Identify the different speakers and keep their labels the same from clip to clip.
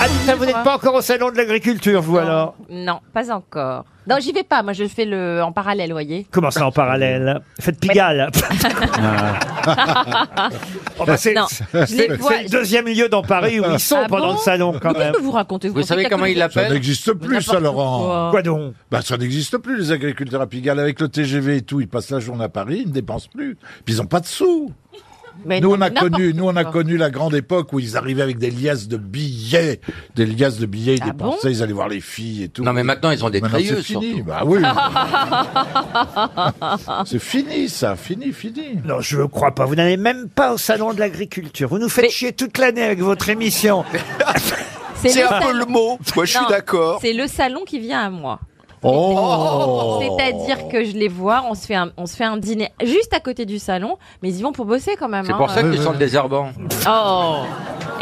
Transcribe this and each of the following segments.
Speaker 1: Anita, vous n'êtes pas encore au salon de l'agriculture, vous alors
Speaker 2: Non, pas encore. Non, j'y vais pas. Moi, je fais le en parallèle, voyez.
Speaker 1: Comment ça en parallèle Faites Pigalle Oh, bah, C'est
Speaker 2: Non, je les
Speaker 1: c'est-
Speaker 2: vois-
Speaker 1: c'est le deuxième lieu dans Paris où ils sont
Speaker 2: Ah
Speaker 1: pendant
Speaker 2: bon
Speaker 1: le salon quand
Speaker 2: Mais qu'est-ce
Speaker 1: même.
Speaker 2: que vous racontez
Speaker 3: Vous savez comment il
Speaker 4: Ça
Speaker 3: l'appelle
Speaker 4: n'existe plus, ça, Laurent.
Speaker 1: Quoi donc
Speaker 4: Bah, ça n'existe plus, les agriculteurs à Pigalle. Avec le TGV et tout, ils passent la journée à Paris, ils ne dépensent plus. Puis ils n'ont pas de sous. Nous, on a connu, nous, on a connu la grande époque où ils arrivaient avec des liasses de billets. Des liasses de billets, ils
Speaker 2: Ah bon
Speaker 4: dépensaient, ils allaient voir les filles et tout.
Speaker 3: Non, mais maintenant, ils ont des
Speaker 4: Maintenant, c'est
Speaker 3: treilleuses,
Speaker 4: fini.
Speaker 3: surtout.
Speaker 4: Bah oui. c'est fini, ça. Fini, fini.
Speaker 1: Non, je ne crois pas. Vous n'allez même pas au salon de l'agriculture. Vous nous faites
Speaker 2: Mais-
Speaker 1: chier toute l'année avec votre émission.
Speaker 5: C'est un peu le mot. Moi, je suis
Speaker 2: Non.
Speaker 5: d'accord.
Speaker 2: C'est le salon qui vient à moi.
Speaker 4: Oh
Speaker 2: C'est-à-dire que je les vois, on se fait un, on se fait un dîner juste à côté du salon, mais ils y vont pour bosser quand même.
Speaker 3: C'est
Speaker 2: hein.
Speaker 3: pour ça
Speaker 6: euh,
Speaker 3: qu'ils sont désherbants.
Speaker 2: Oh.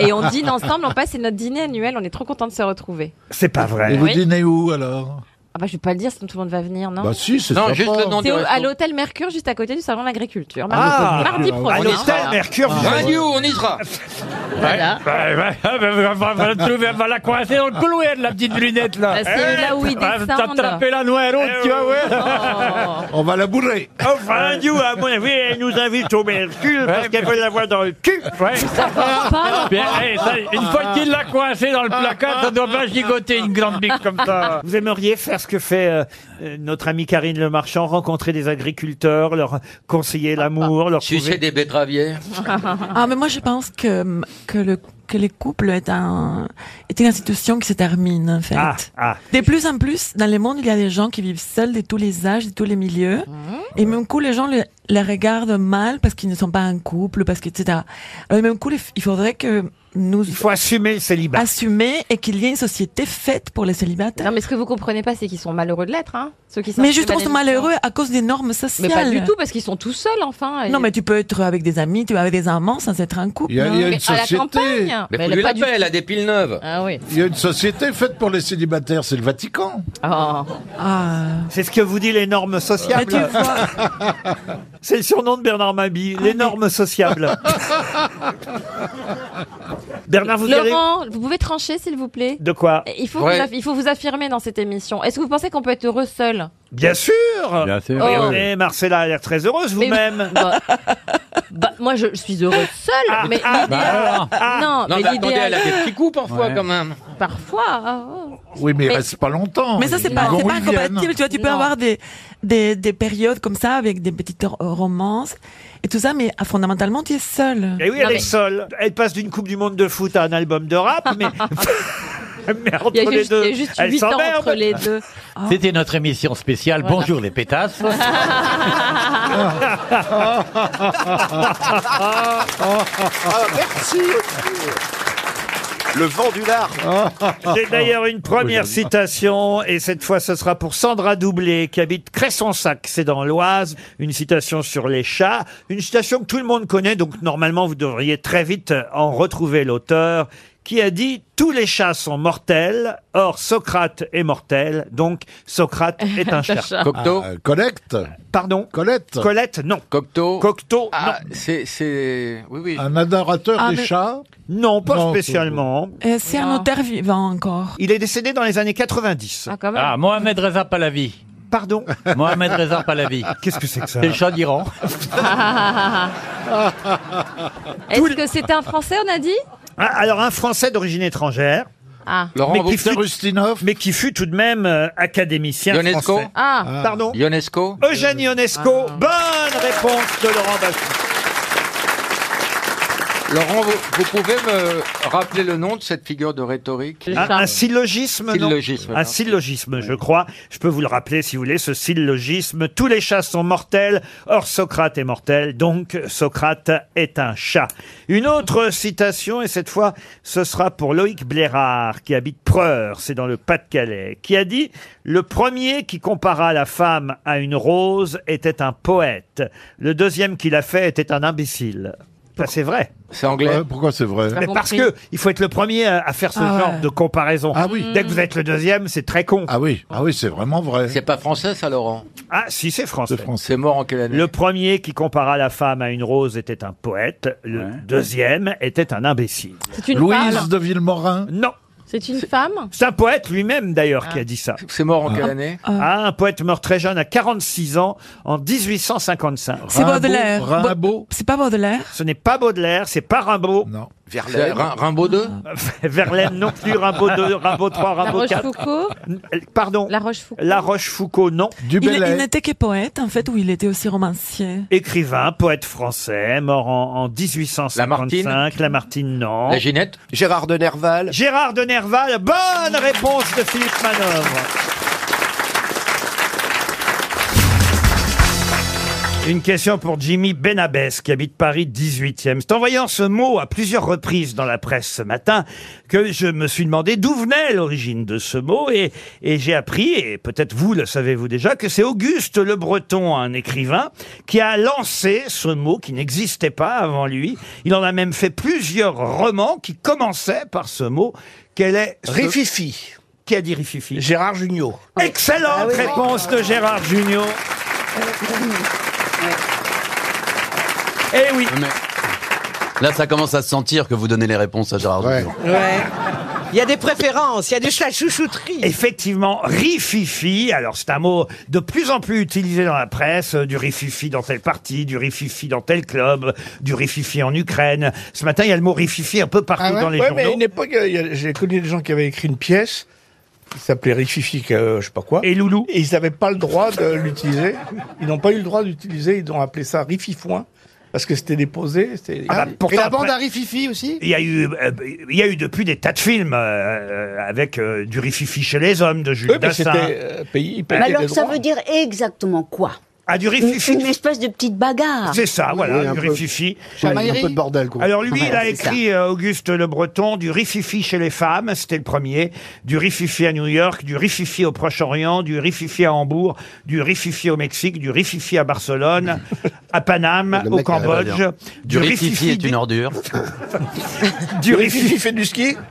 Speaker 2: Et on dîne ensemble, on passe c'est notre dîner annuel, on est trop contents de se retrouver.
Speaker 1: C'est pas
Speaker 4: Et
Speaker 1: vrai.
Speaker 4: vous
Speaker 2: Oui.
Speaker 4: dînez où, alors
Speaker 2: Ah bah je vais pas le dire sinon tout le monde va venir, non
Speaker 4: Bah si, c'est
Speaker 3: Non,
Speaker 4: sympa.
Speaker 3: juste le nom
Speaker 2: C'est
Speaker 3: du
Speaker 2: au- à
Speaker 3: resto.
Speaker 2: l'hôtel Mercure juste à côté du salon de l'agriculture.
Speaker 1: Ah.
Speaker 2: Mardi, mardi
Speaker 4: Ah,
Speaker 1: À
Speaker 3: On y
Speaker 2: prochain.
Speaker 1: l'hôtel
Speaker 3: sera.
Speaker 1: Mercure, vous allez-
Speaker 3: Radio, on y sera.
Speaker 2: Voilà.
Speaker 7: Ouais, ouais, ah, bah, va, va, va, la trouver, va la coincer dans le couloir, la petite lunette, là. Eh,
Speaker 2: Bah, c'est là où ils
Speaker 7: va
Speaker 2: descendent.
Speaker 7: t'attraper la noire,
Speaker 4: Eh
Speaker 7: tu vois, ouais.
Speaker 2: Oh.
Speaker 4: On va la bourrer.
Speaker 1: Enfin, Radio, à mon avis, elle nous invite au Mercure parce qu'elle veut l'avoir dans le cul.
Speaker 7: Ouais.
Speaker 2: Pas-
Speaker 7: Bien, eh, ça, une fois qu'il l'a coincé dans le placard, ça doit pas gigoter une grande bique comme ça.
Speaker 1: Vous aimeriez faire ce que fait euh, euh, notre amie Karine Le Marchand, rencontrer des agriculteurs, leur conseiller l'amour, leur
Speaker 3: Sucer
Speaker 1: trouver...
Speaker 3: des betteraviers.
Speaker 8: Ah, mais moi, je pense que, que, le, que les couples est, un, est une institution qui se termine, en fait.
Speaker 1: Ah, ah.
Speaker 8: De plus en plus, dans le monde, il y a des gens qui vivent seuls de tous les âges, de tous les milieux.
Speaker 1: Mmh.
Speaker 8: Et même coup, les gens le- les, regardent mal parce qu'ils ne sont pas en couple, parce que, etc. Alors, même coup, il faudrait que nous
Speaker 1: Il faut assumer le célibat.
Speaker 8: assumer et qu'il y ait une société faite pour les célibataires.
Speaker 2: Non, mais ce que vous comprenez pas, c'est qu'ils sont malheureux de l'être, hein. Ceux qui
Speaker 8: Mais
Speaker 2: s'inscrivent
Speaker 8: justement,
Speaker 2: à
Speaker 8: c'est
Speaker 2: l'émission.
Speaker 8: malheureux à cause des normes
Speaker 2: Mais
Speaker 8: sociales.
Speaker 2: pas du tout, parce qu'ils sont tout seuls, enfin. Et-
Speaker 8: Non, mais tu peux être avec des amis, tu peux avec des amants sans être en couple.
Speaker 4: Il y a, il y a
Speaker 2: Mais
Speaker 4: une
Speaker 2: à la
Speaker 4: société.
Speaker 2: campagne.
Speaker 3: Mais
Speaker 2: elle
Speaker 3: faut
Speaker 2: est
Speaker 3: lui
Speaker 2: pas du-
Speaker 3: l'appeler, elle a des piles neuves.
Speaker 2: Ah oui.
Speaker 4: Il y a une société faite pour les célibataires, c'est le Vatican.
Speaker 2: Oh.
Speaker 8: Ah.
Speaker 1: C'est ce que vous dit les normes
Speaker 8: Mais tu
Speaker 1: sociables.
Speaker 8: vois.
Speaker 1: C'est le surnom de Bernard Mabie, les normes sociables. Bernard, vous direz...
Speaker 2: Laurent, vous pouvez trancher, s'il vous plaît
Speaker 1: De quoi
Speaker 2: il faut,
Speaker 3: Ouais.
Speaker 2: vous aff- il faut vous affirmer dans cette émission. Est-ce que vous pensez qu'on peut être heureux seul
Speaker 1: Bien sûr
Speaker 7: Bien sûr.
Speaker 2: Oh.
Speaker 1: Regardez, Marcella a l'air très heureuse
Speaker 2: Mais-
Speaker 1: vous-même.
Speaker 2: bah, bah, moi, je, je suis heureuse seule,
Speaker 1: Ah,
Speaker 2: mais
Speaker 1: bah,
Speaker 2: l'idéal- non,
Speaker 3: Non,
Speaker 2: mais
Speaker 3: mais bah, attendez,
Speaker 2: l'idéal-
Speaker 3: elle a des petits coups parfois quand même.
Speaker 2: parfois. ah, ah.
Speaker 4: Oui, mais il
Speaker 2: Mais-
Speaker 4: reste pas longtemps.
Speaker 8: Mais ça, c'est
Speaker 4: Ils
Speaker 8: pas,
Speaker 4: vont,
Speaker 8: c'est pas
Speaker 4: ils viennent.
Speaker 8: incompatible. Tu vois, tu peux
Speaker 2: Non.
Speaker 8: avoir des, des, des périodes comme ça avec des petites ro- romances et tout ça, mais ah, fondamentalement, tu es seul.
Speaker 1: Et Eh oui, elle est seule. Elle passe d'une Coupe du Monde de foot à un album de rap, mais. mais entre
Speaker 2: Il y a
Speaker 1: les
Speaker 2: juste, il y
Speaker 1: deux,
Speaker 2: a juste
Speaker 1: elle
Speaker 2: 8 ans
Speaker 1: s'emmerde.
Speaker 2: entre les deux.
Speaker 9: C'était notre émission spéciale.
Speaker 2: Ah. Voilà.
Speaker 9: Bonjour les pétasses.
Speaker 4: oh.
Speaker 5: Ah, merci. Le vent du lard.
Speaker 1: J'ai d'ailleurs une première citation, et cette fois ce sera pour Sandra Doublé, qui habite Cresson-Sac, c'est dans l'Oise, une citation sur les chats, une citation que tout le monde connaît, donc normalement vous devriez très vite euh, en retrouver l'auteur, qui a dit ⁇ Tous les chats sont mortels, or Socrate est mortel, donc Socrate est un chat.
Speaker 3: Cocteau,
Speaker 4: Ah, euh, collecte.
Speaker 1: ⁇ Pardon
Speaker 4: Colette.
Speaker 1: Colette, non.
Speaker 3: Cocteau.
Speaker 1: Cocteau,
Speaker 3: Ah, c'est, c'est, oui, oui.
Speaker 4: Un adorateur
Speaker 8: Ah,
Speaker 4: des
Speaker 8: mais-
Speaker 4: chats.
Speaker 1: non. Non, pas
Speaker 4: Non,
Speaker 1: spécialement.
Speaker 8: Euh, c'est un
Speaker 2: Non.
Speaker 8: auteur vivant encore.
Speaker 1: Il est décédé dans les années 90.
Speaker 2: Ah, quand même.
Speaker 9: Ah, Mohamed Reza Pahlavi.
Speaker 1: Pardon
Speaker 9: Mohamed Reza Pahlavi.
Speaker 1: Qu'est-ce que c'est que ça
Speaker 9: C'est le chat d'Iran.
Speaker 2: Ah, Est-ce que c'est un Français, on a dit
Speaker 1: Ah, Alors, un Français d'origine étrangère,
Speaker 2: Ah.
Speaker 3: Laurent
Speaker 1: mais qui
Speaker 3: Wauquiez.
Speaker 1: fut,
Speaker 4: Rustinov.
Speaker 1: mais qui fut tout de même euh, académicien
Speaker 3: Ionesco.
Speaker 1: français.
Speaker 2: Ah.
Speaker 1: Pardon Euh,
Speaker 3: Ionesco.
Speaker 1: Eugène Ionesco, bonne réponse de Laurent Baffi.
Speaker 3: Laurent, vous, vous pouvez me rappeler le nom de cette figure de rhétorique
Speaker 2: Le
Speaker 1: Un,
Speaker 2: chat.
Speaker 1: un syllogisme, non
Speaker 3: Syllogisme,
Speaker 1: Un
Speaker 3: non.
Speaker 1: syllogisme, je crois. Je peux vous le rappeler, si vous voulez, ce syllogisme. Tous les chats sont mortels, or Socrate est mortel, donc Socrate est un chat. Une autre citation, et cette fois, ce sera pour Loïc Blérard, qui habite Preur, c'est dans le Pas-de-Calais, qui a dit « Le premier qui compara la femme à une rose était un poète. Le deuxième qui l'a fait était un imbécile. » Ça, c'est vrai.
Speaker 3: C'est anglais.
Speaker 4: Ouais, pourquoi c'est vrai
Speaker 1: Mais
Speaker 2: Pas
Speaker 1: parce
Speaker 2: compris.
Speaker 1: que il faut être le premier à, à faire ce
Speaker 8: Ah
Speaker 1: genre
Speaker 8: ouais.
Speaker 1: de comparaison.
Speaker 4: Ah oui.
Speaker 1: Dès que vous êtes le deuxième, c'est très con. Ah,
Speaker 4: Ah oui, ah oui, c'est vraiment vrai.
Speaker 3: C'est pas français, ça, Laurent
Speaker 1: si, c'est
Speaker 4: C'est
Speaker 1: français.
Speaker 4: français.
Speaker 3: C'est mort en quelle année
Speaker 1: Le premier qui compara la femme à une rose était un poète. Le deuxième était un imbécile.
Speaker 2: C'est une
Speaker 4: Louise
Speaker 2: parle.
Speaker 4: de Villemorin.
Speaker 1: Non.
Speaker 2: C'est une femme
Speaker 1: C'est un poète lui-même d'ailleurs qui a dit ça.
Speaker 3: C'est mort en quelle année
Speaker 1: Ah, un poète mort très jeune à 46 ans en 1855.
Speaker 8: C'est Baudelaire. Bo-
Speaker 4: Rimbaud.
Speaker 8: C'est pas Baudelaire.
Speaker 1: Ce n'est pas Baudelaire, c'est pas Rimbaud.
Speaker 4: Non.
Speaker 3: C'est
Speaker 5: Verlaine.
Speaker 3: Rim- Rimbaud II
Speaker 1: Verlaine non plus, Rimbaud 2, Rimbaud 3,
Speaker 2: La
Speaker 1: Rimbaud 4.
Speaker 2: Rochefoucauld
Speaker 1: Pardon.
Speaker 2: La Rochefoucauld.
Speaker 1: La Rochefoucauld, non.
Speaker 4: Du
Speaker 8: Il, il
Speaker 4: Bellay.
Speaker 8: n'était que poète, en fait, ou il était aussi romancier.
Speaker 1: Écrivain, poète français, mort en, en 1855.
Speaker 3: Lamartine
Speaker 1: Lamartine, non.
Speaker 3: La Ginette
Speaker 5: Gérard de Nerval.
Speaker 1: Gérard de Nerval, bonne réponse de Philippe Manœuvre. Une question pour Jimmy Benabès, qui habite Paris 18e. C'est en voyant ce mot à plusieurs reprises dans la presse ce matin que je me suis demandé d'où venait l'origine de ce mot et, et j'ai appris, et peut-être vous le savez-vous déjà, que c'est Auguste le Breton, un écrivain, qui a lancé ce mot qui n'existait pas avant lui. Il en a même fait plusieurs romans qui commençaient par ce mot. Quel est ce-
Speaker 5: Rififi.
Speaker 1: Qui a dit Rififi
Speaker 5: Gérard Jugnot.
Speaker 1: Excellente réponse de Gérard Junior. Eh oui,
Speaker 10: Là, ça commence à se sentir que vous donnez les réponses à Gérard.
Speaker 4: Ouais.
Speaker 10: Junior.
Speaker 6: Ouais. Il y a des préférences, il y a de la chouchouterie.
Speaker 1: effectivement, rififi. Alors, c'est un mot de plus en plus utilisé dans la presse. euh, Du rififi dans tel parti, du rififi dans tel club, du rififi en Ukraine. Ce matin, il y a le mot rififi un peu partout dans les
Speaker 6: Ah ouais, mais à
Speaker 1: journaux.
Speaker 6: une époque, il y a- j'ai connu des gens qui avaient écrit une pièce qui s'appelait Rififi, euh, je sais pas quoi.
Speaker 1: Et Loulou
Speaker 6: Et ils n'avaient pas le droit de l'utiliser. Ils n'ont pas eu le droit d'utiliser, ils ont appelé ça Rififoin, parce que c'était déposé. c'était-
Speaker 1: Ah bah, pourtant,
Speaker 6: Et la
Speaker 1: après-
Speaker 6: bande à Rififi aussi
Speaker 1: Il y a eu, euh, il y a eu depuis des tas de films euh, euh, avec euh, du rififi chez les hommes de Jules
Speaker 6: Oui, mais c'était
Speaker 1: Dassin.
Speaker 6: euh, pays, ils
Speaker 11: Mais
Speaker 6: payaient
Speaker 11: alors
Speaker 6: des
Speaker 11: ça
Speaker 6: droits.
Speaker 11: veut dire exactement quoi
Speaker 1: Bah, Ah, du
Speaker 11: une, une
Speaker 1: rififi.
Speaker 11: espèce de petite bagarre.
Speaker 1: C'est ça,
Speaker 6: Oui,
Speaker 1: voilà,
Speaker 6: un
Speaker 1: du
Speaker 6: peu.
Speaker 1: rififi.
Speaker 6: Chamaillerie.
Speaker 5: Un peu de bordel, quoi.
Speaker 1: Alors lui, il a
Speaker 11: Ouais, c'est
Speaker 1: écrit euh, Auguste Le Breton du rififi chez les femmes, c'était le premier, du rififi à New York, du rififi au Proche-Orient, du rififi à Hambourg, du rififi au Mexique, du rififi à Barcelone, à Paname,
Speaker 5: Le
Speaker 1: au
Speaker 5: mec, il a
Speaker 10: l'air
Speaker 1: Cambodge,
Speaker 10: bien. Du rififi est
Speaker 1: du,
Speaker 10: une ordure.
Speaker 1: du
Speaker 6: Rififi
Speaker 1: rififi,
Speaker 6: fait du ski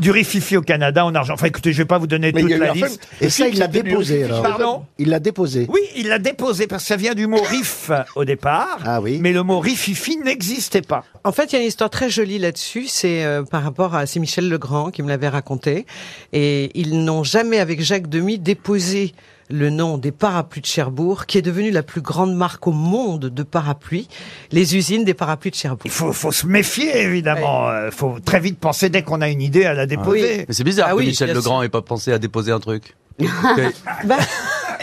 Speaker 1: du rififi au Canada, en Argent. Enfin, écoutez, je vais pas vous donner
Speaker 6: Mais il
Speaker 1: toute
Speaker 6: y a eu
Speaker 1: la
Speaker 6: un film-
Speaker 1: liste.
Speaker 5: Et ça, il l'a déposé, alors.
Speaker 1: Pardon
Speaker 5: Il l'a déposé.
Speaker 1: Oui, il l'a déposé parce que ça vient du mot rif au départ,
Speaker 5: Ah oui.
Speaker 1: mais le mot rififi n'existait pas.
Speaker 6: En fait, il y a une histoire très jolie là-dessus. C'est euh, par rapport à c'est Michel Legrand qui me l'avait raconté. Et ils n'ont jamais, avec Jacques Demy, déposé le nom des parapluies de Cherbourg, qui est devenue la plus grande marque au monde de parapluies, les usines des parapluies de Cherbourg.
Speaker 1: Il faut, faut se méfier, évidemment. Euh, faut très vite penser, dès qu'on a une idée, à la déposer.
Speaker 10: Mais c'est bizarre
Speaker 6: Ah
Speaker 10: que
Speaker 6: oui,
Speaker 10: Michel
Speaker 6: bien
Speaker 10: Legrand ait pas pensé à déposer un truc. C'était
Speaker 6: Bah,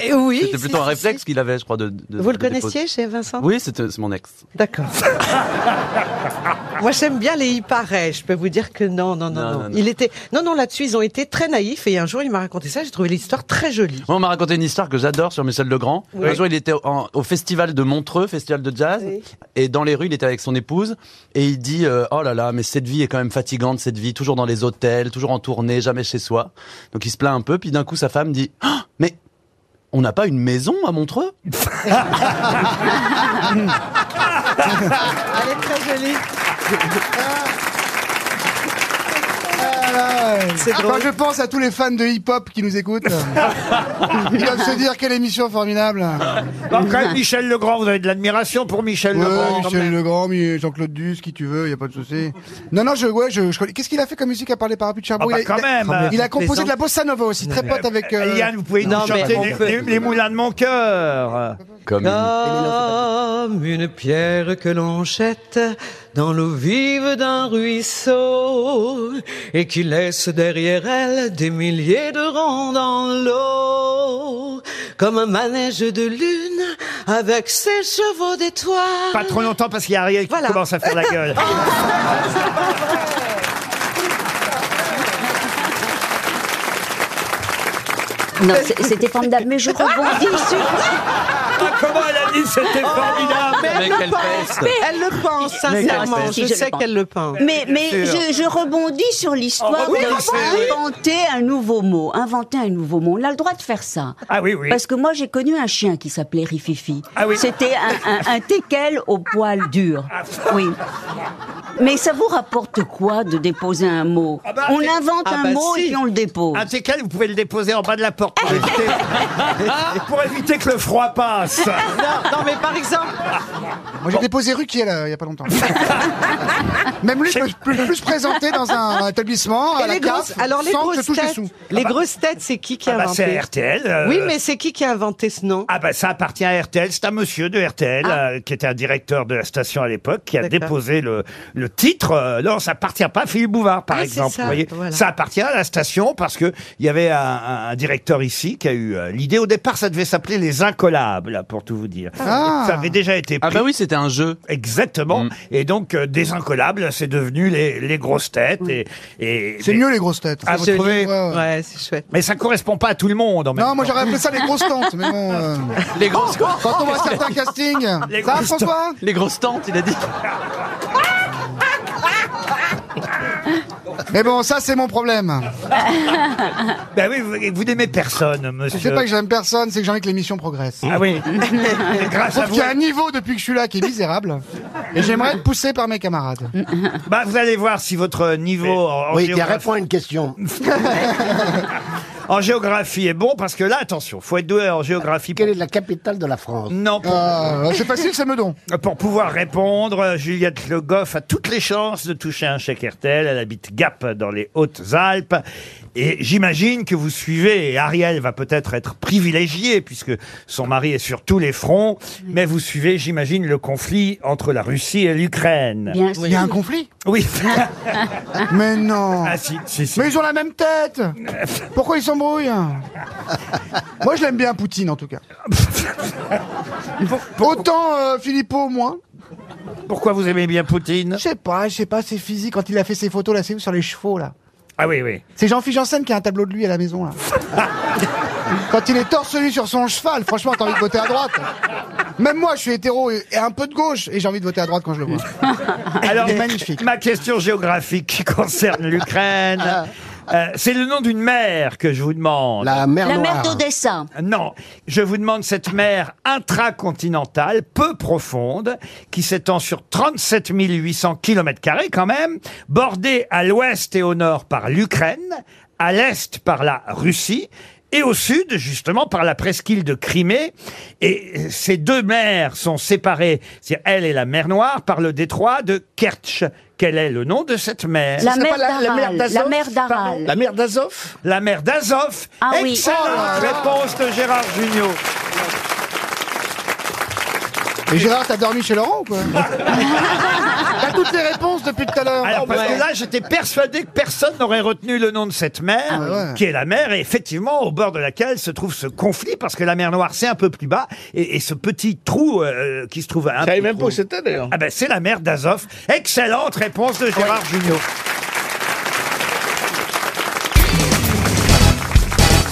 Speaker 6: et oui.
Speaker 10: c'était plutôt un
Speaker 6: si, si,
Speaker 10: réflexe
Speaker 6: si.
Speaker 10: qu'il avait, je crois, de. de-
Speaker 6: Vous le
Speaker 10: de déposer.
Speaker 6: connaissiez, chez Vincent
Speaker 10: Oui, c'était- c'est mon ex.
Speaker 6: D'accord. Moi, j'aime bien les il paraît. Je peux vous dire que non, non, non,
Speaker 10: Non,
Speaker 6: non.
Speaker 10: non, non.
Speaker 6: Il était, non, non, là-dessus, ils ont été très naïfs. Et un jour, il m'a raconté ça. J'ai trouvé l'histoire très jolie.
Speaker 10: Moi, on m'a raconté une histoire que j'adore sur Michel Legrand. Un jour, il était en- au festival de Montreux, festival de jazz, et dans les rues, il était avec son épouse, et il dit euh, Oh là là, mais cette vie est quand même fatigante, cette vie, toujours dans les hôtels, toujours en tournée, jamais chez soi. Donc il se plaint un peu, puis d'un coup, sa femme dit Ah, Mais on n'a pas une maison à Montreux
Speaker 6: Elle est très jolie.
Speaker 5: Quand Ah je pense à tous les fans de hip-hop qui nous écoutent, ils doivent se dire quelle émission formidable.
Speaker 1: Bon, quand même, Bah, Michel Legrand, vous avez de l'admiration pour Michel Legrand. quand même.
Speaker 5: Legrand, mais Jean-Claude Duss, qui tu veux, il y a pas de souci. Non, non, je, ouais, je, je connais- Qu'est-ce qu'il a fait comme musique à part les parapluies de
Speaker 1: Ah
Speaker 5: charbon
Speaker 1: bah,
Speaker 5: il, a,
Speaker 1: quand
Speaker 5: il a-
Speaker 1: même.
Speaker 5: il a composé de la bossa nova aussi, très pote avec. euh,
Speaker 1: Yann, vous pouvez nous
Speaker 6: Non, mais
Speaker 1: chanter
Speaker 6: on
Speaker 1: les,
Speaker 6: peut-
Speaker 1: les- les moulins de mon cœur.
Speaker 10: Comme
Speaker 6: Comme une pierre que l'on jette dans l'eau vive d'un ruisseau et qui laisse derrière elle des milliers de ronds dans l'eau. Comme un manège de lune avec ses chevaux d'étoiles.
Speaker 1: Pas trop longtemps parce qu'il y a Ariel qui
Speaker 6: Voilà.
Speaker 1: commence à faire la gueule.
Speaker 11: Non, c'est- c'était formidable, mais je rebondis sur. Oh,
Speaker 1: Ah, comment elle a dit c'était formidable
Speaker 6: Mais elle
Speaker 10: Avec
Speaker 6: le
Speaker 10: elle
Speaker 6: pense,
Speaker 10: peste.
Speaker 6: elle le pense
Speaker 11: Mais
Speaker 6: sincèrement.
Speaker 11: elle
Speaker 6: Je
Speaker 11: peste.
Speaker 6: sais qu'elle le pense.
Speaker 11: Mais, mais je, je rebondis sur l'histoire
Speaker 1: Oh, oui,
Speaker 11: de-
Speaker 1: oui, oui.
Speaker 11: d'inventer un nouveau mot. Inventer un nouveau mot. On a le droit de faire ça.
Speaker 1: Ah oui, oui.
Speaker 11: Parce que moi, j'ai connu un chien qui s'appelait Rififi.
Speaker 1: Ah oui. Ah,
Speaker 11: C'était un, un, un teckel au poil dur. Oui. Mais ça vous rapporte quoi de déposer un mot
Speaker 1: bah,
Speaker 11: On
Speaker 1: c'est-
Speaker 11: invente
Speaker 6: Ah
Speaker 11: un
Speaker 6: bah
Speaker 11: mot
Speaker 6: si.
Speaker 11: et puis on le dépose.
Speaker 1: Un teckel, vous pouvez le déposer en bas de la porte pour éviter, pour éviter que le froid passe. dégueulasse.
Speaker 5: Non, non, mais par exemple. Moi, j'ai déposé Ruquier, là, il y a pas longtemps. Même lui, je peux je peux plus se présenter dans un établissement. à
Speaker 6: Et
Speaker 5: la
Speaker 6: les grosses-
Speaker 5: CAF,
Speaker 6: alors les
Speaker 5: sans que je
Speaker 6: grosses
Speaker 5: touche les
Speaker 6: têtes,
Speaker 5: sous.
Speaker 6: les
Speaker 5: Ah bah-
Speaker 6: grosses têtes, c'est qui qui a
Speaker 5: Ah bah,
Speaker 6: inventé
Speaker 1: c'est RTL, euh,
Speaker 6: Oui, mais c'est qui qui a inventé ce nom Ah.
Speaker 1: Ah ben ça appartient à RTL, c'est un monsieur de RTL euh, qui était un directeur de la station à l'époque qui a
Speaker 6: D'accord.
Speaker 1: déposé le, le titre. Euh, non, ça appartient pas à Philippe Bouvard par
Speaker 6: Ah, c'est
Speaker 1: exemple.
Speaker 6: ça,
Speaker 1: vous voyez.
Speaker 6: voilà.
Speaker 1: ça appartient à la station parce que il y avait un, un- un directeur ici qui a eu euh, l'idée. Au départ, ça devait s'appeler les incollables pour tout vous dire.
Speaker 10: Ah.
Speaker 1: Ça avait déjà été.
Speaker 10: Ah bah oui,
Speaker 1: c'était un jeu. Exactement.
Speaker 10: Mm.
Speaker 1: Et donc euh, des incollables, c'est devenu les, les grosses têtes et, et
Speaker 5: C'est
Speaker 1: mais-
Speaker 5: mieux, les grosses têtes.
Speaker 1: Ah, vous
Speaker 5: C'est
Speaker 1: trouvez
Speaker 5: joli, ouais, ouais.
Speaker 6: Ouais, c'est chouette.
Speaker 1: Mais ça correspond pas à tout le monde. En même
Speaker 5: Non, moi
Speaker 1: temps.
Speaker 5: j'aurais appelé ça les grosses tentes, mais bon. euh,
Speaker 1: Les grosses quoi
Speaker 5: Quand on voit certains castings.
Speaker 1: Les
Speaker 5: Ça va,
Speaker 1: grosses
Speaker 5: François
Speaker 10: Les grosses tentes, il a dit.
Speaker 5: Mais bon, ça, c'est mon problème.
Speaker 1: Ben oui, vous, vous n'aimez personne, monsieur.
Speaker 5: C'est pas que j'aime personne, c'est que j'ai envie que l'émission progresse.
Speaker 1: Ah oui. Grâce à
Speaker 5: Sauf
Speaker 1: vous.
Speaker 5: qu'il y a un niveau depuis que je suis là qui est misérable. Et j'aimerais être poussé par mes camarades.
Speaker 1: Bah, vous allez voir si votre niveau en, en
Speaker 12: Oui, tiens,
Speaker 1: géographie...
Speaker 12: réponds à une question.
Speaker 1: en géographie est bon parce que là, attention, faut être doué en géographie. Quelle est la capitale de la France Non.
Speaker 5: Ah, c'est facile, ça me donne.
Speaker 1: Pour pouvoir répondre, euh, Juliette Le Goff a toutes les chances de toucher un chèque RTL. Elle habite Gap dans les Hautes-Alpes. Et j'imagine que vous suivez, et Ariel va peut-être être privilégiée puisque son mari est sur tous les fronts, mais vous suivez, j'imagine, le conflit entre la Russie et l'Ukraine.
Speaker 5: Bien sûr. Il y a un conflit
Speaker 1: Oui.
Speaker 5: Mais non.
Speaker 1: Ah si, si, si.
Speaker 5: Mais ils ont la même tête. Pourquoi ils s'embrouillent hein Moi, je l'aime bien Poutine en tout cas. Autant euh, Philippot, moins.
Speaker 1: Pourquoi vous aimez bien Poutine
Speaker 5: Je sais pas, je sais pas, c'est physique quand il a fait ses photos là, c'est où sur les chevaux là.
Speaker 1: Ah oui, oui.
Speaker 5: C'est Jean-Philippe Janssen qui a un tableau de lui à la maison là. Quand il est torse nu sur son cheval, franchement, t'as envie de voter à droite. Même moi, je suis hétéro et et un peu de gauche, et j'ai envie de voter à droite quand je le vois.
Speaker 1: Alors,
Speaker 5: Il est magnifique.
Speaker 1: ma question géographique qui concerne
Speaker 5: Ah.
Speaker 1: l'Ukraine, euh, c'est le nom d'une mer que je vous demande. La mer
Speaker 11: La mère d'Odessa.
Speaker 1: Non, je vous demande cette mer intracontinentale, peu profonde, qui s'étend sur 37 800 km quand même, bordée à l'ouest et au nord par l'Ukraine, à l'est par la Russie, et au sud, justement, par la presqu'île de Crimée. Et euh, ces deux mers sont séparées, c'est elle et la mer Noire, par le détroit de Kertch. Quel est le nom de cette mer
Speaker 11: La mère d'Aral. La mère d'Aral.
Speaker 1: la mer d'Azov La mer d'Azov.
Speaker 11: Ah oui.
Speaker 1: Excellente
Speaker 11: Oh là là.
Speaker 1: réponse de Gérard Junior.
Speaker 5: Mais Gérard, t'as dormi chez Laurent ou quoi T'as toutes les réponses depuis tout à l'heure.
Speaker 13: Oh,
Speaker 1: Alors, parce que là, j'étais persuadé que personne n'aurait retenu le nom de cette mer,
Speaker 5: Ah ouais.
Speaker 1: qui est la mer, et effectivement, au bord de laquelle se trouve ce conflit, parce que la mer Noire, c'est un peu plus bas, et, et ce petit trou euh, qui se trouve à un
Speaker 13: savais
Speaker 1: peu
Speaker 13: même pas où
Speaker 1: trop-
Speaker 13: c'était, d'ailleurs.
Speaker 1: Ah ben, c'est la mer d'Azov. Excellente réponse de Gérard Junior.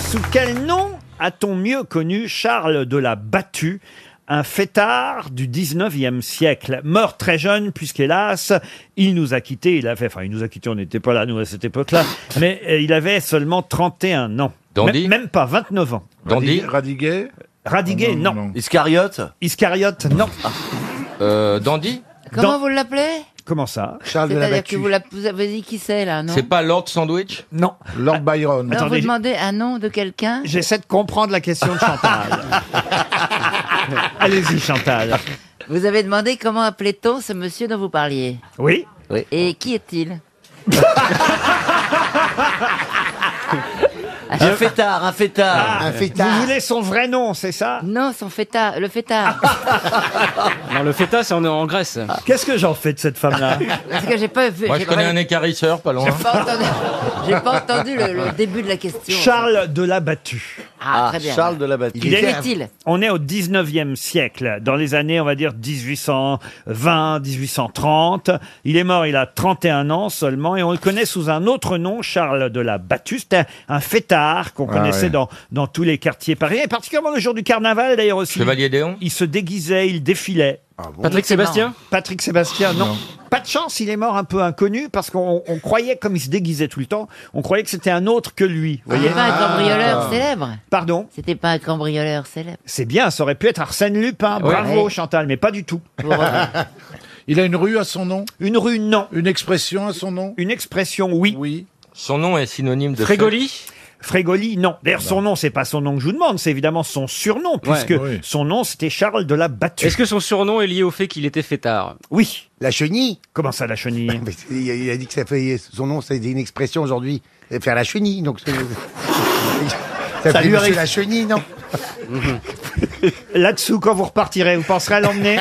Speaker 1: Sous quel nom a-t-on mieux connu Charles de la Battue un fêtard du 19e siècle, mort très jeune, puisqu'hélas, il nous a quittés, il avait, enfin, il nous a quittés, on n'était pas là, nous, à cette époque-là, mais euh, il avait seulement 31 ans.
Speaker 3: Dandy
Speaker 1: même, même pas, 29 ans.
Speaker 3: Dandy
Speaker 1: Radiguet Radiguet, non.
Speaker 3: Iscariote
Speaker 1: Iscariote, non.
Speaker 3: Euh, Dandy
Speaker 14: Comment
Speaker 1: Dans-
Speaker 14: vous l'appelez
Speaker 1: Comment ça Charles
Speaker 14: C'est-à-dire que vous, la- vous avez dit qui c'est là, non
Speaker 3: C'est pas Lord Sandwich
Speaker 1: Non.
Speaker 3: Lord Byron.
Speaker 14: Alors vous demandez un nom de quelqu'un
Speaker 1: J'essaie de comprendre la question de Chantal. Allez-y, Chantal.
Speaker 14: Vous avez demandé comment appelait-on ce monsieur dont vous parliez
Speaker 1: Oui. Oh.
Speaker 14: Et qui est-il
Speaker 9: Un fêtard, un fêtard.
Speaker 1: Euh, ah, Vous voulez son vrai nom, c'est ça
Speaker 14: Non, son fêtard, le fêtard.
Speaker 13: Non, le feta, c'est en, en Grèce.
Speaker 1: Qu'est-ce que j'en fais de cette femme-là
Speaker 14: Parce que j'ai pas vu.
Speaker 3: Moi, je
Speaker 14: j'ai
Speaker 3: connais
Speaker 14: vraiment-
Speaker 3: un écarisseur, pas loin.
Speaker 14: J'ai pas entendu, j'ai pas entendu le, le début de la question.
Speaker 1: Charles de la Battue.
Speaker 14: Ah, très bien.
Speaker 1: de la Battue.
Speaker 14: Qui est-il
Speaker 1: On est au 19e siècle, dans les années, on va dire, 1820, 1830. Il est mort, il a 31 ans seulement, et on le connaît sous un autre nom, Charles de la Battue. C'était un, un fêtard qu'on
Speaker 3: Ah
Speaker 1: connaissait
Speaker 3: ouais.
Speaker 1: dans, dans tous les quartiers parisiens, et particulièrement le jour du carnaval, d'ailleurs, aussi.
Speaker 3: Chevalier Déon
Speaker 1: Il se déguisait, il défilait.
Speaker 13: Patrick Sébastien
Speaker 1: Patrick Sébastien, Ah non. Pas de chance, il est mort un peu inconnu parce qu'on on croyait, comme il se déguisait tout le temps, on croyait que c'était un autre que lui. Vous voyez
Speaker 14: C'était pas un cambrioleur célèbre
Speaker 1: Ah. Pardon
Speaker 14: C'était pas un cambrioleur célèbre.
Speaker 1: C'est bien, ça aurait pu être Arsène Lupin.
Speaker 14: Ouais.
Speaker 1: Bravo
Speaker 14: Ouais.
Speaker 1: Chantal, mais pas du tout.
Speaker 4: Il a une rue à son nom
Speaker 1: Une rue, non.
Speaker 4: Une expression à son nom
Speaker 1: Une expression, oui.
Speaker 4: Oui.
Speaker 3: Son nom est synonyme de.
Speaker 13: Frégoli
Speaker 1: Frégoli, non. D'ailleurs, son nom, c'est pas son nom que je vous demande, c'est évidemment son surnom, puisque
Speaker 13: oui.
Speaker 1: son nom, c'était Charles de la Battue.
Speaker 13: Est-ce que son surnom est lié au fait qu'il était fêtard
Speaker 1: Oui.
Speaker 12: La chenille
Speaker 1: Comment ça, la chenille
Speaker 12: il, a, il a dit que ça fait, son nom, c'est une expression aujourd'hui, euh, faire la chenille. Donc c'est- ça,
Speaker 1: Ça
Speaker 12: fait
Speaker 1: lui
Speaker 12: monsieur
Speaker 1: arrive.
Speaker 12: la chenille, non
Speaker 1: Là-dessous, quand vous repartirez, vous penserez à l'emmener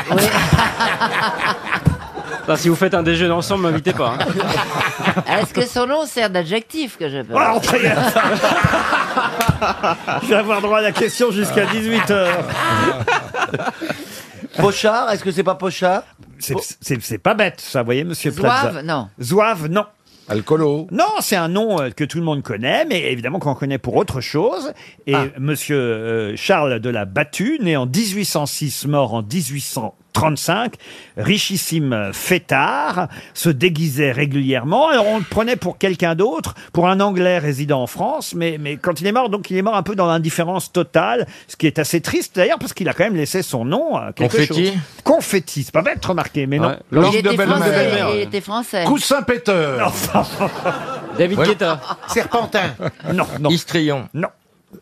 Speaker 13: Enfin, Si vous faites un déjeuner ensemble, m'invitez pas. hein.
Speaker 14: Ah, Est-ce que son nom sert d'adjectif que je peux
Speaker 1: Ah, enfin, Je vais avoir droit à la question jusqu'à 18h.
Speaker 9: Pochard, est-ce que c'est pas Pochard
Speaker 1: C'est c'est pas bête, ça, vous voyez, monsieur
Speaker 14: Zouave,
Speaker 1: Plaza.
Speaker 14: non.
Speaker 1: Zouave, non. Alcolo. Non, c'est un nom euh, que tout le monde connaît, mais évidemment qu'on connaît pour autre chose. Et
Speaker 13: Ah.
Speaker 1: monsieur euh, Charles de la Battue, né en 1806, mort en 1835, richissime euh, fêtard, se déguisait régulièrement. Alors on le prenait pour quelqu'un d'autre, pour un Anglais résident en France, mais, mais quand il est mort, donc il est mort un peu dans l'indifférence totale, ce qui est assez triste d'ailleurs, parce qu'il a quand même laissé son nom à quelque
Speaker 13: Confetti.
Speaker 1: chose. Confetti, c'est pas bête, remarquez, mais non.
Speaker 13: Ouais. Langue
Speaker 14: Il
Speaker 13: de
Speaker 14: était
Speaker 13: belle- langue de belle-mère.
Speaker 14: français. Il était français.
Speaker 1: Euh. Péteur.
Speaker 13: David Guetta.
Speaker 12: Serpentin.
Speaker 1: Non, non.
Speaker 13: Istrion.
Speaker 1: Non.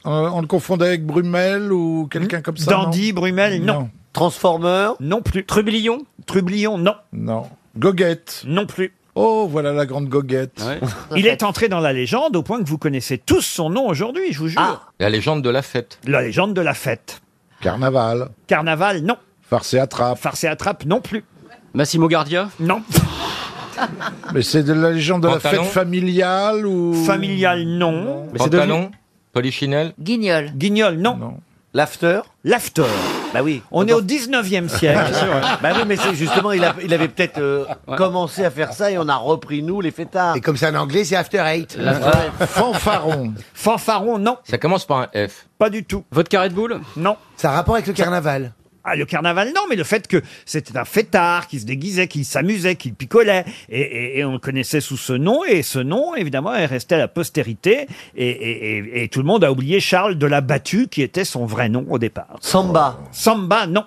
Speaker 4: Euh, on le confondait avec Brumel ou quelqu'un comme ça Euh.
Speaker 1: Dandy, Brumel, non.
Speaker 4: Transformer
Speaker 1: Non plus.
Speaker 13: Trublion
Speaker 1: Trublion, non.
Speaker 4: Non. Goguette
Speaker 1: Non plus.
Speaker 4: Oh, voilà la grande goguette.
Speaker 1: Il est entré dans la légende au point que vous connaissez tous son nom aujourd'hui, je vous jure.
Speaker 4: Ah.
Speaker 3: La légende de la fête.
Speaker 1: La légende de la fête.
Speaker 4: Carnaval.
Speaker 1: Carnaval, non.
Speaker 4: Farce et attrape.
Speaker 1: Farce et attrape, non plus.
Speaker 13: Massimo Gardia
Speaker 1: Non.
Speaker 4: Mais c'est de la légende de
Speaker 3: Pantalon.
Speaker 4: la fête familiale ou...
Speaker 1: Familial, non.
Speaker 3: Pantalon, polichinelle.
Speaker 14: Guignol.
Speaker 1: Guignol, non.
Speaker 9: L'after
Speaker 1: L'after.
Speaker 9: Bah oui.
Speaker 1: On est au 19e siècle.
Speaker 9: bah oui, mais c'est justement, il, a- il avait peut-être euh, commencé à faire ça et on a repris, nous, les fêtards.
Speaker 12: Et comme c'est en anglais, c'est After Eight.
Speaker 4: Fanfaron.
Speaker 1: Fanfaron, non.
Speaker 3: Ça commence par un F.
Speaker 1: Pas du tout.
Speaker 13: Votre carré de boule
Speaker 1: Non.
Speaker 12: Ça a rapport avec le carnaval.
Speaker 1: Ah, le carnaval, non, mais le fait que c'était un fêtard qui se déguisait, qui s'amusait, qui picolait, et, et- et on le connaissait sous ce nom, et ce nom, évidemment, est resté à la postérité, et, et- et- et tout le monde a oublié Charles de la Battue, qui était son vrai nom au départ.
Speaker 9: Samba.
Speaker 1: Samba, non.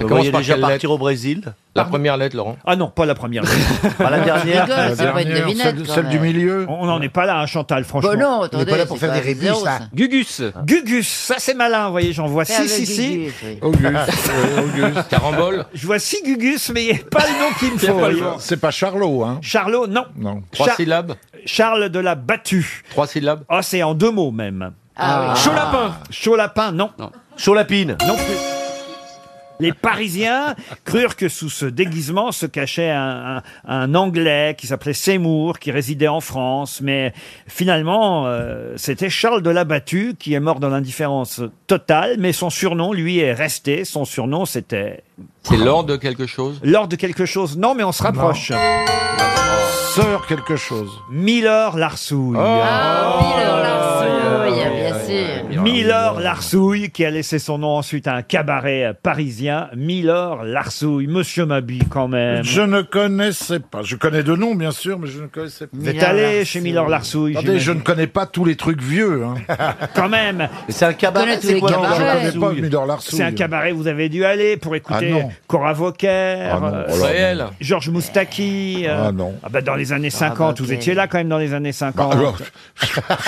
Speaker 9: Vous voyez déjà partir au Brésil
Speaker 3: La première lettre, Laurent.
Speaker 1: Ah non, pas la première.
Speaker 9: Pas la dernière.
Speaker 14: rigole, Ah, La ça doit être dernière, devinette,
Speaker 4: celle- quand celle du même. milieu.
Speaker 1: On n'en est pas là, hein, Chantal, franchement.
Speaker 14: Bon, Oh non, attendez, c'est pas zéro, ça.
Speaker 13: Gugus.
Speaker 1: Gugus, ça c'est malin, vous voyez, j'en vois
Speaker 14: Faire
Speaker 1: six
Speaker 14: le
Speaker 1: ici.
Speaker 14: Gugus, oui.
Speaker 7: Euh,
Speaker 4: Auguste.
Speaker 3: Carambole.
Speaker 1: Je vois six Gugus, mais il n'y a pas le nom qu'il me
Speaker 4: C'est
Speaker 1: faut.
Speaker 4: pas,
Speaker 1: voyez.
Speaker 4: Charlot, hein
Speaker 1: Charlot, non.
Speaker 4: Non.
Speaker 3: Trois
Speaker 1: Char-
Speaker 3: syllabes.
Speaker 1: Charles de la Battue.
Speaker 3: Trois syllabes.
Speaker 1: Ah, c'est en deux mots même.
Speaker 14: Ah, oui.
Speaker 13: Cholapin.
Speaker 1: Cholapin, non.
Speaker 9: Cholapine.
Speaker 1: Non plus. Les Parisiens crurent que sous ce déguisement se cachait un, un- un Anglais qui s'appelait Seymour, qui résidait en France. Mais finalement, euh, c'était Charles de la Battue qui est mort dans l'indifférence totale. Mais son surnom, lui, est resté. Son surnom, c'était
Speaker 3: C'est
Speaker 15: Ah.
Speaker 3: l'or de quelque chose.
Speaker 1: Lord de quelque chose. Non, mais on se rapproche.
Speaker 4: Ah, Sœur quelque chose. Oh.
Speaker 1: Milord Larsouille.
Speaker 14: Ah, Milord Larsouille, bien sûr.
Speaker 1: Milor Larsouille, qui a laissé son nom ensuite à un cabaret euh, parisien. Milor Larsouille, Monsieur Mabie quand même.
Speaker 4: Je ne connaissais pas. Je connais de nom, bien sûr, mais je ne connaissais pas.
Speaker 1: Vous êtes allé chez Milor Larsouille,
Speaker 4: Attendez, je
Speaker 1: j'imagine.
Speaker 4: ne connais pas tous les trucs vieux. Hein.
Speaker 1: quand même.
Speaker 9: C'est un
Speaker 14: Connais
Speaker 9: cabaret,
Speaker 14: tous
Speaker 9: c'est
Speaker 14: les
Speaker 9: quoi
Speaker 14: cabarets.
Speaker 9: Laurent
Speaker 14: Je
Speaker 4: connais pas
Speaker 9: Larsouille
Speaker 4: Mulder Larsouille.
Speaker 1: C'est un cabaret où vous avez dû aller pour écouter
Speaker 4: Ah non.
Speaker 1: Cora Vauquer,
Speaker 4: Ah non,
Speaker 1: euh,
Speaker 4: oh là,
Speaker 3: Réel.
Speaker 1: Georges Moustaki. euh,
Speaker 4: Ah non.
Speaker 1: bah, dans les années 50, vous
Speaker 14: Vauquer.
Speaker 1: étiez là quand même dans les années 50.
Speaker 4: Alors,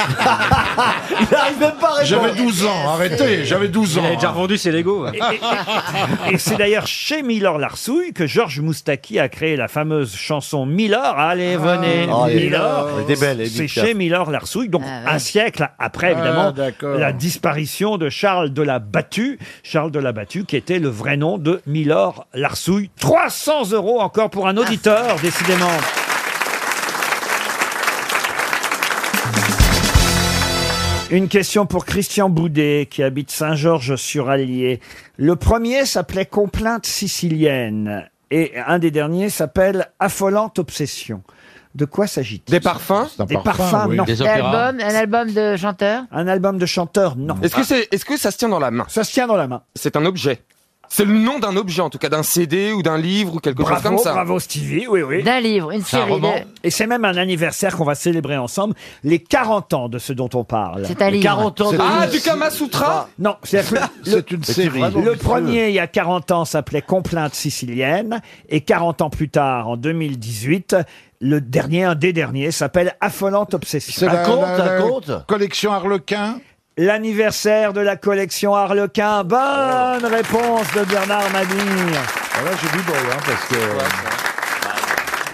Speaker 9: Il n'arrive même pas à
Speaker 4: J'avais
Speaker 9: répondre.
Speaker 4: 12 ans, arrêtez, j'avais 12
Speaker 13: Il
Speaker 4: ans.
Speaker 13: avait déjà revendu ses Lego.
Speaker 1: Et- et- et- Et c'est d'ailleurs chez Milor Larsouille que Georges Moustaki a créé la fameuse chanson Milor, allez venez,
Speaker 9: Ah, elle est-
Speaker 1: Milor.
Speaker 9: elle était belle, elle
Speaker 1: C'est
Speaker 9: dit
Speaker 1: chez Milor Larsouille, donc
Speaker 14: Ah, ouais.
Speaker 1: un siècle après évidemment
Speaker 4: Ah, d'accord.
Speaker 1: la disparition de Charles de la Battue, Charles de la Battue qui était le vrai nom de Milor Larsouille. 300 euros encore pour un auditeur, décidément. Une question pour Christian Boudet, qui habite Saint-Georges-sur-Allier. Le premier s'appelait Complainte sicilienne et un des derniers s'appelle Affolante obsession. De quoi s'agit-il
Speaker 15: Des parfums
Speaker 4: C'est un
Speaker 1: Des parfums,
Speaker 4: oui.
Speaker 1: non.
Speaker 3: Des
Speaker 14: Un
Speaker 3: opéras.
Speaker 14: album, un album de chanteur
Speaker 1: Un album de chanteur, non.
Speaker 15: Est-ce que, c'est, est-ce que ça se tient dans la main
Speaker 1: Ça se tient dans la main.
Speaker 15: C'est un objet. C'est le nom d'un objet, en tout cas d'un CD ou d'un livre ou quelque chose
Speaker 1: Bravo,
Speaker 15: comme ça.
Speaker 1: bravo Stevie, oui, oui.
Speaker 14: D'un livre, une
Speaker 3: C'est un
Speaker 14: série. de-
Speaker 3: roman.
Speaker 1: Et c'est même un anniversaire qu'on va célébrer ensemble, les 40 ans de ce dont on parle.
Speaker 14: C'est un livre.
Speaker 9: 40 ans de...
Speaker 15: Ah, du Kama Sutra
Speaker 1: Non, c'est le,
Speaker 4: C'est une série.
Speaker 1: le premier, il y a 40 ans, s'appelait Complainte sicilienne, et 40 ans plus tard, en 2018, Le dernier, un des derniers, s'appelle Affolante Obsession.
Speaker 4: C'est la- Un conte, la- un la conte
Speaker 1: Collection Harlequin L'anniversaire de la collection Harlequin. Bonne
Speaker 4: Oh.
Speaker 1: réponse de Bernard Madine.
Speaker 4: j'ai du bol, hein, parce que...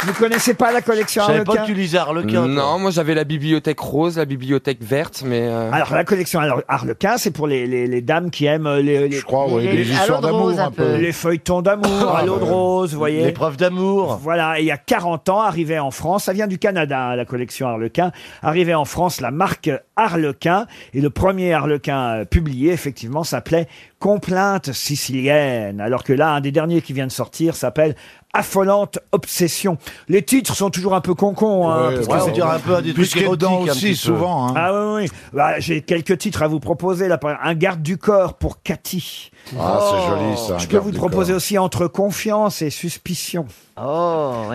Speaker 1: Vous connaissez pas la collection Harlequin
Speaker 15: Non, moi j'avais la bibliothèque rose, la bibliothèque verte, mais. euh,
Speaker 1: Alors la collection Har- Harlequin, c'est pour les, les- les dames qui aiment euh, les, les-
Speaker 15: oui, Les- les les- à histoires l'eau de d'amour, rose, un un peu. peu.
Speaker 1: les feuilletons d'amour,
Speaker 15: Ah,
Speaker 1: à l'eau de
Speaker 15: ouais.
Speaker 1: rose, vous voyez.
Speaker 15: Les
Speaker 1: preuves d'amour. Voilà, et il y a 40 ans, arrivée en France, ça vient du Canada, hein, la collection Harlequin, arrivée en France, la marque Harlequin, et le premier Harlequin euh, publié, effectivement, s'appelait Complainte sicilienne, alors que là, un des derniers qui vient de sortir s'appelle Affolante obsession. Les titres sont toujours un peu concons, hein,
Speaker 4: Ouais,
Speaker 1: parce
Speaker 4: ouais,
Speaker 1: que
Speaker 4: on
Speaker 1: c'est-
Speaker 4: dirait un peu un des trucs Puisqu'il y a érotiques, dedans un aussi, petit peu. souvent, hein.
Speaker 1: ah oui, oui. Bah, J'ai quelques titres à vous proposer. Là, Par exemple, un garde du corps pour Cathy.
Speaker 4: Ah, c'est joli, ça, un
Speaker 1: Je peux
Speaker 4: garde
Speaker 1: vous
Speaker 4: du
Speaker 1: proposer aussi entre confiance et suspicion.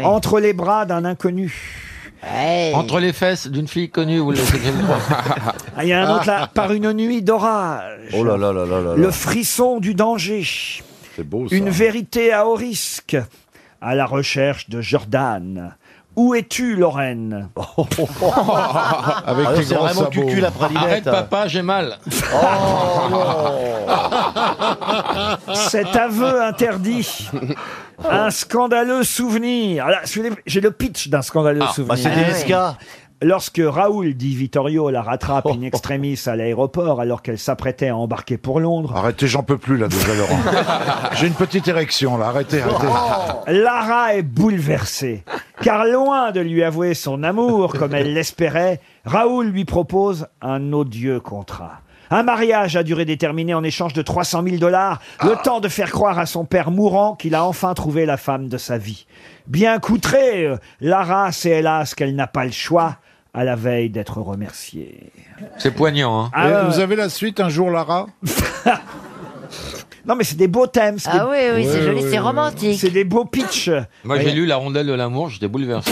Speaker 1: Entre les bras d'un inconnu.
Speaker 16: Entre les fesses d'une fille connue, vous le
Speaker 1: Ah, Il y a un autre là, par une nuit d'orage.
Speaker 16: Oh là là là là là.
Speaker 1: Le frisson du danger.
Speaker 4: C'est beau, ça.
Speaker 1: Une vérité à haut risque. À la recherche de Jordan. Où es-tu, Lorraine
Speaker 7: Ah,
Speaker 1: Ah,
Speaker 4: Avec les grands sabots.
Speaker 16: Arrête,
Speaker 7: hein.
Speaker 16: papa, j'ai mal.
Speaker 12: Oh.
Speaker 4: Oh.
Speaker 1: Cet aveu interdit. Un scandaleux souvenir. Alors, celui- J'ai le pitch d'un scandaleux
Speaker 9: Ah,
Speaker 1: souvenir.
Speaker 9: bah, c'est des SK.
Speaker 1: Lorsque Raoul Di Vittorio la rattrape in extremis à l'aéroport alors qu'elle s'apprêtait à embarquer pour Londres,
Speaker 4: Arrêtez, j'en peux plus, là, déjà, Laurent. j'ai une petite érection, là, arrêtez, arrêtez.
Speaker 1: Oh Lara est bouleversée, car loin de lui avouer son amour comme elle l'espérait, Raoul lui propose un odieux contrat. Un mariage à durée déterminée en échange de 300 000 dollars, le temps de faire croire à son père mourant qu'il a enfin trouvé la femme de sa vie. Bien coutrée, euh, Lara sait hélas qu'elle n'a pas le choix à la veille d'être remerciée.
Speaker 16: C'est poignant, hein.
Speaker 1: Ah,
Speaker 4: Et
Speaker 1: ouais,
Speaker 4: vous
Speaker 1: ouais.
Speaker 4: avez la suite un jour, Lara
Speaker 1: Non mais c'est des beaux thèmes. c'est
Speaker 14: Ah
Speaker 1: des-
Speaker 14: oui, oui, c'est joli, c'est romantique.
Speaker 1: C'est des beaux pitchs.
Speaker 16: Moi,
Speaker 1: Ouais.
Speaker 16: j'ai lu La rondelle de l'amour, j'étais bouleversé.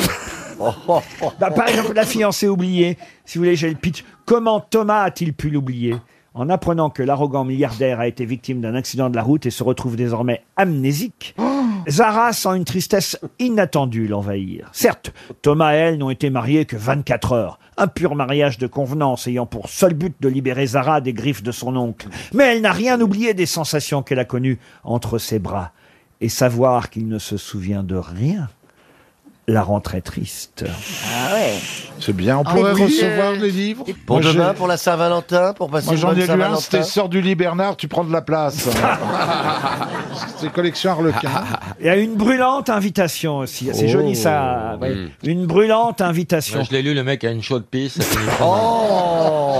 Speaker 1: Bah, par exemple, la fiancée oubliée. Si vous voulez, j'ai le pitch. Comment Thomas a-t-il pu l'oublier En apprenant que l'arrogant milliardaire a été victime d'un accident de la route et se retrouve désormais amnésique, Zara sent une tristesse inattendue l'envahir. Certes, Thomas et elle n'ont été mariés que 24 heures. Un pur mariage de convenance ayant pour seul but de libérer Zara des griffes de son oncle. Mais elle n'a rien oublié des sensations qu'elle a connues entre ses bras. Et savoir qu'il ne se souvient de rien la rend très triste.
Speaker 14: Ah ouais.
Speaker 4: C'est bien, on
Speaker 14: Ah,
Speaker 4: pourrait
Speaker 14: oui,
Speaker 4: recevoir
Speaker 14: euh,
Speaker 4: des livres
Speaker 9: Pour
Speaker 4: Moi,
Speaker 9: demain,
Speaker 4: j'ai-
Speaker 9: pour la Saint-Valentin, pour passer
Speaker 4: Moi
Speaker 9: une
Speaker 4: j'en
Speaker 9: bonne
Speaker 4: ai lu un,
Speaker 9: Saint-Valentin.
Speaker 4: c'était Sors du lit Bernard, tu prends de la place. c'est collection Harlequin.
Speaker 1: Il y a ah. une brûlante invitation aussi. ah, C'est
Speaker 4: Oh.
Speaker 1: joli ça. Ouais.
Speaker 16: Mm.
Speaker 1: Une brûlante invitation.
Speaker 16: Moi, je l'ai lu, le mec a une chaude pisse.
Speaker 4: Oh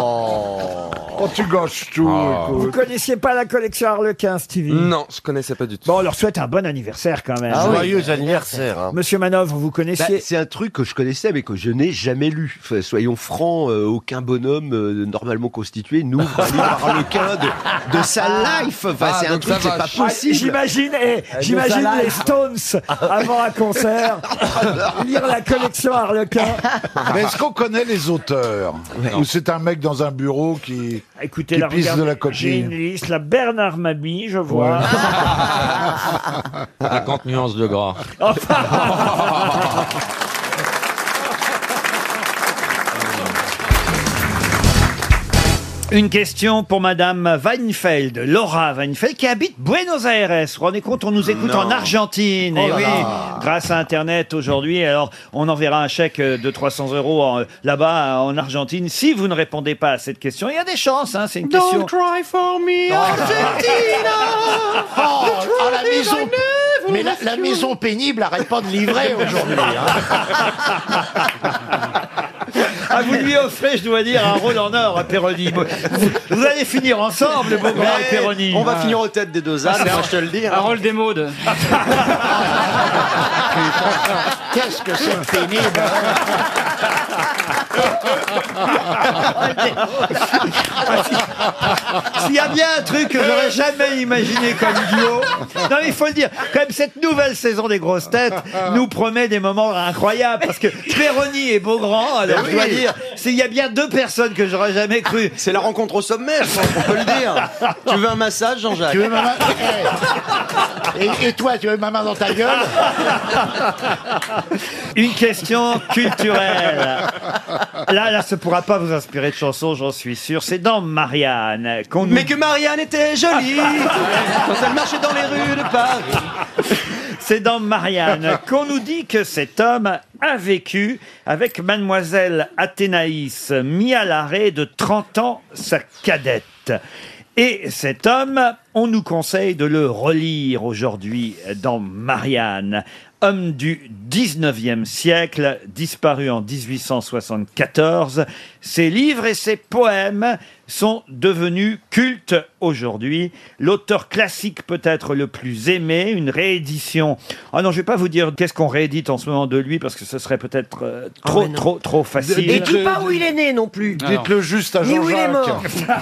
Speaker 4: Oh, tu gâches tout,
Speaker 1: Ah. Vous
Speaker 4: écoute.
Speaker 1: connaissiez pas la collection Harlequin, Stevie
Speaker 15: Non, je connaissais pas du tout.
Speaker 1: Bon, on leur souhaite un bon anniversaire quand même.
Speaker 4: Ah
Speaker 9: Joyeux anniversaire. hein.
Speaker 1: Ah Monsieur Manov, vous connaissiez
Speaker 17: Bah, c'est un truc que je connaissais, mais que je n'ai jamais lu. Enfin, soyons francs, euh, aucun bonhomme euh, normalement constitué n'ouvre un livre harlequin de, de sa life. Enfin,
Speaker 1: Ah,
Speaker 17: c'est un
Speaker 1: donc
Speaker 17: truc,
Speaker 1: ça
Speaker 17: c'est
Speaker 1: va.
Speaker 17: pas possible.
Speaker 1: Ah, J'imagine, eh, j'imagine les Stones
Speaker 17: Ah.
Speaker 1: avant un concert lire la collection Harlequin.
Speaker 4: Mais est-ce qu'on connaît les auteurs Ou c'est un mec dans un bureau qui,
Speaker 1: Écoutez,
Speaker 4: qui
Speaker 1: la
Speaker 4: pisse de la
Speaker 1: J'ai une
Speaker 4: copine
Speaker 1: liste, la Bernard Mabie, je vois.
Speaker 16: 50 nuances de gras.
Speaker 1: Une question pour Madame Weinfeld, Laura Weinfeld, qui habite Buenos Aires. Vous vous rendez compte, on nous écoute
Speaker 17: Non.
Speaker 1: en Argentine.
Speaker 17: Oh
Speaker 1: Eh
Speaker 17: là
Speaker 1: oui,
Speaker 17: là.
Speaker 1: grâce à Internet aujourd'hui. Alors, on enverra un chèque euh, de 300 euros en- là-bas, euh, en Argentine. Si vous ne répondez pas à cette question, il y a des chances, hein, c'est une question.
Speaker 18: Don't cry for me, Argentina!
Speaker 12: Oh,
Speaker 18: The truth
Speaker 12: oh, la
Speaker 18: is I
Speaker 12: maison-
Speaker 18: never
Speaker 12: Mais la,
Speaker 18: left
Speaker 12: la
Speaker 18: you.
Speaker 12: maison pénible arrête pas de livrer aujourd'hui.
Speaker 1: Ah, vous lui offrez, je dois dire, un rôle en or à Perroni. Vous, vous allez finir ensemble, Beaugrand
Speaker 16: Ouais,
Speaker 1: et Perroni.
Speaker 16: on va finir
Speaker 17: aux têtes des deux
Speaker 16: ânes, moi, je te hein.
Speaker 17: le dis.
Speaker 13: Un rôle des modes.
Speaker 12: Qu'est-ce que c'est pénible
Speaker 17: hein.
Speaker 1: S'il y a bien un truc que j'aurais jamais imaginé comme duo, non mais il faut le dire, quand même cette nouvelle saison des grosses têtes nous promet des moments incroyables parce que Véronique et Beaugrand, alors
Speaker 7: Oh,
Speaker 12: Mais
Speaker 18: Eh
Speaker 1: je dois
Speaker 12: oui.
Speaker 1: dire,
Speaker 9: S'il y a bien deux personnes que j'aurais jamais cru.
Speaker 17: C'est la rencontre au sommet, je pense qu'on peut le dire.
Speaker 9: Tu veux un massage, Jean-Jacques
Speaker 17: Tu veux ma main
Speaker 7: Eh,
Speaker 12: Et, et toi, tu veux ma main dans ta gueule
Speaker 1: Une question culturelle. Là, là, ça pourra pas vous inspirer de chansons, j'en suis sûr. C'est dans Marianne qu'on nous... Ah, bah.
Speaker 18: Mais que Marianne était jolie quand elle marchait dans les rues de Paris.
Speaker 1: C'est dans Marianne qu'on nous dit que cet homme a vécu avec mademoiselle Athénaïs Mialaré de 30 ans, sa cadette. Et cet homme, on nous conseille de le relire aujourd'hui dans Marianne. Homme du 19e siècle, disparu en 1874, ses livres et ses poèmes sont devenus cultes aujourd'hui. L'auteur classique peut-être le plus aimé, une réédition. Ah non, je vais pas vous dire qu'est-ce qu'on réédite en ce moment de lui parce que ce serait peut-être
Speaker 19: Oh,
Speaker 1: euh, trop, trop, trop facile.
Speaker 19: Et dis pas où il est né non plus.
Speaker 4: Dites-le juste à
Speaker 19: Ni où il est
Speaker 4: Jean-Jacques.
Speaker 19: mort.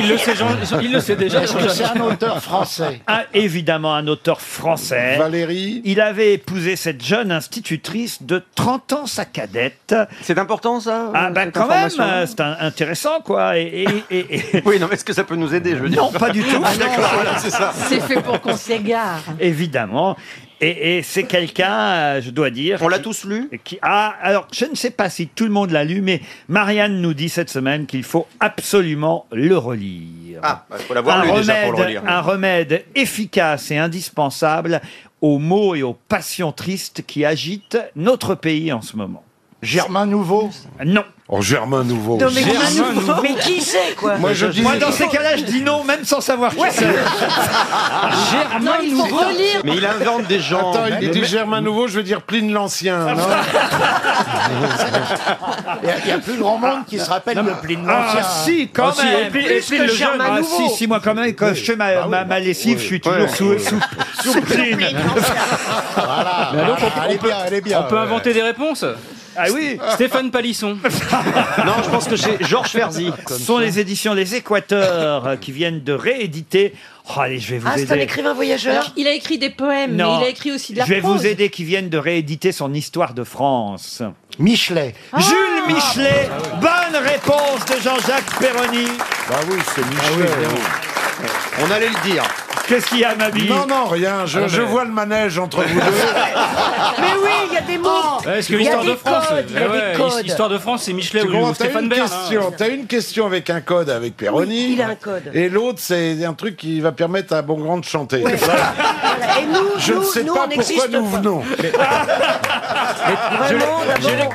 Speaker 1: il le sait,
Speaker 19: il le sait déjà, Est-ce que c'est un auteur
Speaker 1: français ah, Évidemment, un auteur français. Valérie. Il avait épousé cette jeune institutrice de 30 ans, sa cadette.
Speaker 16: C'est important ça
Speaker 1: Ah
Speaker 7: bah,
Speaker 1: ben
Speaker 16: cette
Speaker 1: quand même,
Speaker 16: information
Speaker 1: euh, c'est un- intéressant quoi. Et,
Speaker 16: Oui, non, mais est-ce que ça peut nous aider, je veux dire
Speaker 1: Non, pas du tout.
Speaker 16: Ah, d'accord, voilà, c'est ça.
Speaker 1: qu'on s'égare. Évidemment. Et, et c'est quelqu'un, euh, je dois dire. On l'a tous lu qui, Ah, alors je ne sais pas si tout le monde l'a lu, mais Marianne nous dit cette semaine qu'il faut absolument le relire.
Speaker 17: Ah, il faut l'avoir lu déjà pour le relire.
Speaker 1: un remède efficace et indispensable aux maux et aux passions tristes qui agitent notre pays en ce moment. Germain Nouveau Non.
Speaker 4: Oh, Germain
Speaker 7: euh,
Speaker 4: Nouveau.
Speaker 1: Non, mais Germain Germain Nouveau. Nouveau.
Speaker 19: Mais qui c'est quoi
Speaker 1: Moi, je dis- Moi, dans ces cas-là, je dis non, même sans savoir qui c'est.
Speaker 19: Germain
Speaker 1: Non, il faut
Speaker 19: Nouveau.
Speaker 1: relire.
Speaker 19: Mais il invente des gens.
Speaker 4: Attends, il
Speaker 19: Mais-
Speaker 4: dit
Speaker 19: mais-
Speaker 4: Germain Nouveau, je veux dire Pline l'Ancien. non
Speaker 12: Il y a plus grand monde qui se rappelle le pli de l'ancien.
Speaker 1: Ah si, quand
Speaker 12: Ah, si,
Speaker 1: même
Speaker 12: et puis- et
Speaker 1: Plus
Speaker 12: puis
Speaker 1: que
Speaker 12: le jeune,
Speaker 1: Germain
Speaker 12: ah,
Speaker 1: Nouveau.
Speaker 12: si,
Speaker 1: si, si, moi quand même, quand je fais ma, ma, ma lessive, je suis toujours sous, sous, sous pline.
Speaker 12: Voilà.
Speaker 13: Mais alors,
Speaker 12: voilà,
Speaker 13: on peut-
Speaker 12: elle est
Speaker 13: on peut-
Speaker 12: bien, elle est bien.
Speaker 13: on peut
Speaker 12: ouais.
Speaker 13: inventer des réponses
Speaker 1: Ah oui
Speaker 13: Stéphane Palisson. Ah,
Speaker 1: Non, je pense
Speaker 13: que c'est Georges Ferzi.
Speaker 1: Ce sont les éditions Les Équateurs euh, qui viennent de rééditer. Oh, allez, je vais vous
Speaker 19: Ah,
Speaker 1: aider.
Speaker 19: c'est un écrivain voyageur
Speaker 2: Il a écrit des poèmes,
Speaker 1: Non.
Speaker 2: mais il a écrit aussi de la
Speaker 1: Je vais
Speaker 2: prose.
Speaker 1: vous aider qui viennent de rééditer son histoire de France. Michelet. Jules Michelet. Bonne réponse de Jean-Jacques Perroni. Ah
Speaker 4: Bah oui, c'est Michelet.
Speaker 1: On allait le dire. Qu'est-ce qu'il y a, ma bille
Speaker 4: Non, non, rien. Je,
Speaker 1: Ah,
Speaker 4: je
Speaker 1: mais-
Speaker 4: vois le manège entre vous deux.
Speaker 19: Mais oui, il y a des mots.
Speaker 1: Oh,
Speaker 13: Ouais, Est-ce que
Speaker 19: Il y a
Speaker 13: l'histoire
Speaker 19: des
Speaker 13: de France
Speaker 19: codes, il y a
Speaker 13: eh ouais,
Speaker 19: des codes.
Speaker 13: Histoire de France, c'est Michelet
Speaker 4: Tu
Speaker 13: ou,
Speaker 4: comprends,
Speaker 13: ou
Speaker 4: T'as
Speaker 13: Stéphane
Speaker 4: une
Speaker 13: Bern.
Speaker 4: question. T'as une question avec un code avec Perroni.
Speaker 19: Oui, il a un code.
Speaker 4: Et l'autre, c'est un truc qui va permettre à Bongrand de chanter. Voilà.
Speaker 19: Voilà. Et nous,
Speaker 4: Je
Speaker 19: nous,
Speaker 4: ne sais
Speaker 19: nous,
Speaker 4: pas
Speaker 19: on
Speaker 4: pourquoi
Speaker 19: n'existe
Speaker 4: nous
Speaker 13: hein.
Speaker 19: pas.
Speaker 4: venons.
Speaker 19: Vraiment,
Speaker 13: Je- je-
Speaker 19: d'abord,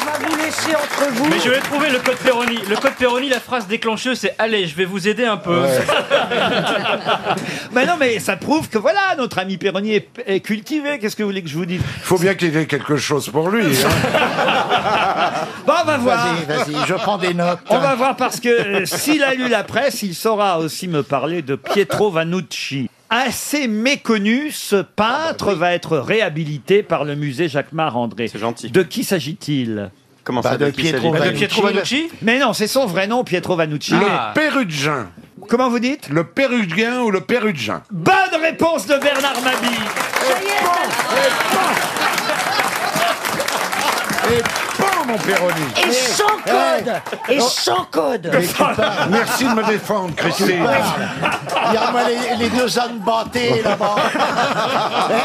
Speaker 19: on va vous laisser entre vous.
Speaker 13: Mais je vais trouver le code Perroni. Le code Perroni, la phrase déclencheuse, c'est Allez, je vais vous aider un peu.
Speaker 1: Mais non, mais ça prouve que voilà, notre ami Perroni est, est cultivé. Qu'est-ce que vous voulez que je vous dise
Speaker 4: Faut bien qu'il ait quelque chose pour lui. hein.
Speaker 1: Bon, on va voir.
Speaker 12: Vas-y, vas-y, je prends des notes.
Speaker 1: On va voir parce que euh, s'il a lu la presse, il saura aussi me parler de Pietro Vanucci. Assez méconnu, ce
Speaker 16: Ah
Speaker 1: peintre
Speaker 16: bah
Speaker 1: va être réhabilité par le musée Jacquemart-André. C'est gentil. De qui s'agit-il
Speaker 16: Comment ça, Bah, de de qui Pietro s'agit-il Vanucci. De Pietro Vanucci Ah.
Speaker 1: Mais non, c'est son vrai nom, Pietro Vanucci.
Speaker 4: Le Pérugin.
Speaker 1: Ah. Comment vous dites
Speaker 4: Le Pérugin ou le Pérugin
Speaker 1: Bonne réponse de Bernard Mabille.
Speaker 4: Et pas mon Péroni
Speaker 19: Et sans
Speaker 1: eh,
Speaker 19: code Et
Speaker 1: oh,
Speaker 4: Oh.
Speaker 19: sans code
Speaker 4: Merci de me défendre, Christine.
Speaker 12: Il y a moi, les, les deux ânes battés là-bas.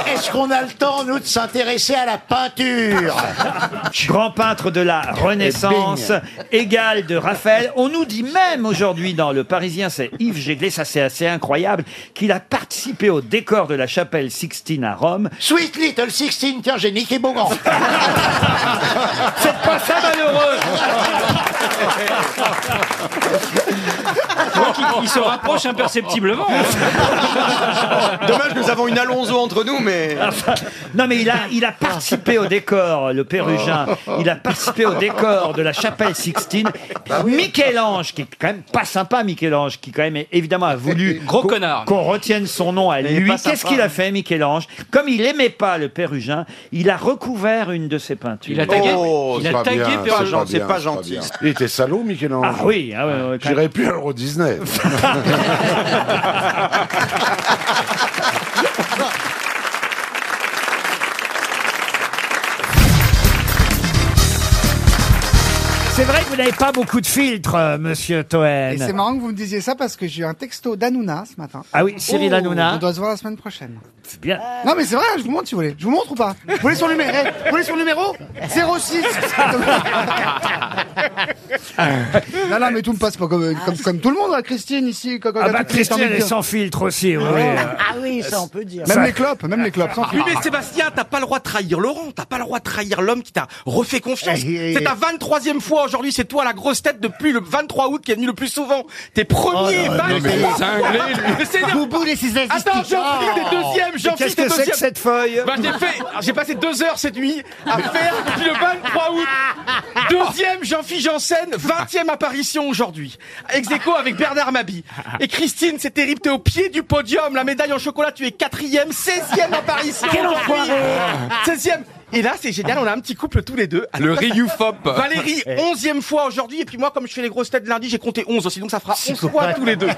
Speaker 12: Eh, Est-ce qu'on a le temps, nous, de s'intéresser à la peinture
Speaker 1: Grand peintre de la Renaissance,
Speaker 12: Eh
Speaker 1: égal de Raphaël. On nous dit même aujourd'hui dans Le Parisien, c'est Yves Jéglé, ça c'est assez incroyable, qu'il a participé au décor de la chapelle Sixtine à Rome.
Speaker 12: Sweet Little Sixteen, tiens, j'ai niqué Beaugrand.
Speaker 1: C'est pas ça, malheureux
Speaker 13: Donc, il, il se rapproche imperceptiblement. hein.
Speaker 16: Dommage, nous avons une Alonso entre nous, mais.
Speaker 1: Non mais il a, il a participé au décor, le Pérugin.
Speaker 13: Oh.
Speaker 1: Il a participé au décor de la chapelle Sixtine.
Speaker 13: Bah
Speaker 1: Michel-Ange, qui est quand même pas sympa, Michel-Ange, qui quand même évidemment a voulu qu'on- qu'on retienne son nom à
Speaker 13: est
Speaker 1: lui.
Speaker 13: pas sympa,
Speaker 1: Qu'est-ce qu'il a
Speaker 13: hein.
Speaker 1: fait, Michel-Ange Comme il aimait pas le Pérugin, il a recouvert une de ses peintures.
Speaker 13: Il a tagué-
Speaker 4: Oh,
Speaker 13: il a
Speaker 4: c'est pas
Speaker 13: tagué
Speaker 4: bien,
Speaker 13: Pierre
Speaker 4: c'est
Speaker 13: Jean, c'est
Speaker 4: bien,
Speaker 13: pas
Speaker 4: bien. Il était salaud, Michel-Ange.
Speaker 1: Ah oui, ah ouais, ouais, quand
Speaker 4: J'irais plus à l'Euro Disney.
Speaker 1: C'est vrai que vous n'avez pas beaucoup de filtres, euh, monsieur Toen.
Speaker 5: Et c'est marrant que vous me disiez ça parce que j'ai eu un texto d'Anouna ce matin. Oh,
Speaker 1: Ah oui, Cyril Hanouna.
Speaker 5: On doit se voir la semaine prochaine.
Speaker 1: C'est bien.
Speaker 5: Non mais c'est vrai, je vous montre si vous voulez. Je vous montre ou pas Vous voulez son numéro Eh, Vous voulez son numéro 06 Non, non, mais tout me passe pas comme, comme, comme tout le monde, hein, Christine ici. quand- quand-
Speaker 1: Ah bah
Speaker 5: quand-
Speaker 1: Christine, elle est sans filtre aussi. Oui, oui.
Speaker 19: Ah oui, ça on peut dire.
Speaker 5: Même les clopes, même les clopes, sans
Speaker 19: Oui,
Speaker 5: filtre.
Speaker 19: mais c'est-
Speaker 7: Sébastien, t'as pas le droit de trahir Laurent, t'as pas le droit de trahir l'homme qui t'a refait confiance.
Speaker 19: Eh, eh,
Speaker 7: C'est ta 23e fois aujourd'hui, c'est toi la grosse tête depuis le 23 août qui est venu le plus souvent. T'es premier,
Speaker 1: Oh là là, non,
Speaker 7: 23
Speaker 1: mais il est cinglé, lui.
Speaker 7: Boubou les Ah. six Attends, Jean-Philippe,
Speaker 1: Oh.
Speaker 7: t'es deuxième,
Speaker 1: Mais
Speaker 7: Jean-Philippe,
Speaker 1: qu'est-ce que
Speaker 7: t'es
Speaker 1: c'est que
Speaker 7: deuxième.
Speaker 1: cette feuille
Speaker 7: Bah, j'ai fait, j'ai passé deux heures cette nuit à faire depuis le 23 août. Deuxième, Jean-Philippe Janssen, 20e apparition aujourd'hui. Ex aequo avec Bernard Mabi. Et Christine, c'est terrible, t'es au pied du podium, la médaille en chocolat, tu es quatrième, 16e apparition
Speaker 19: Quel
Speaker 7: aujourd'hui.
Speaker 19: enfoiré
Speaker 7: 16e. Et là, c'est génial, on a un petit couple tous les deux.
Speaker 3: Le
Speaker 7: Alors, ça, ça-
Speaker 3: Ryufope.
Speaker 7: Valérie,
Speaker 1: Eh.
Speaker 7: 11e fois aujourd'hui. Et puis moi, comme je fais les grosses têtes lundi, j'ai compté 11 aussi. Donc ça fera 11 fois
Speaker 19: Psychopathe.
Speaker 7: tous les deux.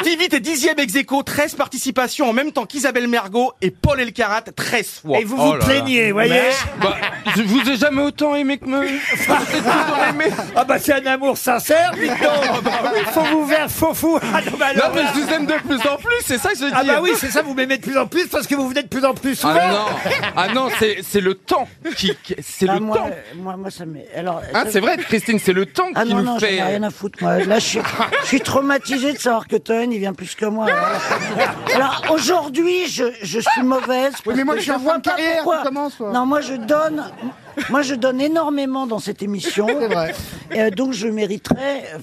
Speaker 7: Stevie, t'es 10e ex aequo, 13 participations en même temps qu'Isabelle Mergot et Paul Elkarat, 13 fois.
Speaker 1: Et vous vous plaignez, vous voyez
Speaker 3: Bah, je vous ai jamais autant aimé que me.
Speaker 1: Ah bah c'est un amour sincère, dites donc. Faut vous faire faux fou Ah non, bah alors
Speaker 3: Non, bah mais
Speaker 1: là-
Speaker 3: je vous aime de plus en plus, c'est ça que je dis.
Speaker 1: Ah bah oui, c'est ça, vous m'aimez de plus en plus parce que vous venez de plus en plus souvent
Speaker 3: Ah non, ah non, c'est c'est le temps qui, qui- c'est
Speaker 19: Bah,
Speaker 3: le
Speaker 19: moi,
Speaker 3: temps.
Speaker 19: euh, moi, moi, ça m'est. Alors,
Speaker 3: Hein,
Speaker 19: ça-
Speaker 3: c'est vrai, Christine, c'est le temps
Speaker 19: Ah
Speaker 3: qui
Speaker 19: non,
Speaker 3: nous euh.
Speaker 19: non, j'en
Speaker 3: fait.
Speaker 19: ai rien à foutre, moi. Là, je suis, je suis traumatisée de savoir que Toen, il vient plus que moi. Alors, alors, aujourd'hui, je, je suis mauvaise.
Speaker 5: Oui, mais
Speaker 19: parce
Speaker 5: moi,
Speaker 19: que
Speaker 5: je suis en fin de carrière, on commence, ouais.
Speaker 19: Non, moi, je donne. Moi, je donne énormément dans cette émission.
Speaker 5: C'est vrai.
Speaker 19: Et, euh, donc, je mériterais. euh,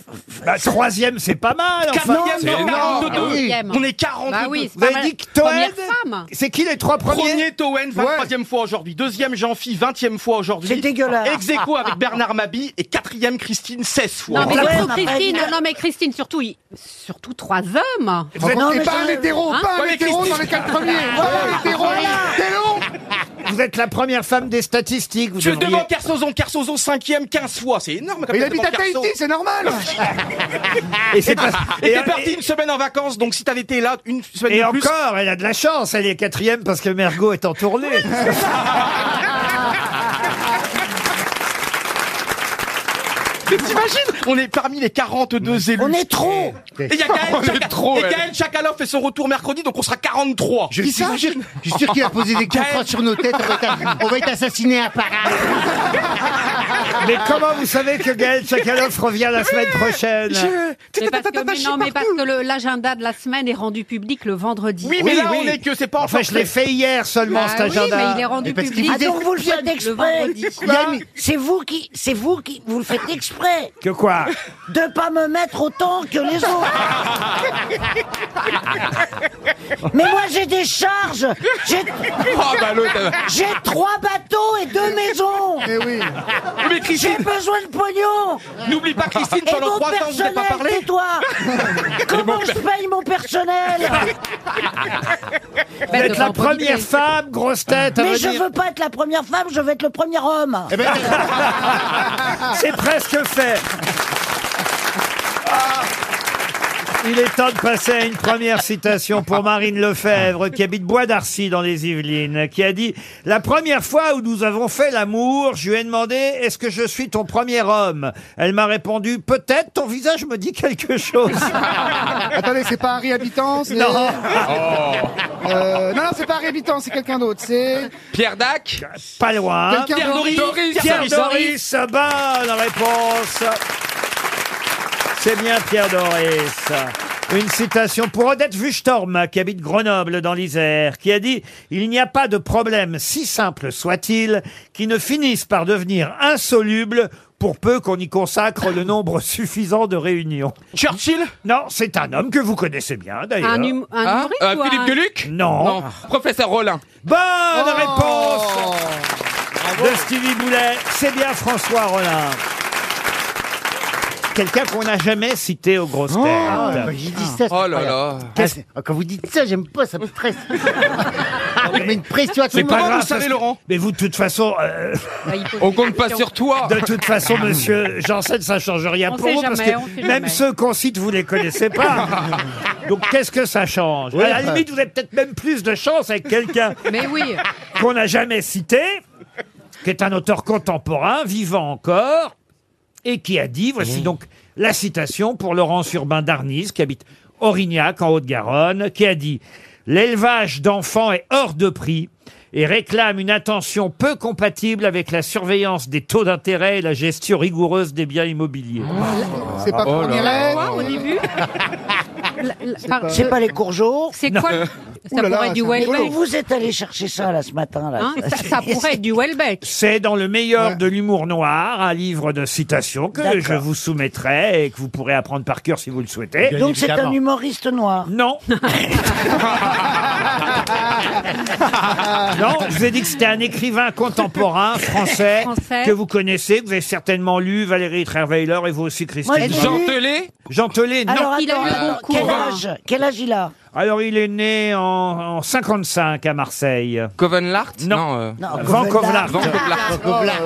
Speaker 1: Bah troisième, c'est pas mal enfin Ah
Speaker 7: Quatrième,
Speaker 3: C'est énorme.
Speaker 7: 42. On est 42.
Speaker 11: Bah oui,
Speaker 1: Vous
Speaker 11: c'est pas
Speaker 1: avez
Speaker 11: mal.
Speaker 1: dit que Toen,
Speaker 11: Première femme.
Speaker 1: c'est qui les trois premiers
Speaker 7: Premier Toen, 23e fois aujourd'hui. Deuxième Jean-Phi, 20e fois aujourd'hui.
Speaker 19: C'est dégueulasse.
Speaker 7: Ex aequo avec Bernard Mabi et quatrième Christine, 16 fois.
Speaker 11: Non mais,
Speaker 19: Ouais,
Speaker 11: surtout,
Speaker 19: on a pas
Speaker 11: Christine,
Speaker 19: dit-
Speaker 11: non mais Christine, surtout, il- surtout trois hommes.
Speaker 5: Vous êtes-
Speaker 19: Non,
Speaker 5: et
Speaker 19: mais
Speaker 5: pas
Speaker 19: j'en
Speaker 5: un
Speaker 19: ai-
Speaker 5: hétéro,
Speaker 11: Hein
Speaker 5: pas un
Speaker 7: Ouais, mais
Speaker 5: hétéro dans
Speaker 7: Christine-
Speaker 5: les quatre
Speaker 11: ah,
Speaker 5: premiers. Pas un hétéro, t'es long.
Speaker 1: Vous êtes la première femme des statistiques. Vous
Speaker 7: Tu
Speaker 1: devriez-
Speaker 7: devant Carsozon, Carsozon 5e, 15 fois. C'est énorme comme
Speaker 5: Mais Il
Speaker 7: t'es
Speaker 5: habite
Speaker 7: devant
Speaker 5: à Tahiti,
Speaker 7: Carso.
Speaker 5: c'est normal.
Speaker 1: Et c'est pas-
Speaker 7: Et
Speaker 1: et-
Speaker 7: t'es parti une semaine en vacances, donc si t'avais été là une semaine
Speaker 1: Et
Speaker 7: de plus.
Speaker 1: encore, elle a de la chance, elle est quatrième parce que Mergot est en tournée.
Speaker 7: Mais t'imagines, on est parmi les 42 élus.
Speaker 19: On est trop.
Speaker 7: Et il y a Gaël,
Speaker 3: On est
Speaker 7: Chaka-
Speaker 3: trop,
Speaker 7: et
Speaker 3: elle.
Speaker 7: Gaël Chakalov fait son retour mercredi, donc on sera 43.
Speaker 17: Je suis, sûr, je suis sûr qu'il va poser des contrats sur nos têtes. On va être, on va être assassiné à Paris.
Speaker 1: Mais comment vous savez que Gaël Chakalov revient la semaine prochaine
Speaker 11: Mais parce que, mais non, mais parce que le- l'agenda de la semaine est rendu public le vendredi.
Speaker 7: Oui, mais
Speaker 1: Oui,
Speaker 7: là,
Speaker 1: oui.
Speaker 7: on est que c'est pas en
Speaker 1: Enfin, je l'ai fait hier seulement
Speaker 11: Bah
Speaker 1: cet
Speaker 11: oui,
Speaker 1: agenda.
Speaker 11: mais il est rendu
Speaker 17: parce qu'il
Speaker 11: public.
Speaker 19: Ah, donc, vous le faites
Speaker 11: le
Speaker 19: exprès.
Speaker 11: vendredi.
Speaker 19: Il y a une- C'est vous qui. C'est vous qui. Vous le faites exprès.
Speaker 1: Que quoi
Speaker 19: de pas me mettre autant que les autres. Mais moi j'ai des charges. J'ai
Speaker 3: Oh, bah, l'autre, elle-
Speaker 19: j'ai trois bateaux et deux maisons.
Speaker 5: Eh oui.
Speaker 7: Mais
Speaker 19: J'ai
Speaker 7: Christine,
Speaker 19: besoin de pognon.
Speaker 7: n'oublie pas Christine,
Speaker 19: Et
Speaker 7: pendant
Speaker 19: mon
Speaker 7: 3 ans, vous n'avez
Speaker 19: personnel,
Speaker 7: pas parlé.
Speaker 19: tais-toi. Comment je paye mon personnel
Speaker 1: Vous êtes la première femme, grosse tête, à
Speaker 19: Mais je
Speaker 1: venir. Eh ben,
Speaker 19: veux pas être la première femme, je veux être le premier homme.
Speaker 1: C'est presque fait. Ah. Il est temps de passer à une première citation pour Marine Lefebvre, qui habite Bois d'Arcy dans les Yvelines, qui a dit « La première fois où nous avons fait l'amour, je lui ai demandé « Est-ce que je suis ton premier homme ?» Elle m'a répondu « Peut-être, ton visage me dit quelque chose.
Speaker 5: Attendez, c'est pas Harry Habitant, c'est.
Speaker 11: Oh.
Speaker 1: Non.
Speaker 5: Euh, non, non, c'est pas Harry Habitant, c'est quelqu'un d'autre. C'est.
Speaker 3: Pierre Dac, »
Speaker 1: Pas loin.
Speaker 5: Quelqu'un
Speaker 7: Pierre
Speaker 5: d'autre.
Speaker 7: Doris,
Speaker 1: Pierre Doris, bonne réponse. C'est bien Pierre Doris. Une citation pour Odette Vuchtorm, qui habite Grenoble dans l'Isère, qui a dit « Il n'y a pas de problème, si simple soit-il, qui ne finisse par devenir insoluble pour peu qu'on y consacre le nombre suffisant de réunions.
Speaker 7: Churchill »
Speaker 1: Non, c'est un homme que vous connaissez bien, d'ailleurs.
Speaker 11: Un, hum- un
Speaker 3: Hein
Speaker 11: humoriste
Speaker 3: Euh,
Speaker 11: ou
Speaker 3: Philippe
Speaker 11: un-
Speaker 3: Gueluc
Speaker 1: Non.
Speaker 3: Professeur Rollin.
Speaker 1: Bonne
Speaker 5: Oh.
Speaker 1: réponse de Stevie Boulet. C'est bien François Rollin. Quelqu'un qu'on n'a jamais cité aux grosses têtes.
Speaker 17: Ah, quand j'ai dit ça, c'est
Speaker 3: Oh là là.
Speaker 17: incroyable. Ah, c'est- ah, Quand vous dites ça, j'aime pas, ça me stresse. On met une pression à tout
Speaker 1: C'est
Speaker 17: le
Speaker 1: pas
Speaker 17: monde.
Speaker 1: grave.
Speaker 17: Vous
Speaker 1: parce
Speaker 17: savez,
Speaker 1: que-
Speaker 17: Laurent
Speaker 1: Mais vous, de toute façon, euh,
Speaker 11: Bah, il pose
Speaker 3: On
Speaker 11: des
Speaker 3: compte pas
Speaker 11: questions.
Speaker 3: sur toi.
Speaker 1: de toute façon,
Speaker 17: Ah.
Speaker 1: monsieur Janssen, ça change rien
Speaker 11: On
Speaker 1: pour
Speaker 11: sait
Speaker 1: vous. parce
Speaker 11: jamais,
Speaker 1: que
Speaker 11: on sait
Speaker 1: même
Speaker 11: jamais.
Speaker 1: ceux qu'on cite, vous les connaissez pas. Donc qu'est-ce que ça change À la limite, vous avez peut-être même plus de chance avec quelqu'un
Speaker 11: Mais oui.
Speaker 1: qu'on n'a jamais cité, qui est un auteur contemporain, vivant encore, et qui a dit, voici donc la citation pour Laurence Urbain d'Arnise, qui habite Orignac, en Haute-Garonne, qui a dit « L'élevage d'enfants est hors de prix et réclame une attention peu compatible avec la surveillance des taux d'intérêt et la gestion rigoureuse des biens immobiliers.
Speaker 5: C'est pas
Speaker 1: Oh là
Speaker 5: Fourniret
Speaker 20: Quoi, au début
Speaker 19: C'est pas les courgeaux.
Speaker 20: C'est quoi le- Ça pourrait être du
Speaker 19: Où
Speaker 20: Welbeck.
Speaker 19: vous êtes allé chercher ça là ce matin là
Speaker 20: Hein, ça, ça pourrait être du Welbeck.
Speaker 1: C'est dans le meilleur de l'humour noir, un livre de citations que
Speaker 19: D'accord.
Speaker 1: je vous soumettrai et que vous pourrez apprendre par cœur si vous le souhaitez.
Speaker 19: Donc c'est un humoriste noir.
Speaker 1: Non.
Speaker 7: Ah
Speaker 1: Non, je vous ai dit que c'était un écrivain contemporain français,
Speaker 20: Français.
Speaker 1: que vous connaissez, que vous avez certainement lu, Valérie Trierweiler et vous aussi,
Speaker 19: Moi,
Speaker 1: Christine.
Speaker 19: j'ai Jean lu.
Speaker 1: Jean Tellet, non.
Speaker 19: Alors
Speaker 20: Il a eu
Speaker 19: attends,
Speaker 20: beaucoup.
Speaker 19: quel âge Quel âge il a
Speaker 1: Alors, il est né en, en 55 à Marseille.
Speaker 15: Covenlart
Speaker 1: Non.
Speaker 19: Non,
Speaker 1: Van
Speaker 19: Covenlart.
Speaker 1: Covenlart.
Speaker 15: euh, Van Covenlart.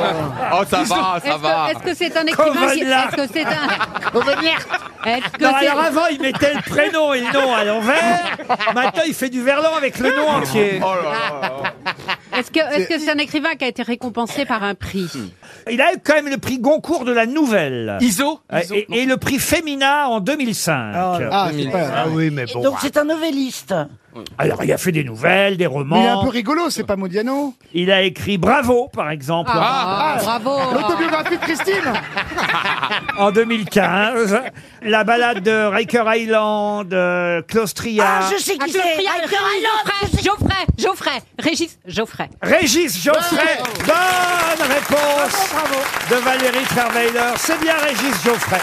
Speaker 15: Oh, ça va,
Speaker 20: Est-ce
Speaker 15: ça va.
Speaker 20: que- est-ce que c'est un écrivain qui-
Speaker 1: Covenlard.
Speaker 20: Est-ce que c'est un. Est-ce que
Speaker 1: Non,
Speaker 20: c'est-
Speaker 1: alors avant, il mettait le prénom et le nom à l'envers. Maintenant, il fait du verlan avec le nom entier.
Speaker 15: Oh
Speaker 20: Est-ce que est-ce que c'est un écrivain qui a été récompensé par un prix
Speaker 1: Il a eu quand même le prix Goncourt de la nouvelle.
Speaker 18: ISO
Speaker 1: Ouais, et, et le prix Femina en 2005.
Speaker 5: Ah, c'est pas- ah oui, mais bon.
Speaker 19: Donc c'est un novelliste.
Speaker 1: Alors, il a fait des nouvelles, des
Speaker 5: Mais il est un
Speaker 1: romans.
Speaker 5: peu rigolo, c'est pas Modiano
Speaker 1: Il a écrit Bravo, par exemple,
Speaker 20: Ah, bravo
Speaker 5: L'autobiographie de Christine
Speaker 1: en 2015. La balade de Riker Island, euh, Claustria.
Speaker 19: Ah, je sais
Speaker 20: Ah,
Speaker 19: qui
Speaker 20: Geoffrey,
Speaker 19: c'est. Ah,
Speaker 20: Geoffrey, Geoffrey, Geoffrey, Geoffrey, Régis, Geoffrey. Oh.
Speaker 1: Régis Geoffrey, bonne réponse de Valérie Trierweiler. C'est bien Régis Geoffrey.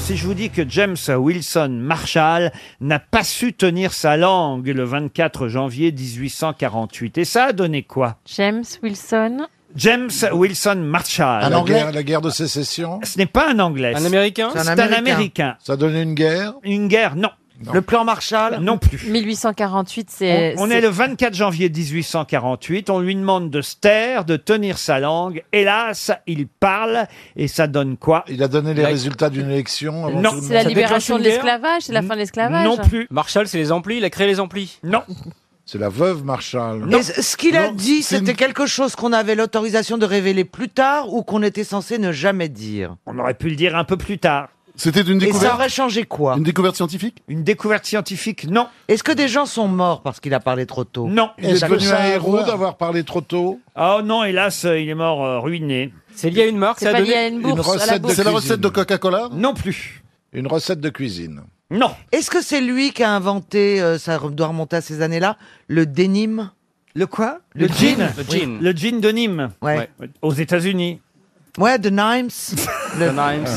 Speaker 1: Si je vous dis que James Wilson Marshall n'a pas su tenir sa langue le 24 janvier 1848, et ça a donné quoi
Speaker 2: James Wilson.
Speaker 1: James Wilson Marshall.
Speaker 4: la, guerre, la guerre de sécession
Speaker 1: Ce n'est pas un Anglais.
Speaker 7: Un Américain
Speaker 1: C'est un Américain.
Speaker 4: Ça donnait une guerre
Speaker 1: Une guerre, non. Le plan Marshall Non plus.
Speaker 2: 1848, c'est.
Speaker 1: On, on est le 24 janvier 1848, on lui demande de se taire, de tenir sa langue. Hélas, il parle et ça donne quoi
Speaker 4: Il a donné les
Speaker 1: La-
Speaker 4: résultats d'une élection avant
Speaker 1: Non.
Speaker 4: tout le
Speaker 2: C'est
Speaker 4: monde.
Speaker 2: la
Speaker 7: Ça déclenche
Speaker 2: libération
Speaker 7: une
Speaker 2: de
Speaker 7: guerre
Speaker 2: l'esclavage, c'est la fin de l'esclavage.
Speaker 1: Non plus.
Speaker 7: Marshall, c'est les amplis, il a créé les amplis.
Speaker 1: Non.
Speaker 4: C'est la veuve Marshall.
Speaker 1: Non.
Speaker 21: Et c- ce qu'il a
Speaker 4: Non,
Speaker 21: dit,
Speaker 4: c'est une-
Speaker 21: c'était quelque chose qu'on avait l'autorisation de révéler plus tard ou qu'on était censé ne jamais dire.
Speaker 1: On aurait pu le dire un peu plus tard.
Speaker 22: C'était une
Speaker 21: Et ça
Speaker 22: découverte,
Speaker 21: aurait changé quoi
Speaker 22: une découverte scientifique
Speaker 1: Une découverte scientifique Non.
Speaker 21: Est-ce que des gens sont morts parce qu'il a parlé trop tôt
Speaker 1: Non.
Speaker 4: Il est
Speaker 21: Ça-
Speaker 4: devenu
Speaker 21: ça
Speaker 4: un
Speaker 21: a
Speaker 4: héros
Speaker 21: voir.
Speaker 4: d'avoir parlé trop tôt.
Speaker 1: Oh non, hélas, euh, il est mort euh, ruiné.
Speaker 7: C'est lié à une marque,
Speaker 2: C'est
Speaker 7: ça
Speaker 2: pas
Speaker 7: a
Speaker 2: lié
Speaker 7: donné.
Speaker 2: à une bourse.
Speaker 4: Une
Speaker 2: à la
Speaker 4: recette de
Speaker 2: bourse.
Speaker 22: C'est la
Speaker 4: cuisine.
Speaker 22: recette de Coca-Cola
Speaker 1: Non plus.
Speaker 4: Une recette de cuisine.
Speaker 1: Non.
Speaker 21: Est-ce que c'est lui qui a inventé, euh, ça re- doit remonter à ces années-là, le dénime
Speaker 1: Le quoi
Speaker 21: Le jean.
Speaker 1: Le jean. Le jean de Nîmes.
Speaker 21: Ouais.
Speaker 1: Aux États-Unis.
Speaker 21: Ouais, de Nimes. Le,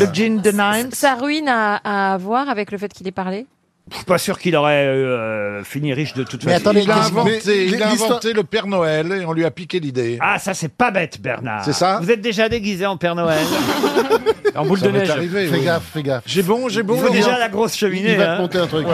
Speaker 21: le jean de Nimes.
Speaker 2: Sa ruine a, a à voir avec le fait qu'il ait parlé
Speaker 1: Je suis pas sûr qu'il aurait euh, fini riche de toute façon.
Speaker 4: il a
Speaker 22: mais
Speaker 4: inventé, il a
Speaker 22: l'histoire-
Speaker 4: inventé le Père Noël et on lui a piqué l'idée.
Speaker 1: Ah, ça, c'est pas bête, Bernard.
Speaker 4: C'est ça
Speaker 1: Ah. Vous êtes déjà déguisé en Père Noël.
Speaker 7: En boule
Speaker 4: Ça
Speaker 7: de
Speaker 4: m'est
Speaker 7: neige.
Speaker 4: arrivé,
Speaker 22: Fais
Speaker 4: oui.
Speaker 22: gaffe, fais gaffe.
Speaker 4: J'ai bon, j'ai
Speaker 1: Il
Speaker 4: bon.
Speaker 1: faut déjà
Speaker 4: Laurent
Speaker 1: la grosse cheminée.
Speaker 22: Il va
Speaker 1: hein.
Speaker 22: te conter un truc.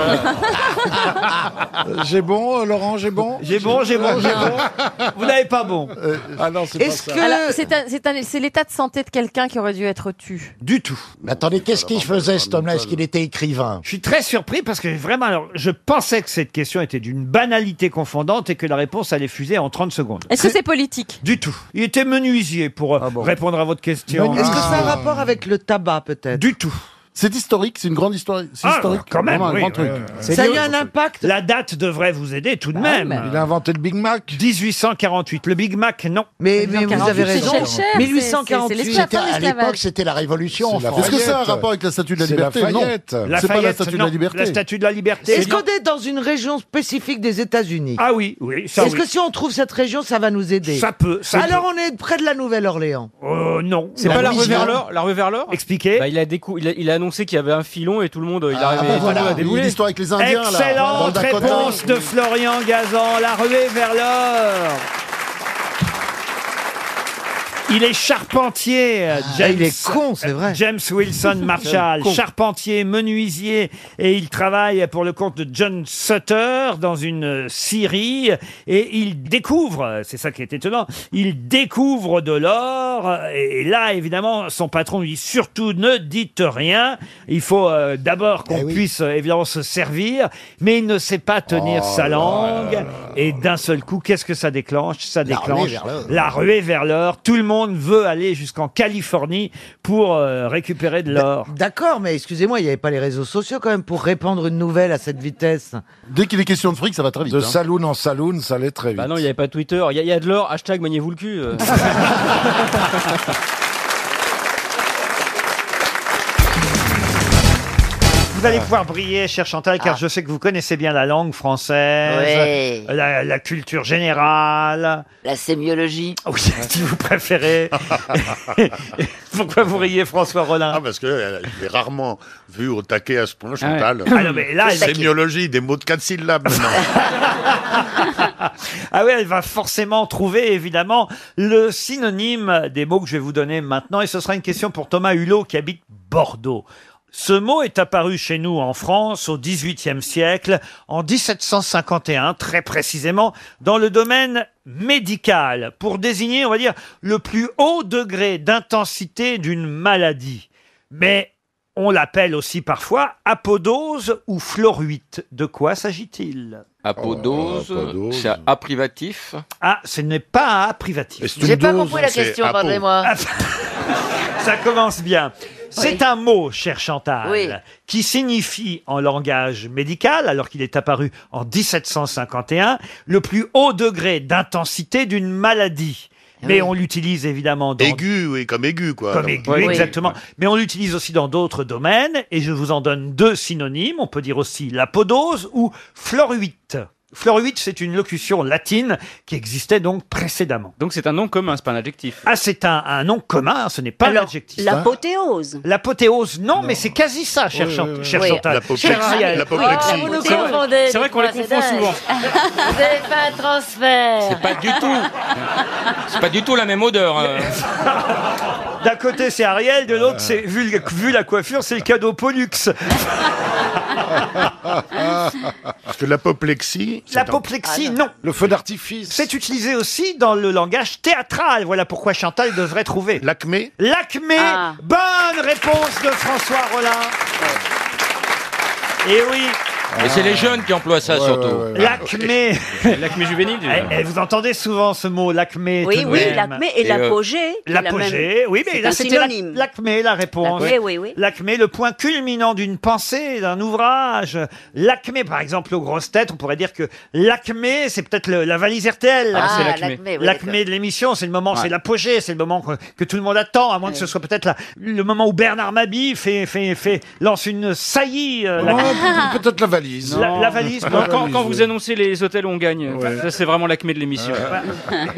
Speaker 4: Euh, J'ai bon, euh, Laurent, j'ai bon.
Speaker 1: J'ai bon, j'ai bon, j'ai bon. Vous n'avez pas bon.
Speaker 4: Euh, ah non, c'est pas
Speaker 21: Est-ce
Speaker 4: ça.
Speaker 21: que-
Speaker 2: Alors, c'est un- c'est un- c'est l'état de santé de quelqu'un qui aurait dû être tu.
Speaker 1: Du tout.
Speaker 12: Mais attendez, qu'est-ce qu'il faisait cet homme-là Est-ce qu'il était écrivain
Speaker 1: Je suis très surpris parce que vraiment, alors, je pensais que cette question était d'une banalité confondante et que la réponse allait fuser en 30 secondes.
Speaker 2: Est-ce que c'est politique
Speaker 1: Du tout. Il était menuisier pour euh,
Speaker 22: Ah
Speaker 1: répondre à votre question.
Speaker 21: Est-ce que ça a un rapport avec le tabac peut-être
Speaker 1: Du tout.
Speaker 22: C'est historique, c'est une grande histoire. C'est
Speaker 1: Ah,
Speaker 22: historique.
Speaker 1: quand même,
Speaker 22: Vraiment un
Speaker 1: oui,
Speaker 22: grand
Speaker 1: oui,
Speaker 22: truc.
Speaker 21: Ça a eu un impact Ah,
Speaker 1: La date devrait vous aider tout de même.
Speaker 4: Il a inventé le Big Mac.
Speaker 1: 1848. Le Big Mac, non.
Speaker 21: Mais, mais vous
Speaker 2: 1848,
Speaker 21: avez raison.
Speaker 2: c'est cher, c'est- c'est-
Speaker 21: 1848.
Speaker 2: c'est l'esclave.
Speaker 5: C'était-
Speaker 2: Fin
Speaker 5: À l'époque,
Speaker 2: d'esclavage.
Speaker 5: c'était la Révolution en
Speaker 4: C'est la
Speaker 5: France.
Speaker 22: Est-ce que ça a un
Speaker 4: Lafayette.
Speaker 22: rapport avec la statue de la
Speaker 4: C'est
Speaker 22: liberté
Speaker 4: Lafayette.
Speaker 22: Non. C'est pas la
Speaker 1: Lafayette,
Speaker 22: statue de
Speaker 1: non.
Speaker 22: la liberté.
Speaker 1: La statue de la liberté.
Speaker 21: Est-ce qu'on est dans une région spécifique des États-Unis
Speaker 1: Ah oui, oui, ça
Speaker 21: Est-ce
Speaker 1: oui.
Speaker 21: que si on trouve cette région, ça va nous aider
Speaker 1: Ça peut. ça
Speaker 21: Alors on est près de la Nouvelle-Orléans.
Speaker 1: peut. Euh, non.
Speaker 7: C'est
Speaker 1: Non.
Speaker 7: pas la rue
Speaker 1: Louisiane.
Speaker 7: vers l'or La rue vers l'or
Speaker 1: Expliquez.
Speaker 7: Bah, il, a décou- il, a, il a annoncé qu'il y avait un filon et tout le monde, euh, il
Speaker 22: Ah,
Speaker 7: arrivait
Speaker 22: bah
Speaker 7: tout le monde
Speaker 22: voilà,
Speaker 7: a déboulé.
Speaker 22: l'histoire avec les Indiens là. dans le
Speaker 1: Excellente
Speaker 22: Dakota.
Speaker 1: réponse de Florian Gazan, la ruée vers l'or. Il est charpentier,
Speaker 7: Ah,
Speaker 1: euh, James.
Speaker 6: il est con, c'est vrai.
Speaker 1: James Wilson Marshall,
Speaker 6: Con.
Speaker 1: charpentier, menuisier, et il travaille pour le compte de John Sutter dans une euh, scierie, et il découvre, euh, c'est ça qui est étonnant, il découvre de l'or, euh, et et là, évidemment, son patron lui dit surtout ne dites rien, il faut euh, d'abord
Speaker 6: Eh
Speaker 1: qu'on puisse euh, évidemment se servir, mais il ne sait pas tenir
Speaker 6: Oh
Speaker 1: sa
Speaker 6: là
Speaker 1: langue, et d'un seul coup, qu'est-ce que ça déclenche Ça
Speaker 6: La ruée
Speaker 1: déclenche
Speaker 6: vers l'or.
Speaker 1: la ruée vers l'or. Tout le monde veut aller jusqu'en Californie pour euh, récupérer de l'or.
Speaker 21: D'accord, mais excusez-moi, il n'y avait pas les réseaux sociaux quand même pour répandre une nouvelle à cette vitesse.
Speaker 22: Dès qu'il est question de fric, ça va très vite.
Speaker 4: De
Speaker 22: hein.
Speaker 4: saloon en saloon, ça l'est très vite.
Speaker 13: Bah non, il n'y avait pas Twitter. Il y, a- il y a de l'or, hashtag maniez-vous le cul. euh.
Speaker 1: Vous allez pouvoir briller, cher Chantal, car je sais que vous connaissez bien la langue française,
Speaker 14: Ouais.
Speaker 1: la, la culture générale. Ah
Speaker 14: La sémiologie.
Speaker 1: Oui, si vous préférez. Pourquoi vous riez, François Rollin
Speaker 8: Ah, parce que euh, je l'ai rarement vu au taquet à ce point,
Speaker 1: Ah ouais.
Speaker 8: Chantal.
Speaker 1: Ah non, mais là, elle-
Speaker 8: Sémiologie, des mots de quatre syllabes maintenant.
Speaker 1: Ah oui, elle va forcément trouver évidemment le synonyme des mots que je vais vous donner maintenant. Et ce sera une question pour Thomas Hulot qui habite Bordeaux. Ce mot est apparu chez nous en France au XVIIIe siècle, en 1751 très précisément, dans le domaine médical, pour désigner, on va dire, le plus haut degré d'intensité d'une maladie. Mais on l'appelle aussi parfois apodose ou floruite. De quoi s'agit-il
Speaker 21: Oh,
Speaker 3: Apodose, c'est un A privatif.
Speaker 1: ah, ce n'est pas un A privatif.
Speaker 3: J'ai une pas dose, compris la c'est question, apo. pardonnez-moi.
Speaker 1: Ah, Ça commence bien. C'est un mot, cher Chantal,
Speaker 14: Oui.
Speaker 1: qui signifie en langage médical, alors qu'il est apparu en 1751, le plus haut degré d'intensité d'une maladie.
Speaker 3: Ah
Speaker 1: Mais on l'utilise évidemment dans...
Speaker 8: aigu, oui, comme aigu, quoi.
Speaker 1: Comme aigu, exactement. Mais on l'utilise aussi dans d'autres domaines, et je vous en donne deux synonymes. On peut dire aussi l'apodose ou floruite. Floruite, c'est une locution latine qui existait donc précédemment. Donc c'est un nom commun, c'est pas un adjectif. Ah, c'est un, un nom commun, hein, ce n'est pas un adjectif. Ah.
Speaker 11: L'apothéose.
Speaker 1: L'apothéose, non, mais c'est quasi ça, cher,
Speaker 11: Oui,
Speaker 1: Chan-
Speaker 11: oui, oui.
Speaker 1: cher
Speaker 11: Oui.
Speaker 1: Chantal.
Speaker 8: L'apoplexie.
Speaker 1: Cher Ariel.
Speaker 8: L'apoplexie.
Speaker 14: Ah, vous nous confondez.
Speaker 8: C'est vrai qu'on les confond souvent.
Speaker 14: Vous n'avez pas un transfert.
Speaker 1: C'est pas
Speaker 7: Du tout. C'est pas du tout la même odeur. euh. hein.
Speaker 1: D'un côté, c'est Ariel, de l'autre, c'est vu, le- vu la coiffure, c'est le cadeau Pollux.
Speaker 8: Parce que l'apoplexie. c'est un-
Speaker 1: L'apoplexie, non. Le feu d'artifice. C'est utilisé aussi dans le langage théâtral. Voilà pourquoi Chantal devrait trouver.
Speaker 8: L'acmé
Speaker 1: L'acmé. Bonne réponse de François Rollin. Et oui.
Speaker 7: Et c'est
Speaker 21: Ah.
Speaker 7: les jeunes qui emploient ça surtout.
Speaker 1: L'acmé.
Speaker 7: L'acmé juvénile. du-
Speaker 1: Eh, eh, vous entendez souvent ce mot, l'acmé.
Speaker 11: Oui,
Speaker 1: tout de
Speaker 11: oui,
Speaker 1: même.
Speaker 11: l'acmé et Et, euh, l'apogée, qui est la
Speaker 1: L'apogée,
Speaker 11: même-
Speaker 1: oui, mais
Speaker 11: c'est
Speaker 1: là,
Speaker 11: un
Speaker 1: c'était la-
Speaker 11: synonyme.
Speaker 1: l'acmé, la réponse.
Speaker 11: L'acmé, oui, oui.
Speaker 1: L'acmé, le point culminant d'une pensée, d'un ouvrage. L'acmé, par exemple, aux grosses têtes, on pourrait dire que l'acmé, c'est peut-être le- la valise RTL.
Speaker 14: Ah, Ah, c'est l'acmé. l'acmé, oui,
Speaker 1: L'acmé de l'émission, c'est le moment, c'est l'apogée, c'est le moment que, que tout le monde attend, à moins que ce soit peut-être la- le moment où Bernard Mabie fait, fait, fait, lance une saillie.
Speaker 8: Oh.
Speaker 1: euh,
Speaker 4: Non,
Speaker 1: l'acmé.
Speaker 4: peut- Ah, peut-être la valise.
Speaker 1: La- la valise,
Speaker 4: Non,
Speaker 1: non.
Speaker 4: la
Speaker 13: Quand,
Speaker 4: valise,
Speaker 13: quand
Speaker 4: oui.
Speaker 13: vous annoncez les hôtels où on gagne, ça c'est vraiment l'acmé de l'émission.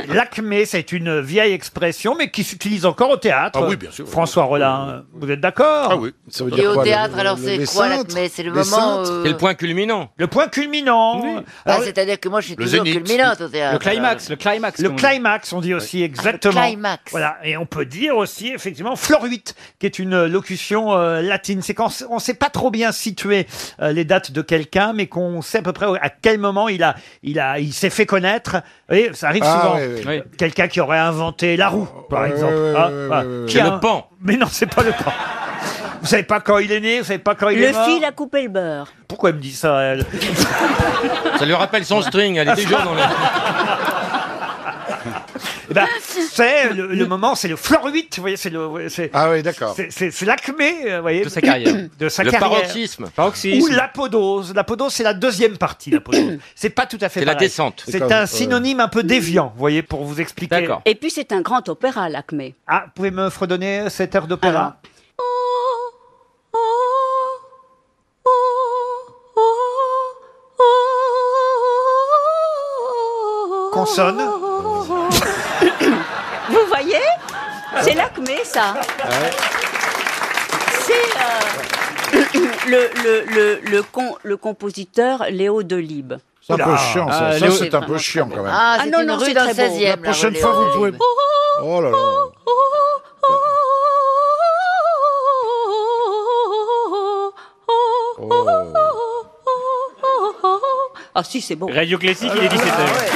Speaker 1: L'acmé, c'est une vieille expression, mais qui s'utilise encore au théâtre.
Speaker 8: Ah oui, bien sûr.
Speaker 1: François Rollin, vous êtes d'accord Ah oui.
Speaker 8: Ça
Speaker 1: veut
Speaker 14: Et au théâtre, alors c'est quoi l'acmé C'est le moment. euh,
Speaker 7: C'est le point culminant.
Speaker 1: Le point culminant.
Speaker 14: Ah,
Speaker 1: Alors,
Speaker 14: c'est-à-dire que moi, je suis
Speaker 1: Le
Speaker 14: toujours
Speaker 1: zénith.
Speaker 14: culminante au théâtre.
Speaker 1: Le climax,
Speaker 7: le climax.
Speaker 1: le climax, on dit aussi exactement.
Speaker 14: climax.
Speaker 1: Voilà, et on peut dire aussi effectivement floruite, qui est une locution euh, latine. C'est quand on ne sait pas trop bien situer euh, les dates de quelqu'un, mais qu'on sait à peu près à quel moment il a, il a, il s'est fait connaître. Vous voyez, ça arrive
Speaker 4: Ah,
Speaker 1: souvent.
Speaker 4: oui, Oh, oui.
Speaker 1: Quelqu'un qui aurait inventé la roue, par
Speaker 4: Ouais,
Speaker 1: exemple.
Speaker 4: ouais,
Speaker 1: Ah,
Speaker 4: ouais,
Speaker 1: voilà.
Speaker 4: ouais, ouais, ouais.
Speaker 1: Qui
Speaker 4: C'est
Speaker 1: a
Speaker 4: le
Speaker 1: un-
Speaker 4: pan.
Speaker 1: Mais non, c'est pas le pan. Vous savez pas quand il est né, vous savez pas quand il
Speaker 11: Le
Speaker 1: est mort.
Speaker 11: fil a coupé le beurre.
Speaker 1: Pourquoi elle me dit ça elle
Speaker 7: Ça lui rappelle son string. Elle est déjà dans le.
Speaker 1: Eh ben, c'est le, le moment, c'est le floruite, vous voyez, c'est le, c'est,
Speaker 8: ah oui, d'accord.
Speaker 1: C'est, c'est, c'est l'acmé, euh, vous voyez, de
Speaker 7: sa carrière.
Speaker 1: de sa
Speaker 7: Le
Speaker 1: carrière.
Speaker 7: paroxysme. Paroxysme.
Speaker 1: Ou l'apodose. L'apodose, c'est la deuxième partie. L'apodose, c'est pas tout à fait.
Speaker 7: C'est la
Speaker 1: pareil.
Speaker 7: descente.
Speaker 1: C'est
Speaker 7: C'est comme,
Speaker 1: un
Speaker 7: euh,
Speaker 1: synonyme un peu déviant, vous voyez, pour vous expliquer. D'accord.
Speaker 11: Et puis c'est un grand opéra, l'acmé.
Speaker 1: Ah, vous pouvez me fredonner cette air d'opéra Consonne.
Speaker 11: Vous voyez C'est l'acmé, ça. C'est euh, le, le, le, le, con- le compositeur Léo Delibes.
Speaker 4: C'est un peu chiant, ça.
Speaker 11: Ah,
Speaker 4: ça,
Speaker 11: Léo-
Speaker 4: Ah, c'est un peu chiant quand même.
Speaker 11: Ah, c'est une rue dans le 16e,
Speaker 4: La prochaine fois, vous pouvez. Oh là là.
Speaker 11: Oh. Ah si, c'est Ah, bon.
Speaker 13: Radio Classique, il est 17h.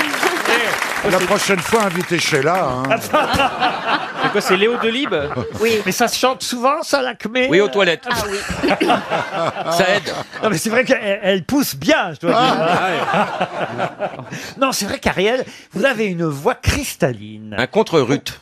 Speaker 4: La prochaine fois, invitez Sheila. hein.
Speaker 13: C'est quoi, c'est Léo Delibes
Speaker 1: Oui. Mais ça se chante souvent, ça, l'acmé
Speaker 13: Oui, aux toilettes.
Speaker 1: Ah
Speaker 11: oui.
Speaker 13: Ça aide.
Speaker 1: Non, mais c'est vrai qu'elle elle pousse bien, je dois dire. non, c'est vrai qu'Ariel, vous avez une voix cristalline.
Speaker 16: Un contre-rut.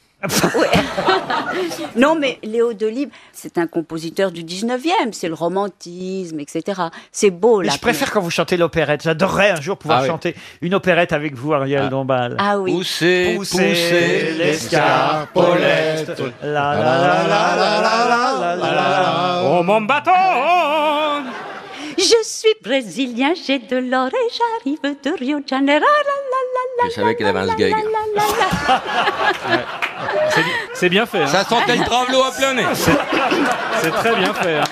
Speaker 11: non, mais Léo Delibes, c'est un compositeur du 19e, c'est le romantisme, etc. C'est beau,
Speaker 1: Mais
Speaker 11: là.
Speaker 1: je préfère quand vous chantez l'opérette. J'adorerais un jour pouvoir
Speaker 11: Ah oui.
Speaker 1: chanter une opérette avec vous, Ariel Dombal.
Speaker 11: Ah oui.
Speaker 16: Poussez,
Speaker 1: poussez l'escarpolette. La la la la la la la la la.
Speaker 7: Oh mon bâton
Speaker 9: Je suis brésilien, j'ai de l'or et j'arrive de Rio de Janeiro.
Speaker 16: Je savais qu'elle avait un sgeg.
Speaker 13: C'est bien
Speaker 7: hein.
Speaker 13: fait.
Speaker 16: Ça sentait le travelot à plein nez.
Speaker 13: C'est très bien fait. hein.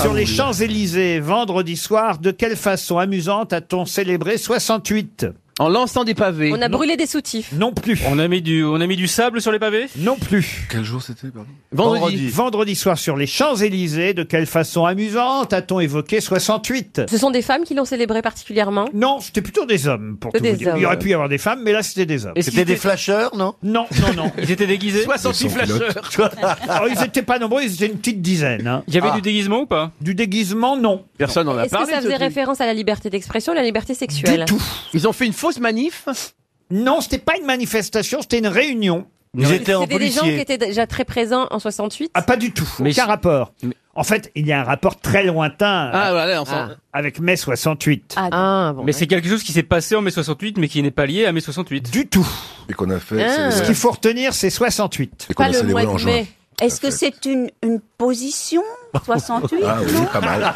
Speaker 1: Sur les Champs-Élysées, vendredi soir, de quelle façon amusante a-t-on célébré 68
Speaker 7: En lançant des pavés.
Speaker 2: On a brûlé des soutifs.
Speaker 1: Non plus.
Speaker 7: On a mis du, on a mis du sable sur les pavés
Speaker 1: Non plus.
Speaker 7: Quel jour c'était, pardon
Speaker 1: Vendredi. Vendredi soir sur les Champs-Élysées, de quelle façon amusante a-t-on évoqué 68
Speaker 2: Ce sont des femmes qui l'ont célébré particulièrement
Speaker 1: Non, c'était plutôt des hommes, pour tout
Speaker 2: Des
Speaker 1: vous dire. Il y
Speaker 2: hommes.
Speaker 1: aurait pu y avoir des femmes, mais là, c'était des hommes.
Speaker 7: Est-ce C'était qu'ils des étaient-
Speaker 1: flasheurs, non Non, non, non.
Speaker 7: Ils étaient déguisés
Speaker 1: 68
Speaker 7: flasheurs.
Speaker 1: Oh, ils n'étaient pas nombreux, ils étaient une petite dizaine. hein.
Speaker 7: Il y avait
Speaker 1: Ah.
Speaker 7: du déguisement ou pas
Speaker 1: Du déguisement, non.
Speaker 7: Personne n'en
Speaker 2: Est-ce que ça faisait référence à la liberté d'expression et la liberté sexuelle
Speaker 1: Ils ont fait une fausse manif Non, c'était pas une manifestation, c'était une réunion. Ils
Speaker 2: C'était des gens qui étaient déjà très présents en 68
Speaker 1: Ah, pas du tout. Aucun rapport. En fait, il y a un rapport très lointain
Speaker 7: Ah,
Speaker 1: euh,
Speaker 7: voilà, on s'en-
Speaker 1: avec mai 68.
Speaker 2: Ah,
Speaker 7: mais c'est quelque chose qui s'est passé en mai 68, mais qui n'est pas lié à mai 68.
Speaker 1: Du tout.
Speaker 7: Et qu'on a fait.
Speaker 11: Ah.
Speaker 1: Ce qu'il faut retenir, c'est 68.
Speaker 11: Pas le mois de mai. Est-ce que c'est une, une position 68
Speaker 1: Ah oui,
Speaker 11: non
Speaker 1: pas mal.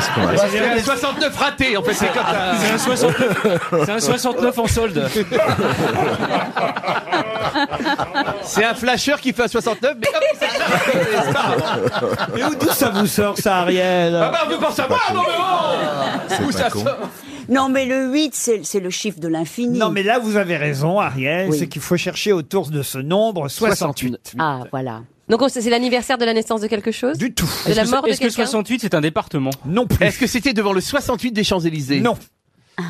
Speaker 7: C'est un 69 raté, en fait, c'est comme ça. C'est un 69, c'est un 69 en solde.
Speaker 16: C'est un flasheur qui fait un 69, mais hop, ça- c'est ça.
Speaker 1: Mais où d'où ça vous sort, ça, Ariel
Speaker 16: Ah bah, on veut pas savoir, non mais oh Où ça sort
Speaker 11: Non, mais le 8, c'est c'est le chiffre de l'infini.
Speaker 1: Non, mais là, vous avez raison, Ariel.
Speaker 11: Oui.
Speaker 1: C'est qu'il faut chercher autour de ce nombre 68.
Speaker 11: Ah, voilà.
Speaker 2: Donc on- c'est l'anniversaire de la naissance de quelque chose
Speaker 1: Du tout.
Speaker 2: De la mort de
Speaker 7: Est-ce que
Speaker 2: quelqu'un
Speaker 7: 68 c'est un département
Speaker 1: Non plus.
Speaker 16: Est-ce que c'était devant le 68 des Champs-Élysées
Speaker 1: Non.
Speaker 7: Ah.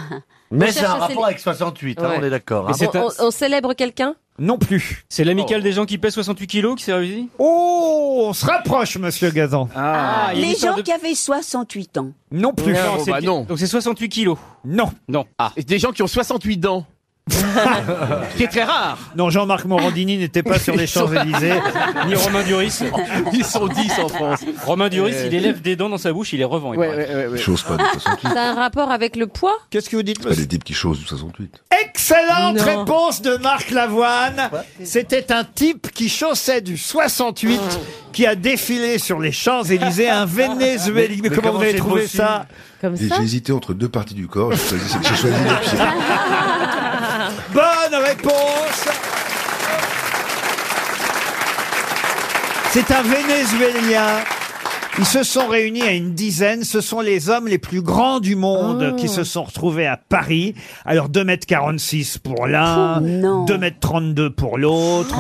Speaker 2: Mais On c'est un cherche à rapport célé- avec
Speaker 16: 68,
Speaker 2: hein, Ouais. on est
Speaker 16: d'accord.
Speaker 2: on, on- on célèbre quelqu'un
Speaker 1: Non plus.
Speaker 7: C'est l'amicale des gens qui pèsent 68 kilos qui s'est réunie
Speaker 1: Oh, on se rapproche, monsieur Gazan.
Speaker 7: Ah, il y a une
Speaker 11: Les
Speaker 7: histoire
Speaker 11: gens qui avaient 68 ans.
Speaker 1: Non plus.
Speaker 7: Non,
Speaker 16: bah
Speaker 11: bah
Speaker 7: c'est- Donc c'est 68 kilos. Ah.
Speaker 1: Non.
Speaker 7: Non.
Speaker 16: Des gens qui ont 68 dents. Ce qui est très rare.
Speaker 1: Non, Jean-Marc Morandini n'était pas sur les Champs-Élysées.
Speaker 7: Ni Romain Duris.
Speaker 16: Ils sont 10 en France.
Speaker 7: Romain Duris,
Speaker 16: Euh,
Speaker 7: il élève des dents dans sa bouche, il les revend. il paraît.
Speaker 22: Chose pas de
Speaker 2: Ça
Speaker 22: 68.
Speaker 2: a un rapport avec le poids
Speaker 1: Qu'est-ce que vous dites
Speaker 22: C'est pas des types qui choses du 68.
Speaker 1: Excellente
Speaker 2: Non.
Speaker 1: réponse de Marc Lavoine. C'était un type qui chaussait du 68, qui a défilé sur les Champs-Élysées, un Vénézuélien. Mais,
Speaker 22: mais
Speaker 1: comment
Speaker 22: comment
Speaker 1: vous avez
Speaker 22: c'est
Speaker 1: trouvé
Speaker 22: possible
Speaker 1: ça
Speaker 2: Comme
Speaker 22: Et j'ai hésité entre deux parties du corps, j'ai choisi, j'ai choisi les pieds.
Speaker 1: Bonne réponse C'est un Vénézuélien. Ils se sont réunis à une dizaine. Ce sont les hommes les plus grands du monde qui se sont retrouvés à Paris. Alors 2m46 pour l'un, 2m32 pour l'autre.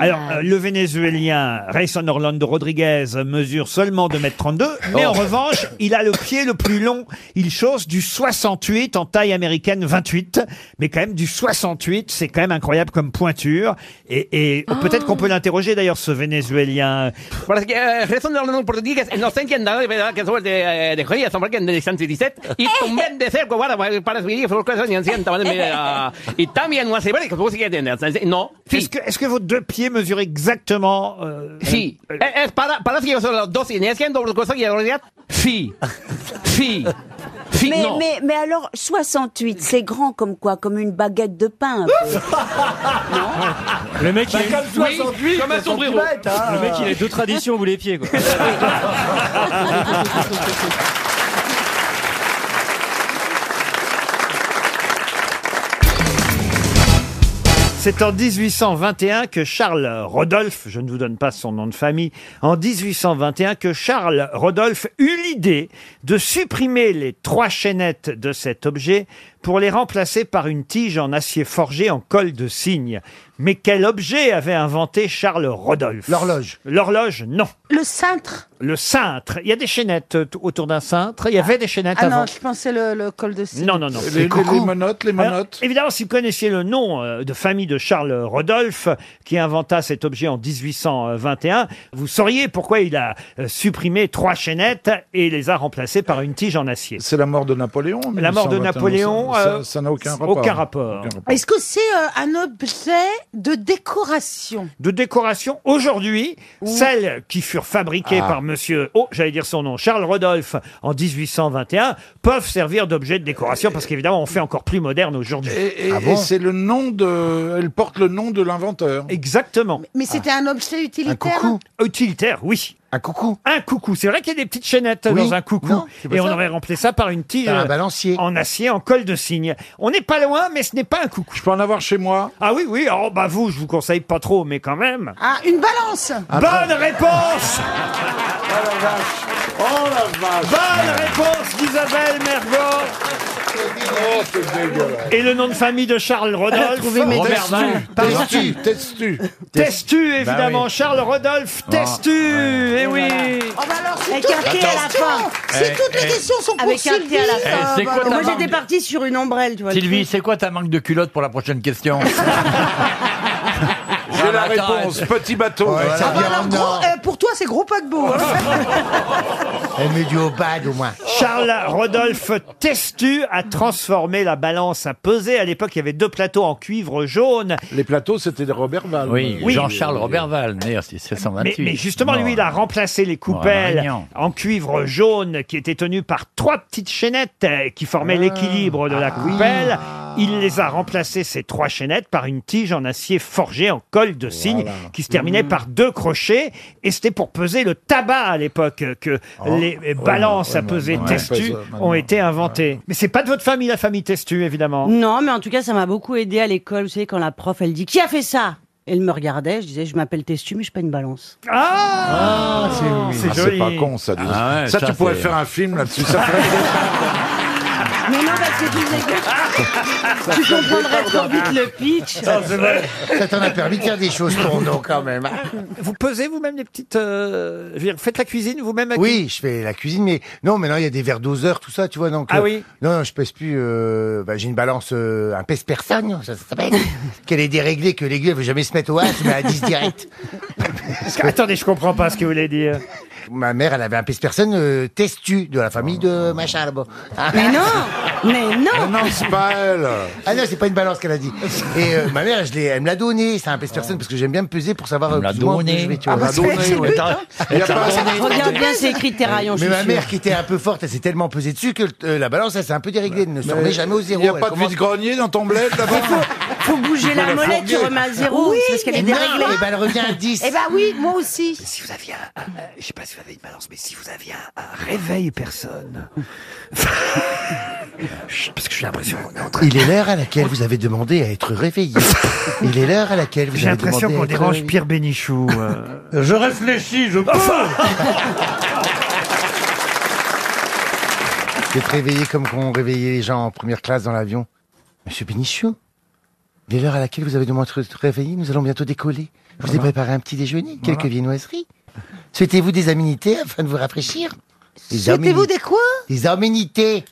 Speaker 1: Alors euh, le Vénézuélien Rayson Orlando Rodriguez mesure seulement 2m32, mais en
Speaker 16: Oh.
Speaker 1: revanche, il a le pied le plus long. Il chausse du 68 en taille américaine 28, mais quand même du 68, c'est quand même incroyable comme pointure. Et, et peut-être qu'on peut l'interroger d'ailleurs ce Vénézuélien.
Speaker 16: Porque eh, Rezón de Orlando Portugués no sé quién nada, verdad que son de, eh, de Corea, son porque en el 77 y también de cerco para para vivir por cosas en ciento, y también no sé, que vos que tenés, no,
Speaker 1: Est-ce que, est-ce que vos deux pieds mesurent exactement euh,
Speaker 16: sí, Eh, es para para que son los dos y en ciento por cosas y ahora sí, sí, sí,
Speaker 11: mais,
Speaker 16: no.
Speaker 11: mais, mais alors, 68, c'est grand comme quoi Comme une baguette de pain. un peu.
Speaker 7: Le mec,
Speaker 1: Bah,
Speaker 7: il a
Speaker 16: comme 68,
Speaker 7: comme un
Speaker 16: 60
Speaker 7: sombrero.
Speaker 16: kilomètres, hein.
Speaker 7: Le mec, il a deux traditions, vous les pieds, quoi.
Speaker 1: C'est en 1821 que Charles Rodolphe, je ne vous donne pas son nom de famille, en 1821 que Charles Rodolphe eut l'idée de supprimer les trois chaînettes de cet objet pour les remplacer par une tige en acier forgé en colle de cygne. Mais quel objet avait inventé Charles Rodolphe L'horloge. L'horloge, non. Le cintre. Le cintre. Il y a des chaînettes euh, t- autour d'un cintre. Il y avait des chaînettes
Speaker 10: Ah
Speaker 1: avant.
Speaker 10: non, je pensais le, le col de cygne.
Speaker 1: Non, non, non.
Speaker 4: menottes, les
Speaker 1: Alors, évidemment, si vous connaissiez le nom euh, de famille de Charles Rodolphe, qui inventa cet objet en 1821, vous sauriez pourquoi il a euh, supprimé trois chaînettes et les a remplacées par une tige en acier.
Speaker 4: C'est la mort de Napoléon en
Speaker 1: La mort de
Speaker 4: 1821,
Speaker 1: Napoléon,
Speaker 4: ça-
Speaker 1: euh,
Speaker 4: Ça n'a aucun
Speaker 1: aucun
Speaker 4: rapport.
Speaker 1: rapport.
Speaker 4: Aucun rapport.
Speaker 10: Est-ce que c'est euh, un objet de décoration
Speaker 1: De décoration, aujourd'hui, celles qui furent fabriquées
Speaker 4: Ah.
Speaker 1: par monsieur, oh, j'allais dire son nom, Charles Rodolphe en 1821, peuvent servir d'objet de décoration parce qu'évidemment, on fait encore plus moderne aujourd'hui.
Speaker 4: Et, et-
Speaker 17: Ah
Speaker 4: et c'est le nom de. Elle porte le nom de l'inventeur.
Speaker 1: Exactement. Euh,
Speaker 10: Mais
Speaker 17: Ah.
Speaker 10: c'était un objet utilitaire hein
Speaker 1: Utilitaire, oui. Un coucou. Un coucou. C'est vrai qu'il y a des petites chaînettes
Speaker 17: Oui.
Speaker 1: dans un coucou.
Speaker 17: Non, c'est pas
Speaker 1: et on
Speaker 17: ça.
Speaker 1: aurait remplacé ça par une tige
Speaker 17: Par un
Speaker 1: balancier. en acier, en col de cygne. On n'est pas loin, mais ce n'est pas un coucou. Je peux en avoir chez moi. Ah oui, oui. Oh, bah vous, je vous conseille pas trop, mais quand même.
Speaker 10: Ah, une balance
Speaker 1: Bonne réponse
Speaker 4: Ah,
Speaker 12: Oh la vache
Speaker 1: Bonne réponse d'Isabelle Mergot
Speaker 4: Oh, c'est dégueulasse.
Speaker 1: Et le nom de famille de Charles Rodolphe
Speaker 4: Elle a trouvé mes Robert testu. Vin.
Speaker 1: Pardon
Speaker 4: Testu,
Speaker 1: Testu. Testu, évidemment.
Speaker 4: Bah oui.
Speaker 1: Charles Rodolphe
Speaker 4: Ah,
Speaker 1: Testu. Eh oui
Speaker 10: Oh bah alors, si
Speaker 17: Avec
Speaker 10: toutes
Speaker 17: un
Speaker 10: les
Speaker 17: thé à la
Speaker 10: questions,
Speaker 17: fin.
Speaker 10: si
Speaker 17: Eh,
Speaker 10: toutes les
Speaker 17: eh.
Speaker 10: questions sont
Speaker 17: Avec un
Speaker 10: poursuivies,
Speaker 17: thé à la fin.
Speaker 10: euh,
Speaker 17: Eh, c'est
Speaker 10: bah,
Speaker 17: quoi ta
Speaker 10: Moi
Speaker 17: marque
Speaker 10: j'étais partie sur une ombrelle,
Speaker 2: bah,
Speaker 10: tu vois. le
Speaker 17: Sylvie,
Speaker 10: truc.
Speaker 17: c'est quoi ta manque de culotte pour la prochaine question
Speaker 7: Ah,
Speaker 4: J'ai
Speaker 7: bah,
Speaker 4: la
Speaker 17: attends,
Speaker 4: réponse. Petit bateau.
Speaker 10: Ah bah alors, gros, euh, pour toi c'est gros paquebot. hein.
Speaker 17: Elle met du haut-bad au moins.
Speaker 1: Charles Rodolphe Testu a transformé la balance à peser. À l'époque, il y avait deux plateaux en cuivre jaune.
Speaker 4: Les plateaux, c'était de Robert Val.
Speaker 17: Oui,
Speaker 1: Oui.
Speaker 17: Jean-Charles Roberval, d'ailleurs, c'est 728.
Speaker 1: Mais, mais justement,
Speaker 17: Bon.
Speaker 1: lui, il a remplacé les coupelles
Speaker 17: Mort à Avignon.
Speaker 1: en cuivre jaune qui étaient tenues par trois petites chaînettes euh, qui formaient
Speaker 17: Ah.
Speaker 1: l'équilibre de la coupelle. Il les a remplacées, ces trois chaînettes, par une tige en acier forgé en colle de cygne qui se terminait
Speaker 17: Mhm.
Speaker 1: par deux crochets. Et c'était pour peser le tabac à l'époque euh, que les euh, balances à peser
Speaker 17: Oh. ouais,
Speaker 1: testu
Speaker 17: pèse, euh,
Speaker 1: ont été inventées. Mais c'est pas de votre famille, la famille testu, évidemment.
Speaker 10: Non, mais en tout cas, ça m'a beaucoup aidé à l'école. Vous savez, quand la prof, elle dit Qui a fait ça Elle me regardait, je disais Je m'appelle Testu, mais je suis pas une balance.
Speaker 1: Ah,
Speaker 4: Ah, c'est pas con, ça. dis donc.
Speaker 17: Ah ouais,
Speaker 4: ça,
Speaker 17: ça,
Speaker 4: tu pourrais
Speaker 17: c'est-
Speaker 4: faire un film là-dessus. Ça ferait...
Speaker 10: Mais non, parce que tu faisais- tu comprendrais trop vite le pitch.
Speaker 17: Ça t'en a permis de faire des choses pour nous quand même. hein.
Speaker 1: Vous pesez vous-même les petites. euh, je veux dire, faites la cuisine vous-même avec
Speaker 17: Oui, je fais la cuisine, mais non, maintenant il y a des verres doseurs, tout ça, tu vois. Donc,
Speaker 1: Ah
Speaker 17: euh,
Speaker 1: oui.
Speaker 17: Non, non, je pèse plus. euh, bah, J'ai une balance, euh, un pèse personne, ça s'appelle, qu'elle est déréglée, que l'aiguille elle veut jamais se mettre au as, mais à 10 direct.
Speaker 1: Attendez, je comprends pas ce que vous voulez dire.
Speaker 17: Ma mère, elle avait un pèse personne testu de la famille de machin là-bas. Ah
Speaker 10: Mais non Mais non
Speaker 17: non, c'est pas elle. Ah non, c'est pas une balance qu'elle a dit. Et euh, ma mère, je l'ai, elle me l'a donné. C'est un pèse personne parce que j'aime bien me peser pour savoir. Elle me l'a donné. Ah, Elle me l'a donné, ouais. Elle t'a donné.
Speaker 10: Regarde bien, c'est écrit tes raillons, je
Speaker 17: Mais
Speaker 10: suis
Speaker 17: ma mère
Speaker 10: sûre.
Speaker 17: qui était un peu forte, elle s'est tellement pesée dessus que euh, la balance, elle s'est un peu déréglée. Elle ne se
Speaker 4: Mais
Speaker 17: remet jamais au zéro.
Speaker 4: Il n'y a
Speaker 17: Elle
Speaker 4: pas de
Speaker 17: commence-
Speaker 4: vide-grenier dans ton bled là-bas
Speaker 10: Faut bouger
Speaker 17: Tu
Speaker 10: la
Speaker 17: peux la
Speaker 10: molette, tu
Speaker 17: fourguer.
Speaker 10: remets à zéro.
Speaker 17: Oui,
Speaker 10: c'est parce qu'elle est
Speaker 17: mais non,
Speaker 10: déréglée.
Speaker 17: eh ben, elle revient à 10.
Speaker 10: Eh ben oui, moi aussi.
Speaker 1: Si vous aviez un, un- euh, je sais pas si vous avez une balance, mais si vous aviez un, un réveil personne. Chut, Parce que j'ai l'impression qu'on est en train.
Speaker 17: Il est l'heure à laquelle vous avez demandé à être réveillé. Il est l'heure à laquelle vous
Speaker 1: J'ai
Speaker 17: avez
Speaker 1: l'impression
Speaker 17: demandé à
Speaker 1: qu'on
Speaker 17: être
Speaker 1: dérange
Speaker 17: réveillé.
Speaker 1: Pierre Bénichou. euh,
Speaker 17: Je réfléchis, je D'être réveillé comme quand on réveillait les gens en première classe dans l'avion. Monsieur Bénichou, il est l'heure à laquelle vous avez demandé à être réveillé. Nous allons bientôt décoller. Je vous ai préparé un petit déjeuner, quelques viennoiseries. Souhaitez-vous des aménités afin de vous rafraîchir Des
Speaker 10: Souhaitez-vous
Speaker 17: améni-
Speaker 10: des quoi
Speaker 17: Des aménités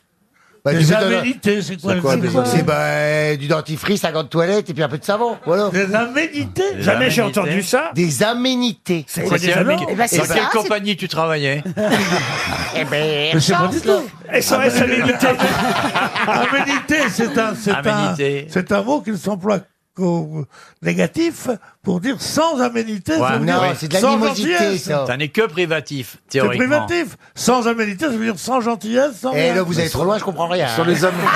Speaker 17: Bah,
Speaker 22: Les
Speaker 17: tu me donnes-
Speaker 22: aménités, c'est quoi,
Speaker 17: C'est quoi,
Speaker 22: les
Speaker 17: des
Speaker 22: aménités
Speaker 17: C'est bah, du dentifrice, un gant de toilette et puis un peu de savon. Voilà.
Speaker 22: Des aménités
Speaker 17: Des Jamais j'ai aménités. entendu
Speaker 1: ça.
Speaker 17: Des aménités.
Speaker 22: C'est quoi, des aménités
Speaker 17: Eh ben, c'est
Speaker 22: Dans
Speaker 17: ça,
Speaker 22: quelle
Speaker 17: c'est-
Speaker 22: compagnie tu travaillais
Speaker 17: Eh ben,
Speaker 22: Mais c'est
Speaker 1: Ah,
Speaker 22: pas du tout.
Speaker 1: SOS Aménité.
Speaker 22: Aménité, c'est un, c'est un,
Speaker 17: Aménité.
Speaker 22: c'est un mot qui ne s'emploie qu'au négatif pour dire sans aménité. ça
Speaker 17: Ouais,
Speaker 22: veut
Speaker 17: non,
Speaker 22: dire
Speaker 17: c'est de
Speaker 22: sans
Speaker 17: l'animosité,
Speaker 22: gentillesse. hein.
Speaker 17: ça.
Speaker 22: Ça n'est que privatif, C'est privatif. Sans aménité, ça veut dire sans gentillesse, sans.
Speaker 17: Eh,
Speaker 22: rien.
Speaker 17: là, vous allez trop loin, je comprends rien.
Speaker 22: Sur
Speaker 17: les
Speaker 22: aménités.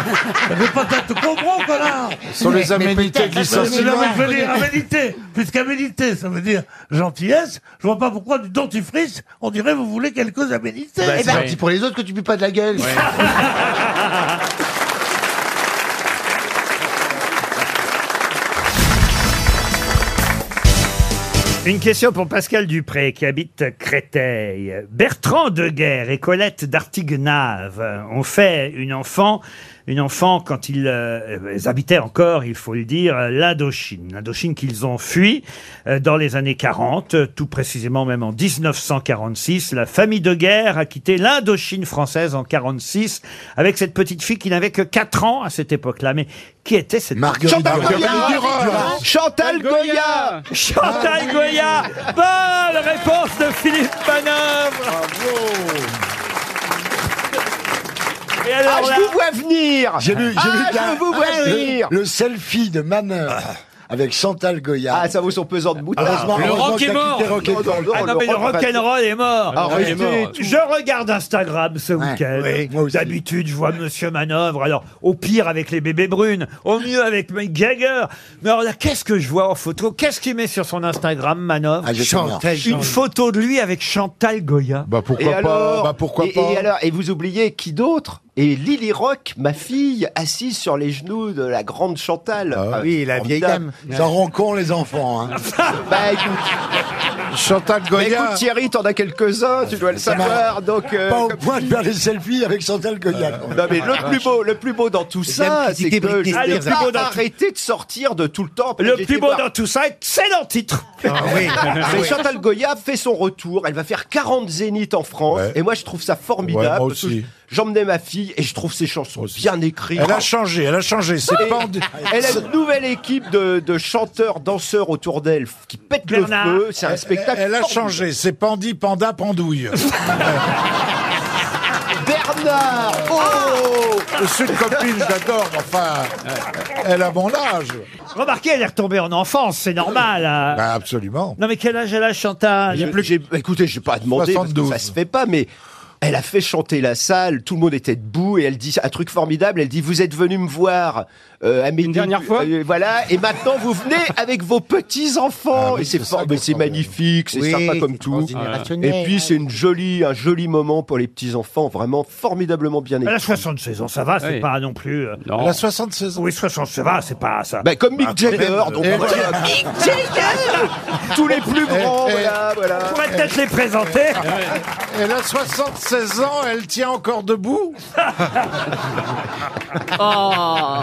Speaker 22: Mais peut-être tu comprends, connard
Speaker 17: Sur les Mais- mais aménités peut-être, glissantes.
Speaker 22: Mais non, mais je veux dire
Speaker 17: Ouais.
Speaker 22: aménité. Puisqu'aménité, ça veut dire gentillesse. Je vois pas pourquoi du dentifrice, on dirait vous voulez quelques aménités.
Speaker 17: Bah, c'est gentil pour les autres que tu pues pas de la gueule.
Speaker 1: Une question pour Pascal Dupré qui habite Créteil. Bertrand Deguerre et Colette d'Artignave ont fait une enfant, une enfant quand ils, euh, ils habitaient encore, il faut le dire, l'Indochine. L'Indochine qu'ils ont fui euh, dans les années 40, euh, tout précisément même en 1946. La famille Deguerre a quitté l'Indochine française en 46 avec cette petite fille qui n'avait que 4 ans à cette époque-là. Mais qui était cette
Speaker 15: Chantal Goya Chantal Goya
Speaker 1: Chantal
Speaker 15: Ah,
Speaker 7: Ah.
Speaker 1: Goya Bonne réponse de Philippe Manœuvre Et alors
Speaker 15: Ah,
Speaker 1: là-
Speaker 15: je vous vois venir
Speaker 12: J'ai lu, j'ai
Speaker 15: Ah,
Speaker 12: lu
Speaker 15: je
Speaker 12: la-
Speaker 15: vous vois
Speaker 12: le-
Speaker 15: venir
Speaker 12: Le, selfie de Manœuvre avec Chantal Goya. Ah, ça vaut son pesant de bouton. Heureusement,
Speaker 1: Le
Speaker 12: heureusement
Speaker 1: rock
Speaker 12: que
Speaker 1: est
Speaker 12: t'as
Speaker 1: mort.
Speaker 12: quitté rock et roll.
Speaker 1: Ah non, mais le rock'n'roll est mort.
Speaker 12: Ah,
Speaker 1: Arrêtez
Speaker 12: il est mort.
Speaker 1: tout. Je regarde Instagram ce week-end. D'habitude, je vois Monsieur Manœuvre. Alors, au pire avec les bébés brunes, au mieux avec Mick Jagger. Mais alors là, qu'est-ce que je vois en photo Qu'est-ce qu'il met sur son Instagram, Manœuvre
Speaker 15: Ah, je sais bien.
Speaker 1: Une photo de lui avec Chantal Goya. Bah
Speaker 15: et alors, et, et alors, et vous oubliez qui d'autre Et Lily Rock, ma fille, assise sur les genoux de la grande Chantal. Ah
Speaker 12: oui, la vieille dame. Ça rend con les enfants. Hein.
Speaker 15: bah écoute.
Speaker 12: Chantal
Speaker 15: Mais écoute Thierry, t'en as quelques-uns, tu dois le
Speaker 12: Ça m'a-
Speaker 15: savoir. Donc, euh,
Speaker 12: Pas au
Speaker 15: comme-
Speaker 12: point de faire des selfies avec Chantal Goya.
Speaker 15: Euh, Non mais
Speaker 7: Ah,
Speaker 15: le plus beau, le plus beau dans tout
Speaker 7: Eh
Speaker 15: ça, c'est
Speaker 12: critiquer
Speaker 15: que
Speaker 12: Britney
Speaker 15: je
Speaker 12: Spears.
Speaker 15: n'ai
Speaker 12: Ah, le plus beau
Speaker 15: pas
Speaker 12: dans tout-
Speaker 15: arrêté de sortir de tout le temps.
Speaker 1: Le plus beau dans tout ça, c'est dans le titre.
Speaker 15: Ah
Speaker 1: Ah
Speaker 15: oui. Mais
Speaker 1: oui.
Speaker 15: Chantal Goya fait son retour, elle va faire 40 zéniths en France, et moi je trouve ça formidable.
Speaker 4: Ouais, moi
Speaker 15: parce que
Speaker 4: aussi.
Speaker 15: J'emmenais ma fille et je trouve ses chansons bien écrites.
Speaker 4: Elle a changé, elle a changé. C'est
Speaker 15: Et
Speaker 4: pas en-
Speaker 15: Elle a une nouvelle équipe de, de chanteurs, danseurs autour d'elle qui pètent
Speaker 4: Bernard,
Speaker 15: le feu. C'est un
Speaker 4: elle-
Speaker 15: spectacle.
Speaker 4: Elle, a
Speaker 15: formidable.
Speaker 4: changé. C'est Pandi, Panda, Pandouille.
Speaker 7: Ah.
Speaker 15: Bernard Oh
Speaker 4: C'est une copine, j'adore. mais Enfin, elle a mon âge.
Speaker 1: Remarquez, elle est retombée en enfance, c'est normal. hein.
Speaker 4: Bah, absolument.
Speaker 1: Non mais quel âge elle a Chantal
Speaker 15: J'ai plus- j'ai- Écoutez, je n'ai pas demandé parce que
Speaker 4: 72.
Speaker 15: ça se fait pas, mais elle a fait chanter la salle, tout le monde était debout et elle dit un truc formidable. Elle dit Vous êtes venu me voir euh, à mes Une dernière fois Voilà, et maintenant vous venez avec vos petits-enfants. et Ah c'est for- mais c'est magnifique, c'est
Speaker 12: Oui,
Speaker 15: sympa
Speaker 12: c'est
Speaker 15: comme tout.
Speaker 12: transgénérationnel.
Speaker 15: Et puis c'est une jolie, un joli moment pour les petits-enfants, vraiment formidablement bien
Speaker 1: Elle a
Speaker 15: écrit.
Speaker 1: 76 ans, ça va, c'est
Speaker 15: Oui.
Speaker 1: pas non plus. euh,
Speaker 15: Non. Elle a
Speaker 1: 76 ans Oui, 76 ça va, c'est pas ça.
Speaker 15: Bah, comme Mick Jagger, donc
Speaker 1: Et-
Speaker 15: voilà. Mick Jagger Tous les plus grands,
Speaker 4: Eh, eh.
Speaker 15: voilà, voilà.
Speaker 1: On pourrait peut-être les présenter.
Speaker 4: Elle a 76 ans, elle tient encore debout.
Speaker 7: Oh.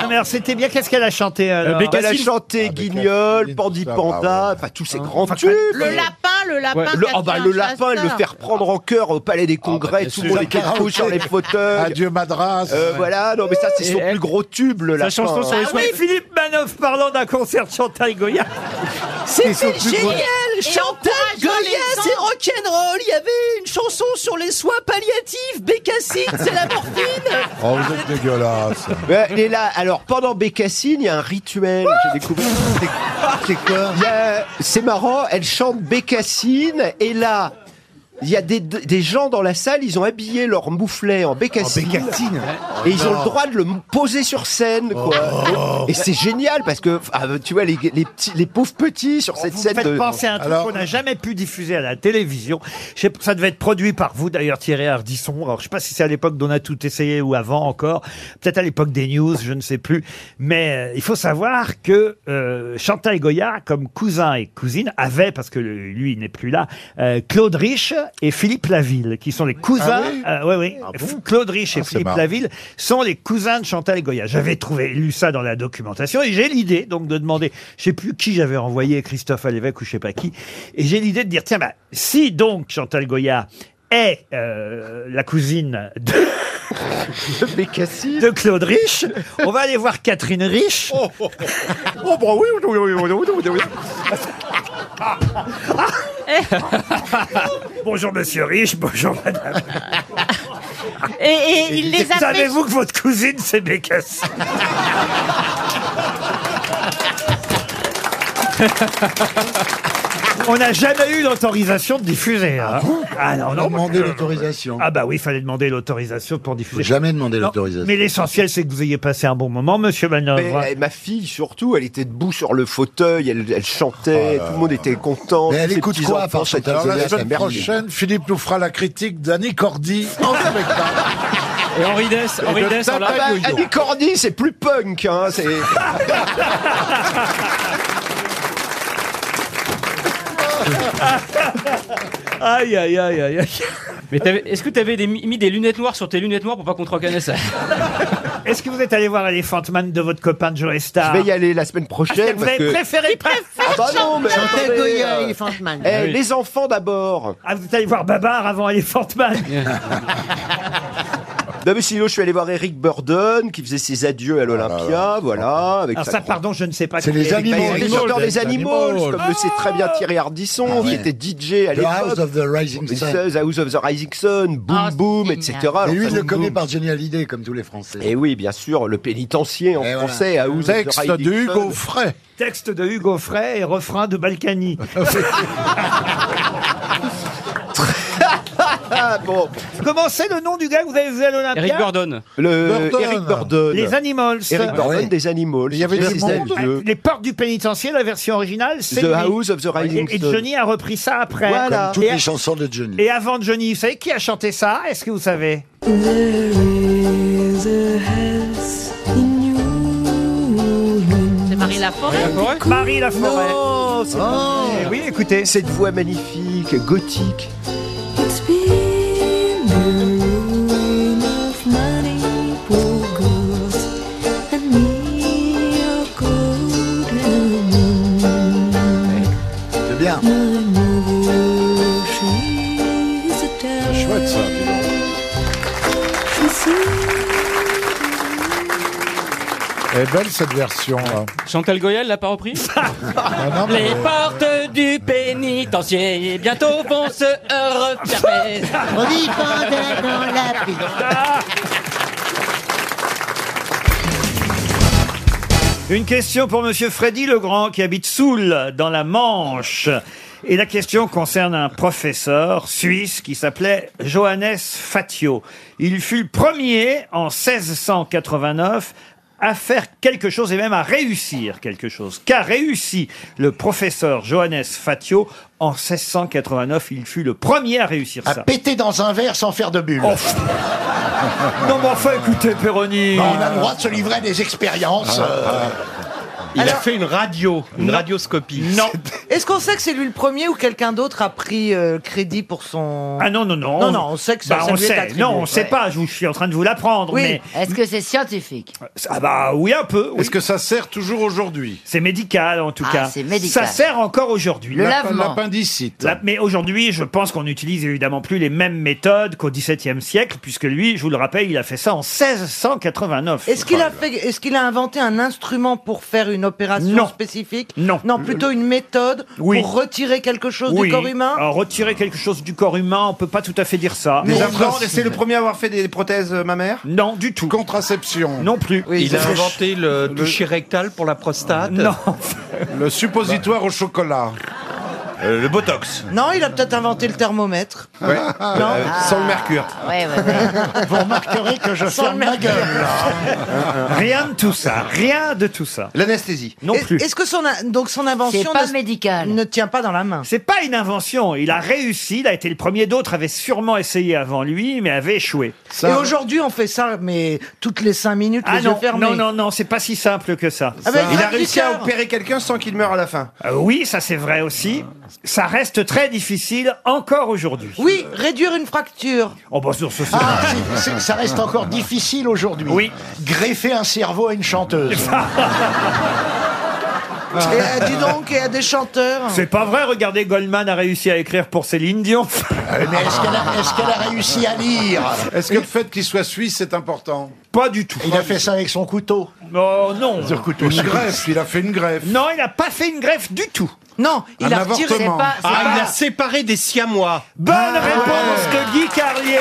Speaker 1: Non, mais alors, c'était bien, qu'est-ce qu'elle a
Speaker 7: Eh,
Speaker 1: chanté alors
Speaker 15: Ah. Elle a
Speaker 7: Ah,
Speaker 15: chanté Guignol, Pandi
Speaker 1: ça,
Speaker 15: Panda,
Speaker 1: bah
Speaker 15: enfin tous
Speaker 7: Hein
Speaker 15: ces grands tubes.
Speaker 18: Le lapin, le lapin.
Speaker 15: Ouais. Le, ah bah, le lapin, il le fait reprendre en cœur au palais des congrès, tout le monde était debout sur les fauteuils.
Speaker 4: Adieu Madras.
Speaker 15: Euh, voilà, non mais ça c'est son plus gros tube, le lapin.
Speaker 1: ah oui, Philippe Manoff parlant d'un concert de Chantal Goya.
Speaker 23: C'était génial Chantal Goya, c'est rock'n'roll Il y avait une chanson sur les soins palliatifs Bécassine, c'est la morphine
Speaker 4: Oh, vous êtes dégueulasse.
Speaker 15: Ouais, et là, alors pendant Bécassine, il y a un rituel. J'ai découvert. C'est quoi C'est marrant. Elle chante Bécassine et là. Il y a des, des gens dans la salle, ils ont habillé leur mouflet en bécassine.
Speaker 12: bécassine.
Speaker 15: Et ils ont
Speaker 12: Non.
Speaker 15: le droit de le poser sur scène, quoi. Et c'est génial parce que, ah, tu vois, les, les, petits, les pauvres petits sur cette
Speaker 1: Vous me
Speaker 15: scène.
Speaker 1: faites
Speaker 15: de-
Speaker 1: penser à un truc
Speaker 15: Alors-
Speaker 1: qu'on n'a jamais pu diffuser à la télévision. Je sais pas, ça devait être produit par vous d'ailleurs, Thierry Ardisson. Alors je sais pas si c'est à l'époque d'on a tout essayé ou avant encore. Peut-être à l'époque des news, je ne sais plus. Mais euh, il faut savoir que euh, Chantal Goya, comme cousin et cousine, avait, parce que le- lui il n'est plus là, euh, Claude Rich et Philippe Laville, qui sont les cousins.
Speaker 15: Ah oui
Speaker 1: euh, ouais, oui. Claude Rich et Philippe
Speaker 15: marrant.
Speaker 1: Laville sont les cousins de Chantal Goya. J'avais trouvé, lu ça dans la documentation et j'ai l'idée donc de demander, je sais plus qui j'avais envoyé, Christophe à l'évêque ou je sais pas qui, et j'ai l'idée de dire tiens bah si donc Chantal Goya est euh, la cousine de de Claude Rich, on va aller voir Catherine Rich. Oh, bah oui, oui, oui, oui, oui, oui.
Speaker 18: Eh.
Speaker 1: bonjour Monsieur Rich, bonjour Madame.
Speaker 18: Et, et il les appelait.
Speaker 1: Savez-vous que votre cousine c'est Bécassine On n'a jamais eu l'autorisation de diffuser. hein. Ah, non, non,
Speaker 12: Demander
Speaker 1: parce que-
Speaker 12: l'autorisation.
Speaker 1: Ah bah oui, il fallait demander l'autorisation pour diffuser.
Speaker 12: jamais demander
Speaker 1: Non,
Speaker 12: l'autorisation.
Speaker 1: Mais l'essentiel, c'est que vous ayez passé un bon moment, Monsieur
Speaker 15: Mais,
Speaker 1: Manœuvre.
Speaker 15: euh, ma fille, surtout, elle était debout sur le fauteuil, elle, elle chantait, tout le monde était
Speaker 4: Oh,
Speaker 15: content.
Speaker 12: Ah Mais elle
Speaker 15: tous ses
Speaker 12: écoute quoi,
Speaker 15: petits-enfants,
Speaker 12: par
Speaker 15: c'était
Speaker 4: Alors la
Speaker 15: génial,
Speaker 4: semaine
Speaker 15: c'était merveilleux.
Speaker 4: prochaine, Philippe nous fera la critique d'Annie Cordy en spectacle.
Speaker 15: Et Henri Dess,
Speaker 4: Henri Dess, on l'a pas eu,
Speaker 15: Annie Cordy, c'est plus punk, hein, c'est...
Speaker 1: Aïe, aïe, aïe, aïe, aïe.
Speaker 7: Mais t'avais- est-ce que t'avais des- mis des lunettes noires sur tes lunettes noires pour pas qu'on te reconnaisse
Speaker 1: Est-ce que vous êtes allé voir Elephant Man de votre copain Joe Star
Speaker 15: eh.
Speaker 1: Ah,
Speaker 15: Je vais y aller la semaine prochaine.
Speaker 1: vous avez préféré pas-
Speaker 15: Ah bah non, mais
Speaker 1: Chantal
Speaker 15: attendez,
Speaker 1: Goya,
Speaker 15: euh,
Speaker 1: Elephant Man.
Speaker 15: eh,
Speaker 1: Ah oui.
Speaker 15: Les enfants d'abord.
Speaker 1: Ah, vous êtes allé voir Babar avant Elephant Man
Speaker 15: Non mais sinon je suis allé voir Eric Burden qui faisait ses adieux à l'Olympia, voilà. Ah, Avec
Speaker 1: Alors
Speaker 15: sa
Speaker 1: ça,
Speaker 15: grande-
Speaker 1: pardon, je ne sais pas. qui est.
Speaker 15: Eric Burden, les animaux, comme le sait très bien Thierry Ardisson,
Speaker 1: Ah ouais.
Speaker 15: qui était DJ à
Speaker 1: The
Speaker 15: l'époque.
Speaker 1: House of the Rising
Speaker 15: The
Speaker 1: Sun.
Speaker 15: House of the Rising Sun, Boom Boom, etc.
Speaker 5: Et lui,
Speaker 15: Enfin,
Speaker 5: il le
Speaker 15: Boom
Speaker 5: connaît
Speaker 15: Boom.
Speaker 5: par Johnny Hallyday, comme tous les Français.
Speaker 15: Et oui, bien sûr, le pénitencier en
Speaker 5: voilà.
Speaker 15: français, House
Speaker 5: Texte
Speaker 15: of the Rising
Speaker 5: de Hugo
Speaker 15: Sun.
Speaker 1: Fray. Ah. Texte de Hugo Frey et refrain de Balkany.
Speaker 15: bon.
Speaker 1: Comment c'est le nom du gars que vous avez vu à l'Olympia
Speaker 7: Eric Gordon.
Speaker 15: Le Eric Burden.
Speaker 1: Les Animals.
Speaker 15: Eric Burden
Speaker 1: Ouais.
Speaker 15: des Animals.
Speaker 1: Il y avait
Speaker 15: C'est
Speaker 1: des
Speaker 15: celle
Speaker 1: mondes.
Speaker 15: de-
Speaker 1: Les portes du pénitencier, la version originale, c'est
Speaker 15: The
Speaker 1: lui.
Speaker 15: House of the Rising
Speaker 1: Et- Et
Speaker 15: Sun.
Speaker 1: Johnny a repris ça après.
Speaker 15: Voilà. Comme toutes
Speaker 1: et,
Speaker 15: les
Speaker 1: a-
Speaker 5: Chanson de Johnny.
Speaker 1: et avant Johnny, vous savez qui a chanté ça Est-ce que vous savez
Speaker 18: C'est Marie Laforêt.
Speaker 1: Marie Laforêt.
Speaker 15: Non, c'est pas
Speaker 1: Eh
Speaker 15: vrai.
Speaker 1: Oui, écoutez.
Speaker 15: Cette voix magnifique, gothique.
Speaker 5: C'est bien. Chouette ça, dis donc.
Speaker 4: Elle est belle cette version. là.
Speaker 7: Chantal Goyal l'a pas repris
Speaker 1: Ah,
Speaker 4: non, mais-
Speaker 7: Les portes du pénitencier bientôt vont se refermer.
Speaker 18: On y pendait dans la prison.
Speaker 1: Une question pour Monsieur Freddy Legrand qui habite Soul dans la Manche. Et la question concerne un professeur suisse qui s'appelait Johannes Fatio. Il fut le premier en 1689 à faire quelque chose et même à réussir quelque chose. Qu'a réussi le professeur Johannes Fatio en 1689 Il fut le premier à réussir ça. Oh,
Speaker 12: Péter dans un verre sans faire de bulle.
Speaker 1: non mais enfin écoutez Péroni. Ah,
Speaker 12: on a le droit de se livrer à des expériences. euh,
Speaker 19: Il a fait une radio, une radioscopie.
Speaker 1: Non.
Speaker 21: Est-ce qu'on sait que c'est lui le premier ou quelqu'un d'autre a pris euh, crédit pour son...
Speaker 1: Ah non, non, non.
Speaker 21: Non, non, on sait que ça,
Speaker 1: Bah,
Speaker 21: ça
Speaker 1: on
Speaker 21: lui est
Speaker 1: sait.
Speaker 21: attribué.
Speaker 1: Non, on sait
Speaker 21: Ouais.
Speaker 1: pas. Je, vous- je suis en train de vous l'apprendre. Mais...
Speaker 14: Est-ce que c'est scientifique
Speaker 1: Ah bah oui, un peu. Est-ce que ça sert toujours aujourd'hui C'est médical, en tout
Speaker 14: Ah,
Speaker 1: cas.
Speaker 14: c'est médical.
Speaker 1: Ça sert encore aujourd'hui.
Speaker 14: Le L'app- lavement.
Speaker 1: L'appendicite. mais aujourd'hui, je pense qu'on n'utilise évidemment plus les mêmes méthodes qu'au XVIIe siècle, puisque lui, je vous le rappelle, il a fait ça en 1689.
Speaker 21: Est-ce
Speaker 22: Oh
Speaker 21: qu'il a fait, est-ce qu'il a inventé un instrument pour faire une opération
Speaker 1: Non.
Speaker 21: spécifique
Speaker 1: Non.
Speaker 21: Non, plutôt une méthode
Speaker 1: Oui.
Speaker 21: pour retirer quelque chose
Speaker 1: Oui.
Speaker 21: du corps humain.
Speaker 1: Alors, retirer quelque chose du corps humain, on peut pas tout à fait dire ça.
Speaker 19: Des implants, c'est le premier à avoir fait des prothèses euh, mammaires
Speaker 1: Non, du tout.
Speaker 19: Contraception.
Speaker 1: Non plus.
Speaker 19: il a inventé le toucher rectal pour la prostate.
Speaker 1: Non.
Speaker 19: Le suppositoire au chocolat. Euh, le botox.
Speaker 21: Non, il a peut-être inventé le thermomètre. Non.
Speaker 19: sans le mercure.
Speaker 12: Vous remarquerez que je
Speaker 21: Sans
Speaker 12: ferme
Speaker 21: le
Speaker 12: ma
Speaker 21: mercure.
Speaker 12: gueule.
Speaker 1: Rien de tout ça. Rien de tout ça.
Speaker 19: L'anesthésie.
Speaker 1: Non
Speaker 21: Est-
Speaker 1: plus.
Speaker 21: Est-ce que son in- donc son invention
Speaker 14: pas
Speaker 21: médicale ne tient pas dans la main
Speaker 1: C'est pas une invention. Il a réussi. Il a été le premier. D'autres avaient sûrement essayé avant lui, mais avaient échoué.
Speaker 21: Et aujourd'hui, on fait ça, mais toutes les cinq minutes,
Speaker 1: Ah
Speaker 21: les yeux
Speaker 1: non,
Speaker 21: fermés.
Speaker 1: non, non, non, c'est pas si simple que ça.
Speaker 21: Ah ben,
Speaker 19: Il a
Speaker 21: grave du
Speaker 19: réussi à
Speaker 21: cœur.
Speaker 19: opérer quelqu'un sans qu'il meure à la fin.
Speaker 1: Euh, oui, ça c'est vrai aussi. Ça reste très difficile encore aujourd'hui.
Speaker 21: Oui, réduire une fracture.
Speaker 1: Oh, bah, sur ce
Speaker 12: Ah, c'est- c'est- ça reste encore difficile aujourd'hui.
Speaker 1: Oui. Eh ben,
Speaker 12: Greffer un cerveau à une chanteuse.
Speaker 21: Et, euh, dis donc, il y a des chanteurs.
Speaker 1: C'est pas vrai, regardez, Goldman a réussi à écrire pour Céline Dion.
Speaker 12: Mais est-ce qu'elle a, est-ce qu'elle a réussi à lire
Speaker 5: Est-ce que le fait qu'il soit suisse est important
Speaker 1: Pas du tout.
Speaker 12: Il a fait ça avec son couteau.
Speaker 1: Oh non.
Speaker 12: Sur couteau
Speaker 5: Une
Speaker 12: suisse.
Speaker 5: greffe, il a fait une greffe.
Speaker 1: Non, il n'a pas fait une greffe du tout.
Speaker 21: Non,
Speaker 19: Un
Speaker 21: il a retiré.
Speaker 19: avortement.
Speaker 1: pas- c'est
Speaker 19: ah,
Speaker 1: pas-
Speaker 19: il a séparé des siamois.
Speaker 1: Bonne réponse de Guy Carlier.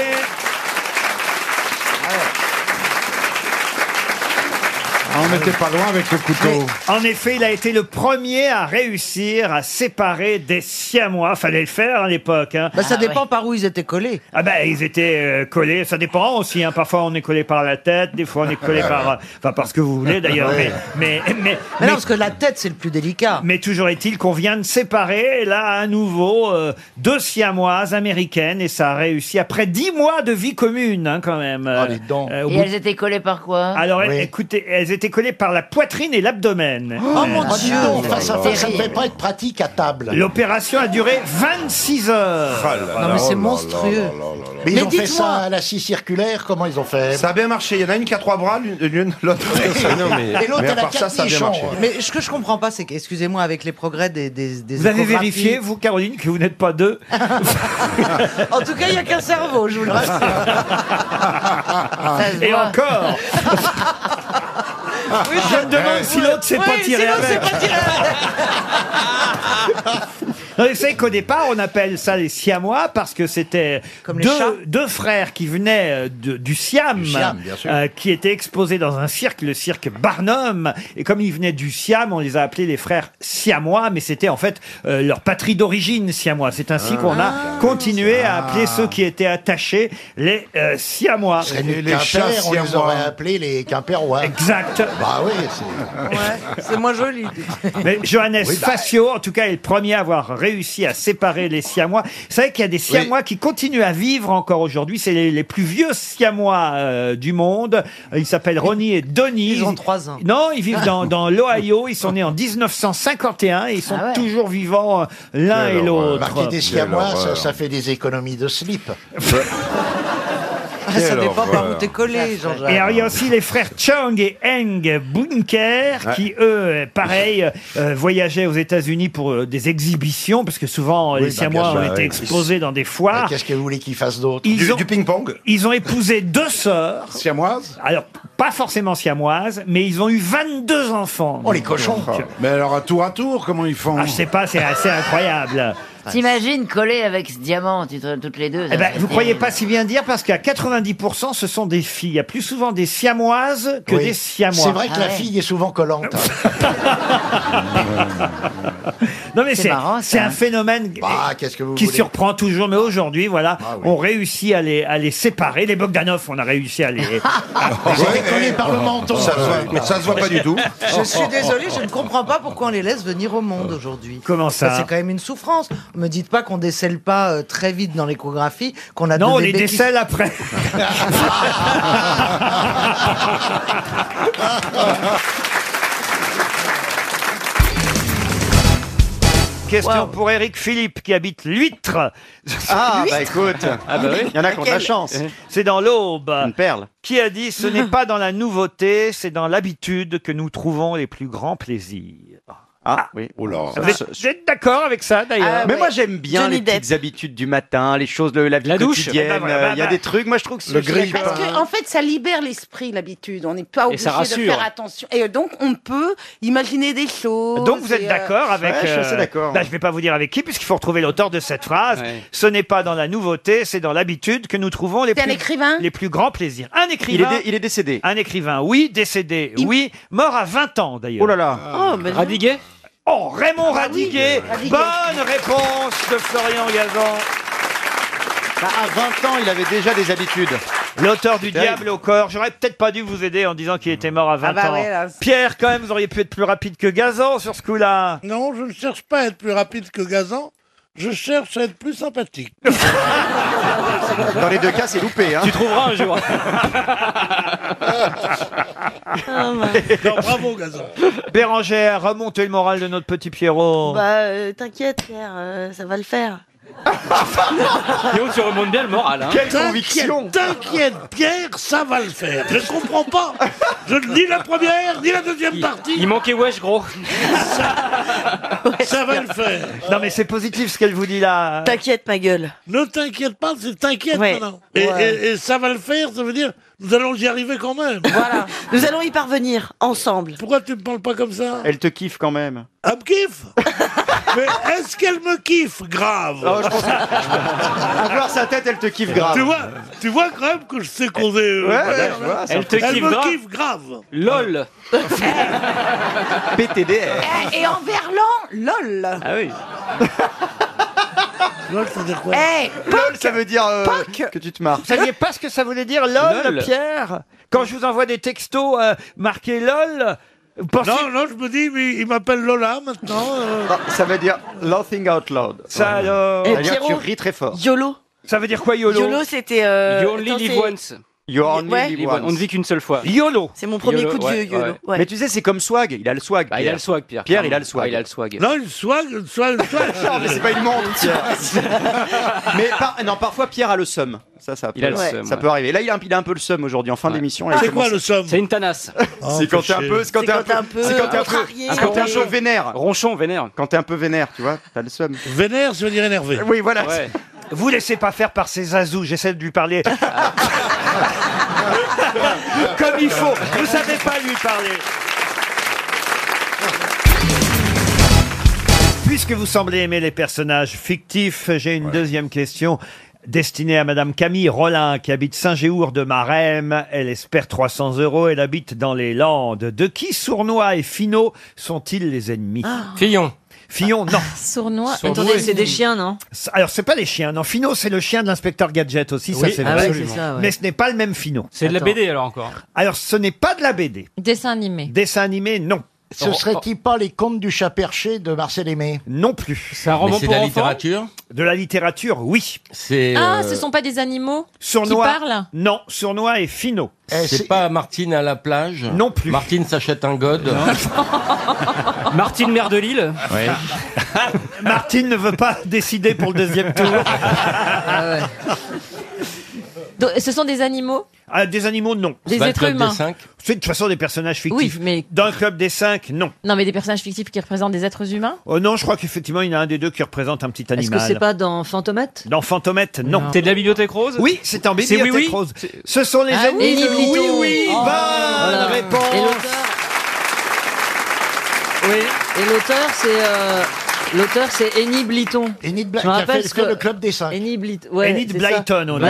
Speaker 4: Ah, on n'était pas loin avec le couteau.
Speaker 1: En effet, il a été le premier à réussir à séparer des siamois. Fallait le faire à l'époque. hein.
Speaker 21: Bah, ça dépend par où ils étaient collés.
Speaker 1: Ah ben ils étaient euh, collés, ça dépend aussi. Hein. Parfois on est collé par la tête, des fois on est collé par, euh, enfin par ce que vous voulez d'ailleurs.
Speaker 21: Ouais.
Speaker 1: Mais mais mais,
Speaker 21: Mais non,
Speaker 1: mais-
Speaker 21: parce que la tête, c'est le plus délicat.
Speaker 1: mais toujours est-il qu'on vient de séparer et là à nouveau euh, deux siamoises américaines et ça a réussi après dix mois de vie commune hein, quand même. euh, euh, au
Speaker 14: Et
Speaker 1: bout-
Speaker 14: elles étaient collées par quoi
Speaker 1: Alors elles- écoutez, elles étaient décoller par la poitrine et l'abdomen.
Speaker 17: Oh mon
Speaker 1: Euh,
Speaker 17: Dieu, face à face, ça ne peut pas être pratique à table.
Speaker 1: L'opération a duré 26 heures.
Speaker 17: Non, mais c'est monstrueux. Mais ils ont fait ça à la scie circulaire, comment ils ont fait
Speaker 15: Ça a bien marché. Il y en a une qui a trois bras, l'une- l'une, l'autre. Non, mais-
Speaker 17: Et l'autre,
Speaker 15: mais
Speaker 17: elle a
Speaker 15: part ça,
Speaker 17: quatre
Speaker 15: ça a bien
Speaker 17: nichons.
Speaker 15: marché.
Speaker 21: Mais ce que je comprends pas, c'est que, excusez-moi, avec les progrès des. des, des
Speaker 1: Vous avez
Speaker 21: échographies-
Speaker 1: vérifié, vous, Caroline, que vous n'êtes pas deux
Speaker 21: En tout cas, il n'y a qu'un cerveau, je vous le rassure.
Speaker 1: Ah, Et encore Je me demande si l'autre s'est pas
Speaker 21: Oui,
Speaker 1: tiré
Speaker 21: sinon,
Speaker 1: avec.
Speaker 21: c'est pas tiré
Speaker 1: Non, mais Vous savez Euh, qu'au départ, on appelle ça les Siamois parce que c'était deux, deux frères qui venaient euh, de- du Siam,
Speaker 17: Siam, bien sûr.
Speaker 1: euh, qui étaient exposés dans un cirque, le cirque Barnum. Et comme ils venaient du Siam, on les a appelés les frères Siamois, mais c'était en fait euh, leur patrie d'origine Siamois. C'est ainsi
Speaker 17: Ah.
Speaker 1: qu'on a continué à appeler ceux qui étaient attachés les euh, Siamois.
Speaker 17: Et les, Quimper, on les aurait appelés les Quimperois.
Speaker 1: Exact.
Speaker 17: Bah oui, c'est...
Speaker 21: C'est moins joli.
Speaker 1: Mais Johannes
Speaker 17: Oui, bah.
Speaker 1: Facio, en tout cas, est le premier à avoir réussi à séparer les Siamois. C'est vrai qu'il y a des Siamois qui continuent à vivre encore aujourd'hui. C'est les, les plus vieux Siamois euh, du monde. Euh, Ils s'appellent Ronnie et Donnie. Ils ont
Speaker 21: trois ans.
Speaker 1: Non, ils vivent dans, dans l'Ohio. Ils sont nés en 1951 et ils
Speaker 21: Ah
Speaker 1: sont toujours vivants euh, l'un et l'autre.
Speaker 17: Marquer des siamois, ça, ça fait des économies de slip.
Speaker 21: Ah, Ça dépend par où t'es collé, Jean-Jacques.
Speaker 1: Et alors, il y a aussi les frères Chung et Eng Bunker qui, eux, euh, pareil, euh, voyageaient aux États-Unis pour euh, des exhibitions, parce que souvent,
Speaker 17: bah,
Speaker 1: euh, les Siamois ont été exposés dans des foires.
Speaker 17: Qu'est-ce que vous voulez qu'ils fassent d'autre
Speaker 1: Ils ont-
Speaker 17: ping-pong
Speaker 1: Ils ont épousé deux sœurs.
Speaker 15: Siamoises
Speaker 1: Alors, pas forcément siamoises, mais ils ont eu 22 enfants. euh,
Speaker 17: Oh, les cochons
Speaker 15: Mais alors, à tour à tour, comment ils font
Speaker 1: Ah, je sais pas, c'est assez incroyable.
Speaker 14: T'imagines coller avec ce diamant, tu te- toutes les deux.
Speaker 1: Eh
Speaker 14: ça
Speaker 1: ben,
Speaker 17: hein.
Speaker 14: serait
Speaker 1: vous croyez
Speaker 14: terrible.
Speaker 1: pas si bien dire parce qu'à 90%, ce sont des filles. Il y a plus souvent des siamoises que
Speaker 17: Oui.
Speaker 1: des siamois.
Speaker 17: C'est vrai que la
Speaker 1: Ah ouais.
Speaker 17: fille est souvent collante.
Speaker 1: Non mais
Speaker 17: C'est
Speaker 1: c'est
Speaker 17: marrant, ça,
Speaker 1: c'est un
Speaker 17: hein.
Speaker 1: phénomène
Speaker 17: Bah, qu'est-ce que vous
Speaker 1: qui
Speaker 17: voulez
Speaker 1: surprend toujours. Mais aujourd'hui, voilà,
Speaker 17: Ah oui.
Speaker 1: on réussit à les, à les séparer. Les Bogdanov, on a réussi à les.
Speaker 17: Ils ont décollé par le menton.
Speaker 15: Ça se voit- ça se voit pas du tout. Oh,
Speaker 21: Je suis désolée, je ne comprends pas pourquoi on les laisse venir au monde aujourd'hui.
Speaker 1: Euh, Comment ça
Speaker 21: C'est quand même une souffrance. Me dites pas qu'on décèle pas euh, très vite dans l'échographie qu'on a
Speaker 1: Non,
Speaker 21: deux
Speaker 1: on les
Speaker 21: bébés qui-
Speaker 1: décèle après. Question pour Eric Philippe qui habite l'huître.
Speaker 15: Ah, bah écoute. Ah, bah oui. Il y en a qui ont de la chance.
Speaker 1: C'est dans l'aube. Une
Speaker 15: perle.
Speaker 1: Qui a dit ce n'est pas dans la nouveauté, c'est dans l'habitude que nous trouvons les plus grands plaisirs.
Speaker 7: Ah, oui. Oh là.
Speaker 1: Vous êtes, vous êtes d'accord avec ça
Speaker 22: Ah
Speaker 1: d'ailleurs
Speaker 7: mais moi j'aime bien les petites habitudes du matin, les choses de la vie
Speaker 1: La douche.
Speaker 7: quotidienne.
Speaker 1: Eh ben voilà,
Speaker 7: euh, Il y a
Speaker 1: bah.
Speaker 7: des trucs, moi je trouve que
Speaker 1: Le
Speaker 7: je suis
Speaker 1: grille-pain.
Speaker 7: d'accord.
Speaker 19: Parce que, en fait, ça libère l'esprit, l'habitude. On n'est pas obligé
Speaker 7: ça
Speaker 19: de
Speaker 7: rassure.
Speaker 19: faire attention. Et donc, on peut imaginer des choses.
Speaker 1: Donc vous êtes
Speaker 19: et, euh,
Speaker 1: d'accord avec
Speaker 7: Ouais, je suis assez
Speaker 1: euh,
Speaker 7: d'accord.
Speaker 1: bah, je vais pas vous dire avec qui puisqu'il faut retrouver l'auteur de cette phrase. Ce n'est pas dans la nouveauté, c'est dans l'habitude que nous trouvons les
Speaker 19: C'est un
Speaker 1: plus
Speaker 19: écrivain
Speaker 1: les plus grands plaisirs. Un écrivain.
Speaker 7: dé- il est décédé.
Speaker 1: Un écrivain, oui, décédé, oui, mort à 20 ans d'ailleurs.
Speaker 7: Oh là là.
Speaker 19: Oh, ben non.
Speaker 1: Radiguet Oh, Raymond
Speaker 19: Ah oui,
Speaker 1: Radiguet.
Speaker 19: Radiguet.
Speaker 1: Bonne réponse de Florian Gazan.
Speaker 7: Bah, à 20 ans, il avait déjà des habitudes.
Speaker 1: L'auteur du
Speaker 7: C'est terrible.
Speaker 1: Diable au corps. J'aurais peut-être pas dû vous aider en disant qu'il était mort à 20
Speaker 19: Ah bah
Speaker 1: ans.
Speaker 19: ouais, là, c'est-
Speaker 1: Pierre, quand même, vous auriez pu être plus rapide que Gazan sur ce coup-là.
Speaker 22: Non, je ne cherche pas à être plus rapide que Gazan. Je cherche à être plus sympathique.
Speaker 7: Dans les deux cas, c'est loupé. Hein. Tu trouveras un jour.
Speaker 21: Ah,
Speaker 22: Non, bravo, Gazan.
Speaker 1: Bérangère, remontez le moral de notre petit Pierrot.
Speaker 11: Bah, euh, t'inquiète, Pierre, euh, ça va le faire.
Speaker 24: Théo, tu remontes bien le moral. Hein.
Speaker 22: T'inquiète, T'inquiète, Pierre, ça va le faire. Je ne comprends pas. Je ni la première, ni la deuxième partie.
Speaker 24: Il manquait Wesh, gros.
Speaker 22: Ça va le faire.
Speaker 1: Non, mais c'est positif ce qu'elle vous dit là.
Speaker 11: T'inquiète, ma gueule.
Speaker 22: Ne t'inquiète pas, c'est t'inquiète
Speaker 11: Ouais.
Speaker 22: maintenant. Et,
Speaker 11: Ouais.
Speaker 22: et- et ça va le faire, ça veut dire nous allons y arriver quand même.
Speaker 11: Nous allons y parvenir, ensemble.
Speaker 22: Pourquoi tu me parles pas comme ça
Speaker 7: Elle te kiffe quand même.
Speaker 22: Elle me kiffe Mais est-ce qu'elle me kiffe Grave
Speaker 7: Oh, je pense que- à voir sa tête, elle te kiffe grave.
Speaker 22: Tu vois, tu vois quand même que je sais qu'on est. euh,
Speaker 7: Ouais,
Speaker 22: voilà.
Speaker 7: je vois, c'est
Speaker 22: elle
Speaker 7: un peu-
Speaker 22: me
Speaker 7: Elle me
Speaker 22: kiffe grave.
Speaker 24: LOL.
Speaker 7: PTDR.
Speaker 19: Eh, Et en verlan, lol.
Speaker 7: Ah oui.
Speaker 22: LOL, ça veut dire quoi
Speaker 19: Eh,
Speaker 7: LOL, ça veut dire euh, que tu te marres.
Speaker 1: Vous saviez pas ce que ça voulait dire LOL,
Speaker 7: Lol.
Speaker 1: Pierre Quand je vous envoie des textos euh, marqués LOL, vous pensez...
Speaker 22: Non, non, je me dis, mais il m'appelle Lola maintenant. euh.
Speaker 7: Non, Ah, ça veut dire laughing out loud.
Speaker 1: Ça alors...
Speaker 7: Ça veut dire que tu
Speaker 11: Pierrot,
Speaker 7: ris très fort.
Speaker 11: YOLO.
Speaker 1: Ça veut dire quoi YOLO
Speaker 11: YOLO, c'était. Euh...
Speaker 24: You only
Speaker 11: attends,
Speaker 24: live
Speaker 11: c'est-
Speaker 24: once.
Speaker 7: You
Speaker 19: only live once.
Speaker 7: On ne vit qu'une seule fois.
Speaker 19: YOLO
Speaker 7: C'est mon premier coup de vieux YOLO. Euh, Ouais.
Speaker 19: Mais tu sais, c'est comme swag, il a le swag.
Speaker 7: Bah, il a le swag, Pierre.
Speaker 19: Pierre, il a le swag.
Speaker 7: Ah, il a le swag.
Speaker 15: Non, le swag, le swag, le swag.
Speaker 19: Non, mais c'est pas une montre, Pierre. mais par- non, parfois Pierre a le seum. Ça, ça, peut, Il a le ça
Speaker 7: seum,
Speaker 19: peut arriver. Là, il a, un, il a un peu le seum aujourd'hui en fin d'émission. là, il commence-
Speaker 15: somme
Speaker 7: C'est une tanasse.
Speaker 15: Oh,
Speaker 19: C'est quand t'es un peu, c'est quand t'es un peu, c'est quand t'es un peu, c'est quand t'es un peu vénère.
Speaker 7: Ronchon, vénère.
Speaker 19: Quand t'es un peu vénère, tu vois, t'as le seum.
Speaker 15: Vénère, ça veut dire énervé.
Speaker 19: Oui, voilà.
Speaker 1: Vous laissez pas faire par ces azous, j'essaie de lui parler. Comme il faut, vous savez pas lui parler. Puisque vous semblez aimer les personnages fictifs, j'ai une deuxième question destinée à Madame Camille Rollin, qui habite Saint-Géour de Marème. Elle espère 300 euros. Elle habite dans les Landes. De qui Sournois et Finot sont-ils les ennemis
Speaker 2: Ah.
Speaker 1: Fillon. Fillon, non.
Speaker 7: Ah.
Speaker 2: Sournois.
Speaker 1: Sournois.
Speaker 2: Attendez, c'est des chiens, non
Speaker 1: C'est- Alors, c'est pas les chiens. Non, Fino, c'est le chien de l'inspecteur Gadget aussi, ça
Speaker 7: Oui,
Speaker 1: c'est
Speaker 7: ah
Speaker 1: vrai.
Speaker 7: ouais, c'est ça, ouais.
Speaker 1: Mais ce n'est pas le même Fino.
Speaker 7: C'est de la BD alors encore.
Speaker 1: Alors, ce n'est pas de la BD.
Speaker 2: Dessin animé.
Speaker 1: Dessin animé, non. Oh,
Speaker 17: Ce serait-il pas les contes du chat perché de Marcel Aimé
Speaker 1: Non plus.
Speaker 17: C'est
Speaker 1: un roman Mais c'est de pour la enfants littérature De la littérature, oui. C'est.
Speaker 2: Ah,
Speaker 7: euh,
Speaker 2: ce sont pas des animaux
Speaker 1: Sournois.
Speaker 2: qui parlent
Speaker 1: Non, Sournois et Fino.
Speaker 25: Eh, C'est pas Martine à la plage
Speaker 1: Non plus.
Speaker 25: Martine s'achète un god.
Speaker 7: Martine, maire de Lille.
Speaker 25: Ouais.
Speaker 1: Martine ne veut pas décider pour le deuxième tour.
Speaker 7: Ah,
Speaker 2: Do- Ce sont des animaux
Speaker 1: Ah, des animaux, non.
Speaker 2: Des Dans le êtres club des humains. cinq
Speaker 1: C'est de toute façon des personnages fictifs.
Speaker 2: Oui, mais-
Speaker 1: Dans le club des cinq, non.
Speaker 2: Non, mais des personnages fictifs qui représentent des êtres humains
Speaker 1: Oh non, je crois qu'effectivement, il y en a un des deux qui représente un petit animal.
Speaker 2: dans Fantomette
Speaker 1: Dans Fantomette, non.
Speaker 7: T'es de la bibliothèque rose
Speaker 1: Oui, c'est en
Speaker 7: C'est
Speaker 1: bibliothèque
Speaker 7: oui, oui
Speaker 1: rose. Ce sont les
Speaker 7: Ah oui,
Speaker 1: ennemis de
Speaker 7: Blito.
Speaker 1: Oui Oui.
Speaker 7: Oh.
Speaker 1: Bonne
Speaker 7: Voilà.
Speaker 1: réponse.
Speaker 7: Et
Speaker 19: Oui. Et l'auteur, c'est euh, l'auteur, c'est Enid Bliton.
Speaker 17: Enid Bla- qui a fait le club des cinq.
Speaker 19: Enid Bliton.
Speaker 1: Enid Blyton, on dit.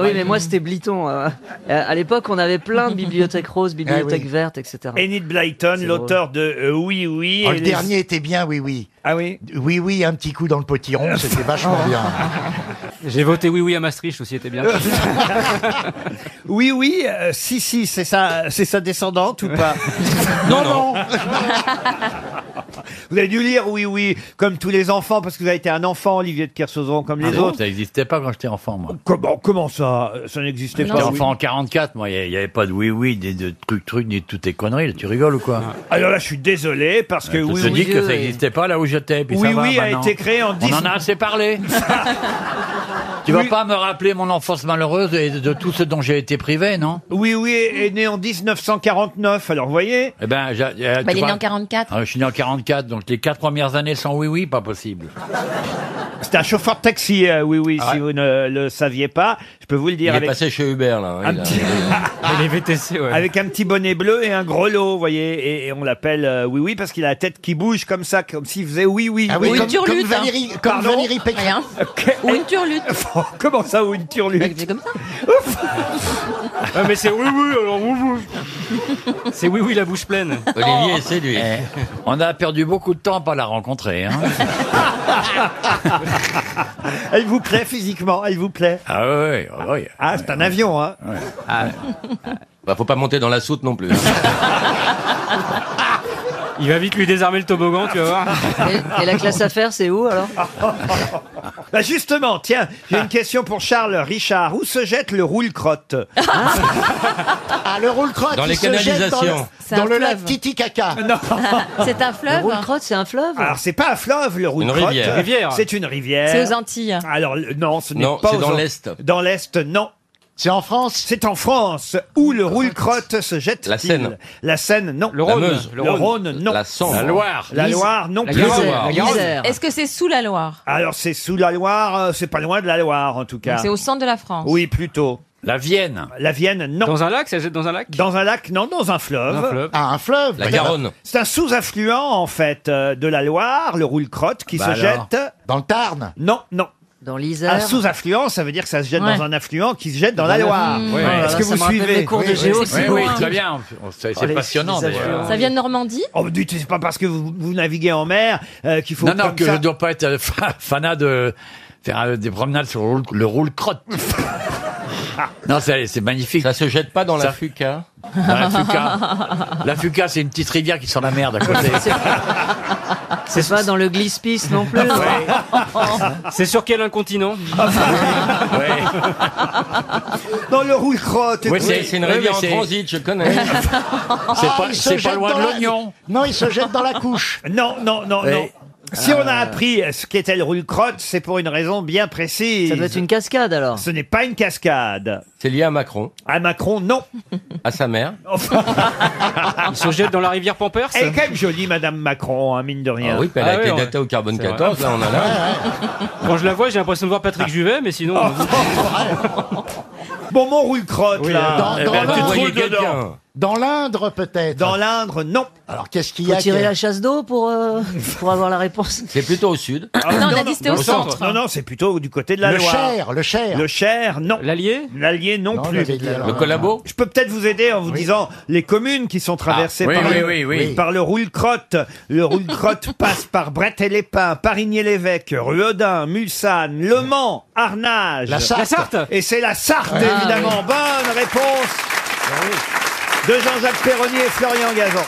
Speaker 19: Oui, mais moi c'était Bliton. euh. Euh, à l'époque, on avait plein de bibliothèques roses, bibliothèques vertes, etc.
Speaker 1: Ah Enid Blyton,
Speaker 19: C'est
Speaker 1: l'auteur de euh, Oui Oui.
Speaker 17: Oh,
Speaker 1: et
Speaker 17: le
Speaker 1: les-
Speaker 17: dernier était bien, oui, oui.
Speaker 1: Ah oui
Speaker 17: Oui, oui, un petit coup dans le potiron, c'était vachement bien.
Speaker 7: J'ai voté oui oui à Maastricht aussi, était bien.
Speaker 1: Oui Oui, euh, si si, c'est sa, c'est sa descendante ou pas Non non. vous avez dû lire Oui Oui comme tous les enfants parce que vous avez été un enfant Olivier de Kersauzon comme les autres.
Speaker 9: Ah, Ça n'existait pas quand j'étais enfant, moi.
Speaker 1: Comment comment ça euh, ça n'existait
Speaker 9: J'étais
Speaker 1: pas
Speaker 9: enfant en 44, moi. Il n'y avait pas de oui-oui, des- de trucs-trucs, ni de toutes tes conneries. là. Tu rigoles ou quoi
Speaker 1: Alors là, je suis désolé parce que
Speaker 9: Euh,
Speaker 1: Oui
Speaker 9: Je te
Speaker 1: Oui
Speaker 9: dis que ça n'existait pas là où j'étais. puis
Speaker 1: Oui,
Speaker 9: ça va,
Speaker 1: oui, a
Speaker 9: maintenant.
Speaker 1: été créé en 10
Speaker 9: On en a assez parlé. tu vas pas me rappeler mon enfance malheureuse et de tout ce dont j'ai été privé, non
Speaker 1: Oui, oui, est est né en 1949. Alors, vous voyez
Speaker 9: Eh ben, j'a- euh, tu
Speaker 2: bah, Il est né
Speaker 9: vois-
Speaker 2: en 44.
Speaker 9: Ah, je suis né en 44, donc les quatre premières années sans oui-oui, pas possible.
Speaker 1: C'est un chauffeur de taxi, euh, oui, oui, si vous ne le saviez pas. Je peux vous le
Speaker 9: Il
Speaker 1: dire
Speaker 9: est
Speaker 1: avec,
Speaker 9: passé chez Uber, là. oui,
Speaker 1: un
Speaker 9: là.
Speaker 1: petit-
Speaker 7: les VTC, ouais.
Speaker 1: avec un petit bonnet bleu et un gros lot, vous voyez. Et, et on l'appelle euh, oui, oui, parce qu'il a la tête qui bouge comme ça, comme s'il faisait oui, oui.
Speaker 17: Ah oui, comme, comme Valérie, comme
Speaker 1: Pardon
Speaker 17: Valérie Pécresse.
Speaker 1: Ou une turlute. Comment ça, ou une
Speaker 17: Bah,
Speaker 1: turlute
Speaker 2: C'est comme ça
Speaker 7: Ah, mais c'est oui oui alors oui oui. C'est oui oui la bouche pleine. Oh. Eh.
Speaker 9: Olivier, c'est lui. On a perdu beaucoup de temps à pas la rencontrer. Hein.
Speaker 1: Elle vous plaît physiquement, elle vous plaît.
Speaker 9: Ah ouais, ouais, ouais.
Speaker 1: Ah, c'est un avion, hein.
Speaker 9: Ouais.
Speaker 25: Bah, faut pas monter dans la soute non plus. hein.
Speaker 7: Il va vite lui désarmer le toboggan, tu vas voir.
Speaker 19: Et, et la classe à faire, c'est où alors
Speaker 1: Bah, justement, tiens, j'ai une question pour Charles Richard. Où se jette le roule-crotte
Speaker 17: Ah, le roule-crotte,
Speaker 9: Dans
Speaker 17: il
Speaker 9: les
Speaker 17: se jette dans le,
Speaker 9: canalisations.
Speaker 2: C'est
Speaker 17: dans
Speaker 2: un
Speaker 17: le lac
Speaker 2: fleuve.
Speaker 17: Titicaca.
Speaker 2: C'est un fleuve
Speaker 19: Crotte, c'est un fleuve.
Speaker 1: Ah, Alors, c'est pas un fleuve, le roule-crotte.
Speaker 9: rivière. Rivière.
Speaker 1: C'est une rivière.
Speaker 2: C'est aux Antilles.
Speaker 1: Alors, le- non, ce n'est
Speaker 9: Non,
Speaker 1: pas
Speaker 9: c'est
Speaker 1: aux
Speaker 9: dans
Speaker 1: An-
Speaker 9: l'Est.
Speaker 1: Dans l'Est, non.
Speaker 17: C'est en France
Speaker 1: C'est en France où le roule-crotte se jette.
Speaker 25: La Seine.
Speaker 1: La Seine, non. Le
Speaker 9: Rhône. Meuse.
Speaker 1: Le Rhône, non.
Speaker 25: La Sambre.
Speaker 9: La Loire.
Speaker 1: La Loire, non
Speaker 9: La
Speaker 1: plus.
Speaker 9: Garonne. La Garonne.
Speaker 2: Est-ce- Est-ce que c'est sous la Loire
Speaker 1: Alors, c'est sous la Loire, euh, c'est pas loin de la Loire, en tout
Speaker 2: Donc,
Speaker 1: cas.
Speaker 2: C'est au centre de la France.
Speaker 1: Oui, plutôt.
Speaker 9: La Vienne.
Speaker 1: La Vienne, non.
Speaker 7: Dans un lac, ça se jette dans un lac.
Speaker 1: Dans un lac, non, dans un fleuve.
Speaker 7: Dans un fleuve.
Speaker 17: Ah, un fleuve
Speaker 25: La Garonne.
Speaker 1: C'est un sous-affluent, en fait, euh, de la Loire, le roule-crotte, qui
Speaker 9: Bah
Speaker 1: se
Speaker 9: alors.
Speaker 1: jette.
Speaker 17: Dans le Tarn
Speaker 1: Non, non.
Speaker 19: Dans
Speaker 1: Un
Speaker 19: l'Isère.
Speaker 1: sous-affluent, ça veut dire que ça se jette
Speaker 2: Ouais.
Speaker 1: dans un affluent qui se jette dans la
Speaker 9: la-
Speaker 1: Loire.
Speaker 9: Mmh. Ouais.
Speaker 1: Est-ce que
Speaker 19: Ça me
Speaker 1: vous
Speaker 19: rappelle
Speaker 1: suivez
Speaker 19: les cours de
Speaker 1: Oui,
Speaker 19: géo,
Speaker 1: oui,
Speaker 9: Oui,
Speaker 19: c'est
Speaker 9: oui,
Speaker 19: loin.
Speaker 9: très bien. On- C'est c'est
Speaker 1: hein. Oh, les-
Speaker 9: passionnant,
Speaker 1: les
Speaker 9: d'ailleurs.
Speaker 2: Ça vient de Normandie
Speaker 1: Oh, du tout, c'est pas parce que vous, vous naviguez en mer euh, qu'il faut
Speaker 9: Non, non,
Speaker 1: comme
Speaker 9: que
Speaker 1: ça-
Speaker 9: je ne dois pas être euh, fa- fanat de faire euh, des promenades sur le roule- le roule-crotte. non, c'est c'est magnifique.
Speaker 25: Ça se jette pas dans
Speaker 9: Ça-
Speaker 25: la fuca.
Speaker 9: Dans la Fuca. La Fuca, c'est une petite rivière qui sent la merde à côté. C'est pas dans le glisse-pisse non plus.
Speaker 7: C'est sur quel incontinent
Speaker 1: Dans le roule-crotte.
Speaker 26: Oui, c'est c'est une rivière en transit, je connais.
Speaker 7: C'est
Speaker 1: Ah,
Speaker 7: pas-
Speaker 17: il se
Speaker 7: c'est pas
Speaker 17: jette
Speaker 7: loin
Speaker 17: dans
Speaker 7: de
Speaker 17: la-
Speaker 7: l'oignon.
Speaker 17: Non, il se jette dans la couche.
Speaker 1: Non, non, non, non.
Speaker 17: Oui.
Speaker 1: Si on a
Speaker 7: Euh.
Speaker 1: appris ce qu'était le roule-crotte, c'est pour une raison bien précise. Ça doit être une cascade alors. Ce n'est pas une cascade.
Speaker 26: C'est lié à Macron.
Speaker 1: À Macron, non.
Speaker 26: À sa mère.
Speaker 7: Il se jette dans la rivière Pampers
Speaker 1: Elle est quand même jolie, Madame Macron, hein, mine de rien.
Speaker 26: Ah oui, puis elle a été
Speaker 7: ouais,
Speaker 26: datée au carbone
Speaker 7: C'est vrai.
Speaker 26: 14, là on a là.
Speaker 7: Quand je la vois, j'ai l'impression de voir Patrick Juvet, mais sinon.
Speaker 1: Bon, mon roule-crotte, là.
Speaker 17: Dans,
Speaker 7: Eh
Speaker 17: dans
Speaker 7: ben, tu
Speaker 17: l'Indre-
Speaker 7: trouves dedans.
Speaker 17: quelqu'un. Dans l'Indre, peut-être.
Speaker 1: Dans l'Indre, non.
Speaker 17: Alors, qu'est-ce qu'il y
Speaker 9: Faut
Speaker 17: a
Speaker 9: tirer
Speaker 17: qui-
Speaker 9: la chasse d'eau pour, euh, pour avoir la réponse.
Speaker 26: C'est plutôt au sud.
Speaker 1: Ah,
Speaker 9: Non, on a dit c'était au centre.
Speaker 1: Non, non, c'est plutôt du côté de la
Speaker 17: Le
Speaker 1: Loire.
Speaker 17: Cher, le Cher.
Speaker 1: Le Cher, non.
Speaker 7: L'Allier
Speaker 1: L'Allier, non,
Speaker 17: Non, on
Speaker 1: plus.
Speaker 17: l'avait dit, alors.
Speaker 26: Le collabo
Speaker 1: Je peux peut-être vous aider en vous disant les communes qui sont traversées
Speaker 26: Ah, oui,
Speaker 1: par,
Speaker 26: oui,
Speaker 1: le,
Speaker 26: oui, oui.
Speaker 1: par le roule-crotte. Le roule-crotte passe par Brette-et-les-Pins, Parigny-l'Évêque, Ruodin, Mulsanne, Le Mans, Arnage.
Speaker 17: La Sarthe. La Sarthe
Speaker 1: Et c'est la Sarthe,
Speaker 17: Ah,
Speaker 1: évidemment. Bonne réponse de Jean-Jacques Perroni et Florian Gazan.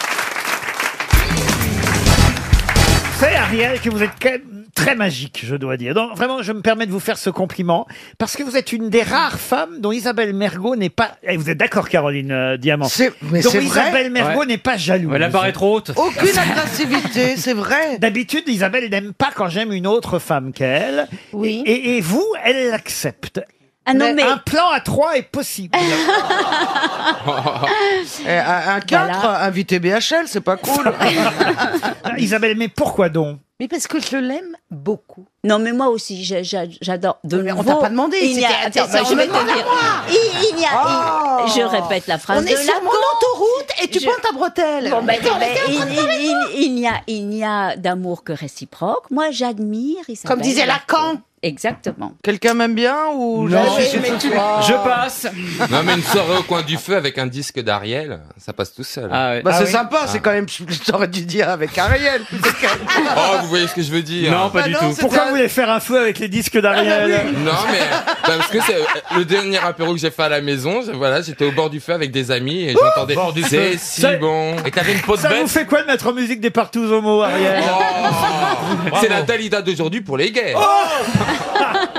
Speaker 1: C'est Ariel que vous êtes quand même très magique, je dois dire. Donc, vraiment, je me permets de vous faire ce compliment parce que vous êtes une des rares femmes dont Isabelle Mergot n'est pas. Et vous êtes d'accord, Caroline euh, Diamant
Speaker 21: C'est- mais
Speaker 1: Dont
Speaker 21: c'est vrai
Speaker 1: Isabelle Mergot
Speaker 7: Ouais.
Speaker 1: n'est pas jalouse.
Speaker 7: Ouais, la barre est trop haute.
Speaker 21: Aucune agressivité, c'est vrai.
Speaker 1: D'habitude, Isabelle n'aime pas quand j'aime une autre femme qu'elle.
Speaker 11: Oui.
Speaker 1: Et, et vous, elle l'accepte.
Speaker 11: Ah non, mais-
Speaker 1: Un plan à trois est possible.
Speaker 21: Eh, un 4,
Speaker 11: Voilà.
Speaker 21: invité BHL, c'est pas cool.
Speaker 1: Ah, Isabelle, mais pourquoi donc
Speaker 11: Mais parce que je l'aime beaucoup. Non, mais moi aussi, j'a- j'a- j'adore. De
Speaker 21: Mais on
Speaker 11: nouveau,
Speaker 21: t'a pas demandé,
Speaker 11: Il n'y a,
Speaker 21: c'était-
Speaker 11: attends,
Speaker 21: attends,
Speaker 11: bah,
Speaker 21: on
Speaker 11: je
Speaker 21: me
Speaker 11: vais te
Speaker 21: demande à
Speaker 11: dire.
Speaker 21: moi.
Speaker 11: Il, il n'y a, il-
Speaker 21: Oh.
Speaker 11: je répète la phrase
Speaker 21: On
Speaker 11: de
Speaker 21: est sur
Speaker 11: Lacan.
Speaker 21: mon autoroute et tu
Speaker 11: Je-
Speaker 21: pointes ta bretelle.
Speaker 11: Bon, ben,
Speaker 21: Attends,
Speaker 11: ben,
Speaker 21: mais t'es en
Speaker 11: il
Speaker 21: train de
Speaker 11: il- il- il n'y a, il n'y a d'amour que réciproque. Moi, j'admire. Isabelle.
Speaker 21: Comme disait Lacan.
Speaker 11: Exactement.
Speaker 21: Quelqu'un m'aime bien ou
Speaker 11: Non.
Speaker 21: je
Speaker 11: Oui,
Speaker 21: suis
Speaker 11: mais
Speaker 21: chez
Speaker 11: tu-
Speaker 21: toi
Speaker 11: je
Speaker 7: passe.
Speaker 3: Non, mais une soirée au coin du feu avec un disque d'Ariel, ça passe tout seul.
Speaker 21: Bah,
Speaker 1: Ah
Speaker 21: c'est sympa,
Speaker 3: Ah.
Speaker 21: c'est quand même. J'aurais dû dire avec Ariel. plutôt que-
Speaker 3: Oh, vous voyez ce que je veux dire
Speaker 21: Bah non, c'était
Speaker 1: Pourquoi
Speaker 21: un-
Speaker 1: vous voulez faire un feu avec les disques d'Ariel
Speaker 3: Euh, Non, mais bah, parce que c'est euh, le dernier apéro que j'ai fait à la maison. je- Voilà, j'étais au bord du feu avec des amis et j'entendais.
Speaker 7: Bord du feu.
Speaker 3: C'est si
Speaker 1: Ça-
Speaker 3: bon. Et t'avais une peau de
Speaker 1: Ça vous
Speaker 3: bête.
Speaker 1: fait quoi de mettre en musique des partous homo, Ariel
Speaker 26: Oh.
Speaker 3: C'est la Dalida d'aujourd'hui pour les
Speaker 1: Oh
Speaker 3: gays.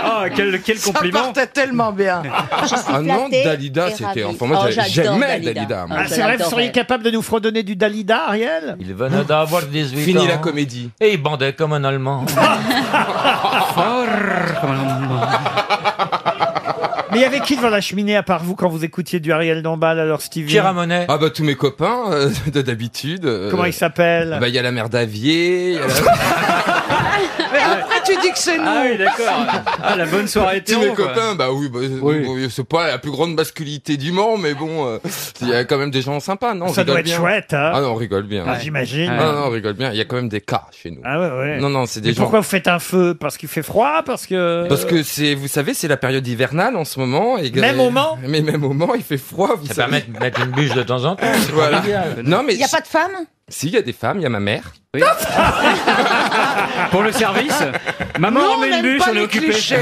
Speaker 7: Ah, quel, quel
Speaker 21: Ça
Speaker 7: compliment
Speaker 21: partait tellement bien.
Speaker 3: ah non, Dalida, c'était. Enfin, moi, j'ai- j'aimais Dalida. moi.
Speaker 1: Ah, c'est vrai, vous seriez capable de nous fredonner du Dalida, Ariel
Speaker 19: Il venait d'avoir 18 ans.
Speaker 3: Fini la comédie.
Speaker 19: Et il bandait comme un Allemand.
Speaker 1: Ah, Mais il y avait qui devant la cheminée à part vous quand vous écoutiez du Ariel Dombal alors Stevie
Speaker 19: Pierre Ramonet.
Speaker 3: Ah bah tous mes copains euh, de d'habitude. euh,
Speaker 1: Comment il s'appelle
Speaker 3: Bah il y a la mère d'Avier. il y a la-
Speaker 21: Mais après, tu dis que c'est nous.
Speaker 7: Ah oui, d'accord. Ah, la bonne soirée
Speaker 3: Tous
Speaker 7: hétéro,
Speaker 3: mes
Speaker 7: quoi.
Speaker 3: copains, bah oui, bah, bon, c'est pas la plus grande masculinité du monde, mais bon, euh, il y a quand même des gens sympas, non on
Speaker 1: Ça doit
Speaker 3: rigole
Speaker 1: être
Speaker 3: bien.
Speaker 1: chouette, hein
Speaker 3: Ah non, on rigole bien.
Speaker 1: Ah,
Speaker 3: ouais.
Speaker 1: j'imagine.
Speaker 3: Ah non, on rigole bien. Il y a quand même des cas chez nous.
Speaker 1: Ah ouais, ouais.
Speaker 3: Non, non, c'est des
Speaker 1: Mais
Speaker 3: gens-
Speaker 1: Pourquoi euh, vous faites un feu Parce qu'il fait froid Parce que.
Speaker 3: Parce que c'est, vous savez, c'est la période hivernale en ce moment. Et
Speaker 1: Même au Mans
Speaker 3: Mais même au Mans, il fait froid. Vous
Speaker 19: Ça
Speaker 3: savez.
Speaker 19: permet de mettre une bûche de temps en temps. c'est
Speaker 3: Voilà.
Speaker 19: formidable.
Speaker 3: Non mais
Speaker 11: Il n'y a pas de femme
Speaker 3: si, il y a des femmes, il y a ma mère.
Speaker 7: Pour le service, maman,
Speaker 21: Nous, on
Speaker 7: on met une
Speaker 21: n'aime
Speaker 7: bûche,
Speaker 21: pas
Speaker 7: on est
Speaker 21: les
Speaker 7: occupé.
Speaker 21: clichés.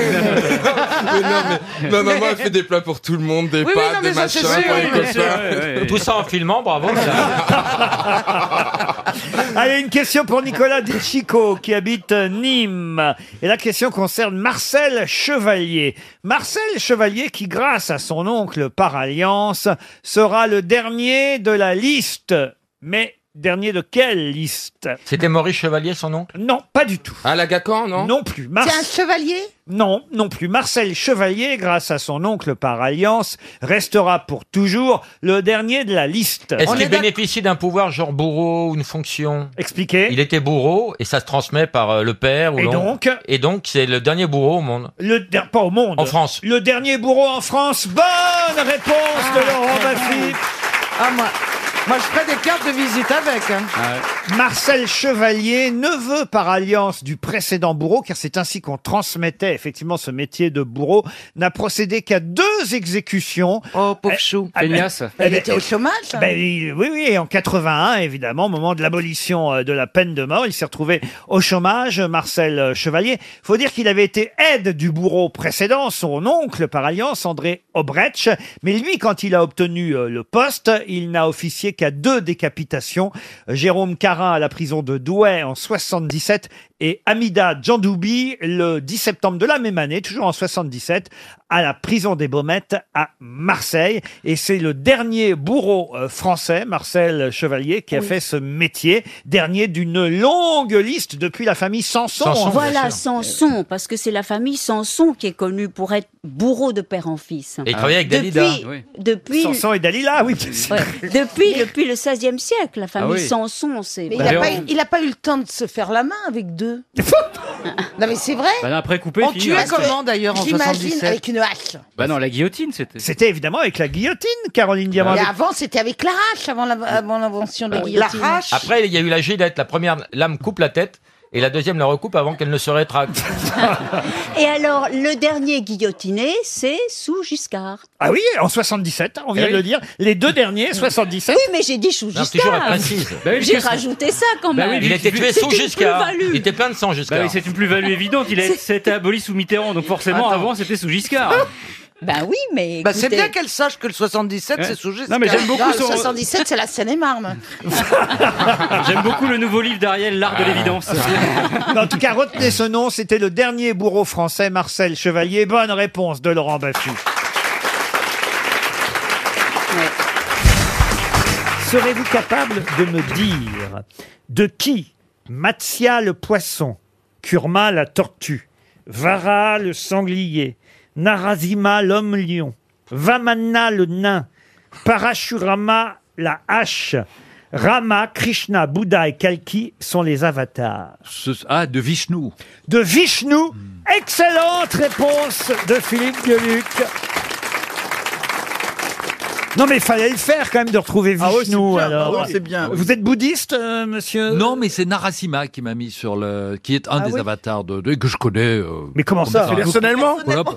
Speaker 3: Mais non, mais ma maman elle fait des plats pour tout le monde, des
Speaker 21: Oui, oui,
Speaker 3: pâtes,
Speaker 21: non, mais
Speaker 3: des
Speaker 21: ça,
Speaker 3: machins
Speaker 21: c'est
Speaker 3: pour
Speaker 21: sûr,
Speaker 3: les
Speaker 21: oui, bien sûr,
Speaker 3: copains.
Speaker 19: Tout ça en filmant, bravo.
Speaker 1: Allez, une question pour Nicolas Dechico qui habite Nîmes. Et la question concerne Marcel Chevalier. Marcel Chevalier qui, grâce à son oncle par alliance, sera le dernier de la liste. Mais dernier de quelle liste
Speaker 19: C'était Maurice Chevalier, son nom
Speaker 1: Non, pas du tout.
Speaker 3: Ah la Gacan, non
Speaker 1: Non plus.
Speaker 11: C'est
Speaker 1: Marcel.
Speaker 11: un chevalier
Speaker 1: Non, non plus. Marcel Chevalier, grâce à son oncle par alliance, restera pour toujours le dernier de la liste.
Speaker 19: Est-ce qu'il
Speaker 1: d'ac-
Speaker 19: bénéficie d'un pouvoir genre bourreau ou une fonction
Speaker 1: Expliquez.
Speaker 19: Il était bourreau et ça se transmet par euh, le père ou
Speaker 1: Et
Speaker 19: l'oncle.
Speaker 1: donc
Speaker 19: Et donc, c'est le dernier bourreau au monde.
Speaker 1: le der- pas au monde.
Speaker 19: En France.
Speaker 1: Le dernier bourreau en France. Bonne réponse de Laurent Baffy.
Speaker 21: Ah, moi, moi, je ferais des cartes de visite avec. hein.
Speaker 19: Ah
Speaker 1: Marcel Chevalier, neveu par alliance du précédent bourreau, car c'est ainsi qu'on transmettait effectivement ce métier de bourreau, n'a procédé qu'à deux deux exécutions. eh, Oh, pauvre chou.
Speaker 7: Feignasse.
Speaker 20: Il était au chômage, hein.
Speaker 1: ben, oui, oui, et en 81, évidemment, au moment de l'abolition euh, de la peine de mort, il s'est retrouvé au chômage, Marcel euh, Chevalier. faut dire qu'il avait été aide du bourreau précédent, son oncle par alliance, André Obrecht. Mais lui, quand il a obtenu euh, le poste, il n'a officié qu'à deux décapitations. Euh, Jérôme Carin à la prison de Douai en 77 et Amida Djandoubi le 10 septembre de la même année, toujours en 77, à la prison des Baumettes à Marseille. Et c'est le dernier bourreau euh, français, Marcel Chevalier, qui a
Speaker 10: Oui.
Speaker 1: fait ce métier, dernier d'une longue liste depuis la famille Sanson. hein.
Speaker 10: voilà, Sanson, parce que c'est la famille Sanson qui est connue pour être bourreau de père en fils.
Speaker 1: Et il travaillait avec Dalida.
Speaker 10: Depuis,
Speaker 1: Oui.
Speaker 10: depuis,
Speaker 1: Sanson et Dalila, oui.
Speaker 10: Ouais. depuis, depuis le XVIe siècle, la famille
Speaker 1: Ah oui.
Speaker 10: Sanson, c'est...
Speaker 6: Mais il n'a pas, eu- il a pas eu le temps de se faire la main avec deux. non mais c'est vrai.
Speaker 7: Bah, après coupé,
Speaker 6: On
Speaker 7: fini.
Speaker 6: tuait
Speaker 1: hein.
Speaker 7: Parce que-
Speaker 6: comment d'ailleurs en
Speaker 20: J'imagine
Speaker 6: 77
Speaker 20: avec une hache.
Speaker 7: Bah non, la guillotine, c'était.
Speaker 1: C'était évidemment avec la guillotine, Caroline Diamant.
Speaker 20: Mais avant, c'était avec la hache, avant la- avant l'invention
Speaker 21: Euh,
Speaker 20: de la guillotine.
Speaker 9: Après, il y a eu la gillette. La première lame coupe la tête et la deuxième la recoupe avant qu'elle ne se rétracte.
Speaker 10: Et alors, le dernier guillotiné, c'est sous Giscard.
Speaker 1: Ah oui, en 77, on vient
Speaker 9: Eh oui.
Speaker 1: de le dire. Les deux derniers, 77.
Speaker 10: Oui, mais j'ai dit sous
Speaker 9: Non, toujours elle
Speaker 10: Giscard.
Speaker 9: précise. Bah Ben
Speaker 10: J'ai rajouté ça quand même.
Speaker 9: il était tué sous Giscard. Il était plein de sang
Speaker 7: Bah
Speaker 9: Giscard.
Speaker 7: oui, c'est une plus-value évidente. Il a été aboli sous Mitterrand, donc forcément,
Speaker 21: Attends.
Speaker 7: avant, c'était sous Giscard.
Speaker 10: Ben oui, mais.
Speaker 21: Bah, c'est
Speaker 7: écoutez-
Speaker 21: bien qu'elle sache que le 77,
Speaker 7: Ouais.
Speaker 21: c'est sous Giscard.
Speaker 7: Non, mais j'aime beaucoup
Speaker 20: Non, le
Speaker 7: son-
Speaker 20: 77, c'est la Seine-et-Marne.
Speaker 7: J'aime beaucoup le nouveau livre d'Ariel, L'art de l'évidence.
Speaker 9: Ah.
Speaker 1: Mais en tout cas, retenez ce nom, c'était le dernier bourreau français, Marcel Chevalier. Bonne réponse de Laurent Baffy. Serez-vous capable de me dire de qui Matzia le poisson, Kurma la tortue, Vara le sanglier, Narazima l'homme lion, Vamana le nain, Parashurama la hache, Rama, Krishna, Bouddha et Kalki sont les avatars
Speaker 13: Ah, de Vishnu. Hmm.
Speaker 1: de Vishnu. Excellente réponse de Philippe Gueluc. Non mais fallait le faire quand même de retrouver Vishnu alors.
Speaker 13: Ah
Speaker 1: Vous êtes bouddhiste, euh, monsieur
Speaker 13: Non, mais c'est Narasimha qui m'a mis sur le, qui est un
Speaker 1: Ah
Speaker 13: des
Speaker 1: oui.
Speaker 13: avatars de, de- que je connais. euh,
Speaker 1: Mais comment
Speaker 13: comme
Speaker 1: ça
Speaker 19: Personnellement
Speaker 13: Voilà, bah,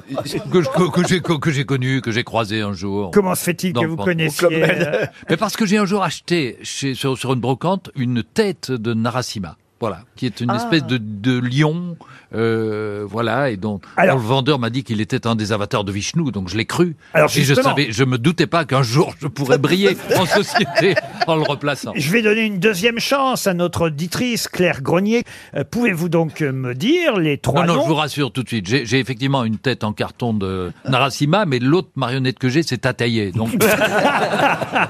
Speaker 13: que je- que- que j'ai que j'ai connu, que j'ai croisé un jour.
Speaker 1: Comment se fait-il
Speaker 13: Dans
Speaker 1: que
Speaker 13: le
Speaker 1: vous
Speaker 13: Panthéon.
Speaker 1: connaissiez, euh,
Speaker 13: Mais parce que j'ai un jour acheté chez, sur, sur une brocante une tête de Narasimha. Voilà, qui est une
Speaker 1: Ah.
Speaker 13: espèce de, de lion, euh, voilà, et dont dont
Speaker 1: Alors-
Speaker 13: le vendeur m'a dit qu'il était un des avatars de Vishnu, donc je l'ai cru.
Speaker 1: Alors,
Speaker 13: et je
Speaker 1: justement.
Speaker 13: savais, je me doutais pas qu'un jour je pourrais briller en société en oh, le replaçant.
Speaker 1: Je vais donner une deuxième chance à notre auditrice Claire Grenier. Euh, Pouvez-vous donc euh, me dire les
Speaker 13: Non,
Speaker 1: trois
Speaker 13: non, je
Speaker 1: noms
Speaker 13: vous rassure tout de suite. J'ai j'ai effectivement une tête en carton de Narasimha, mais l'autre marionnette que j'ai, c'est Tataillé. Donc,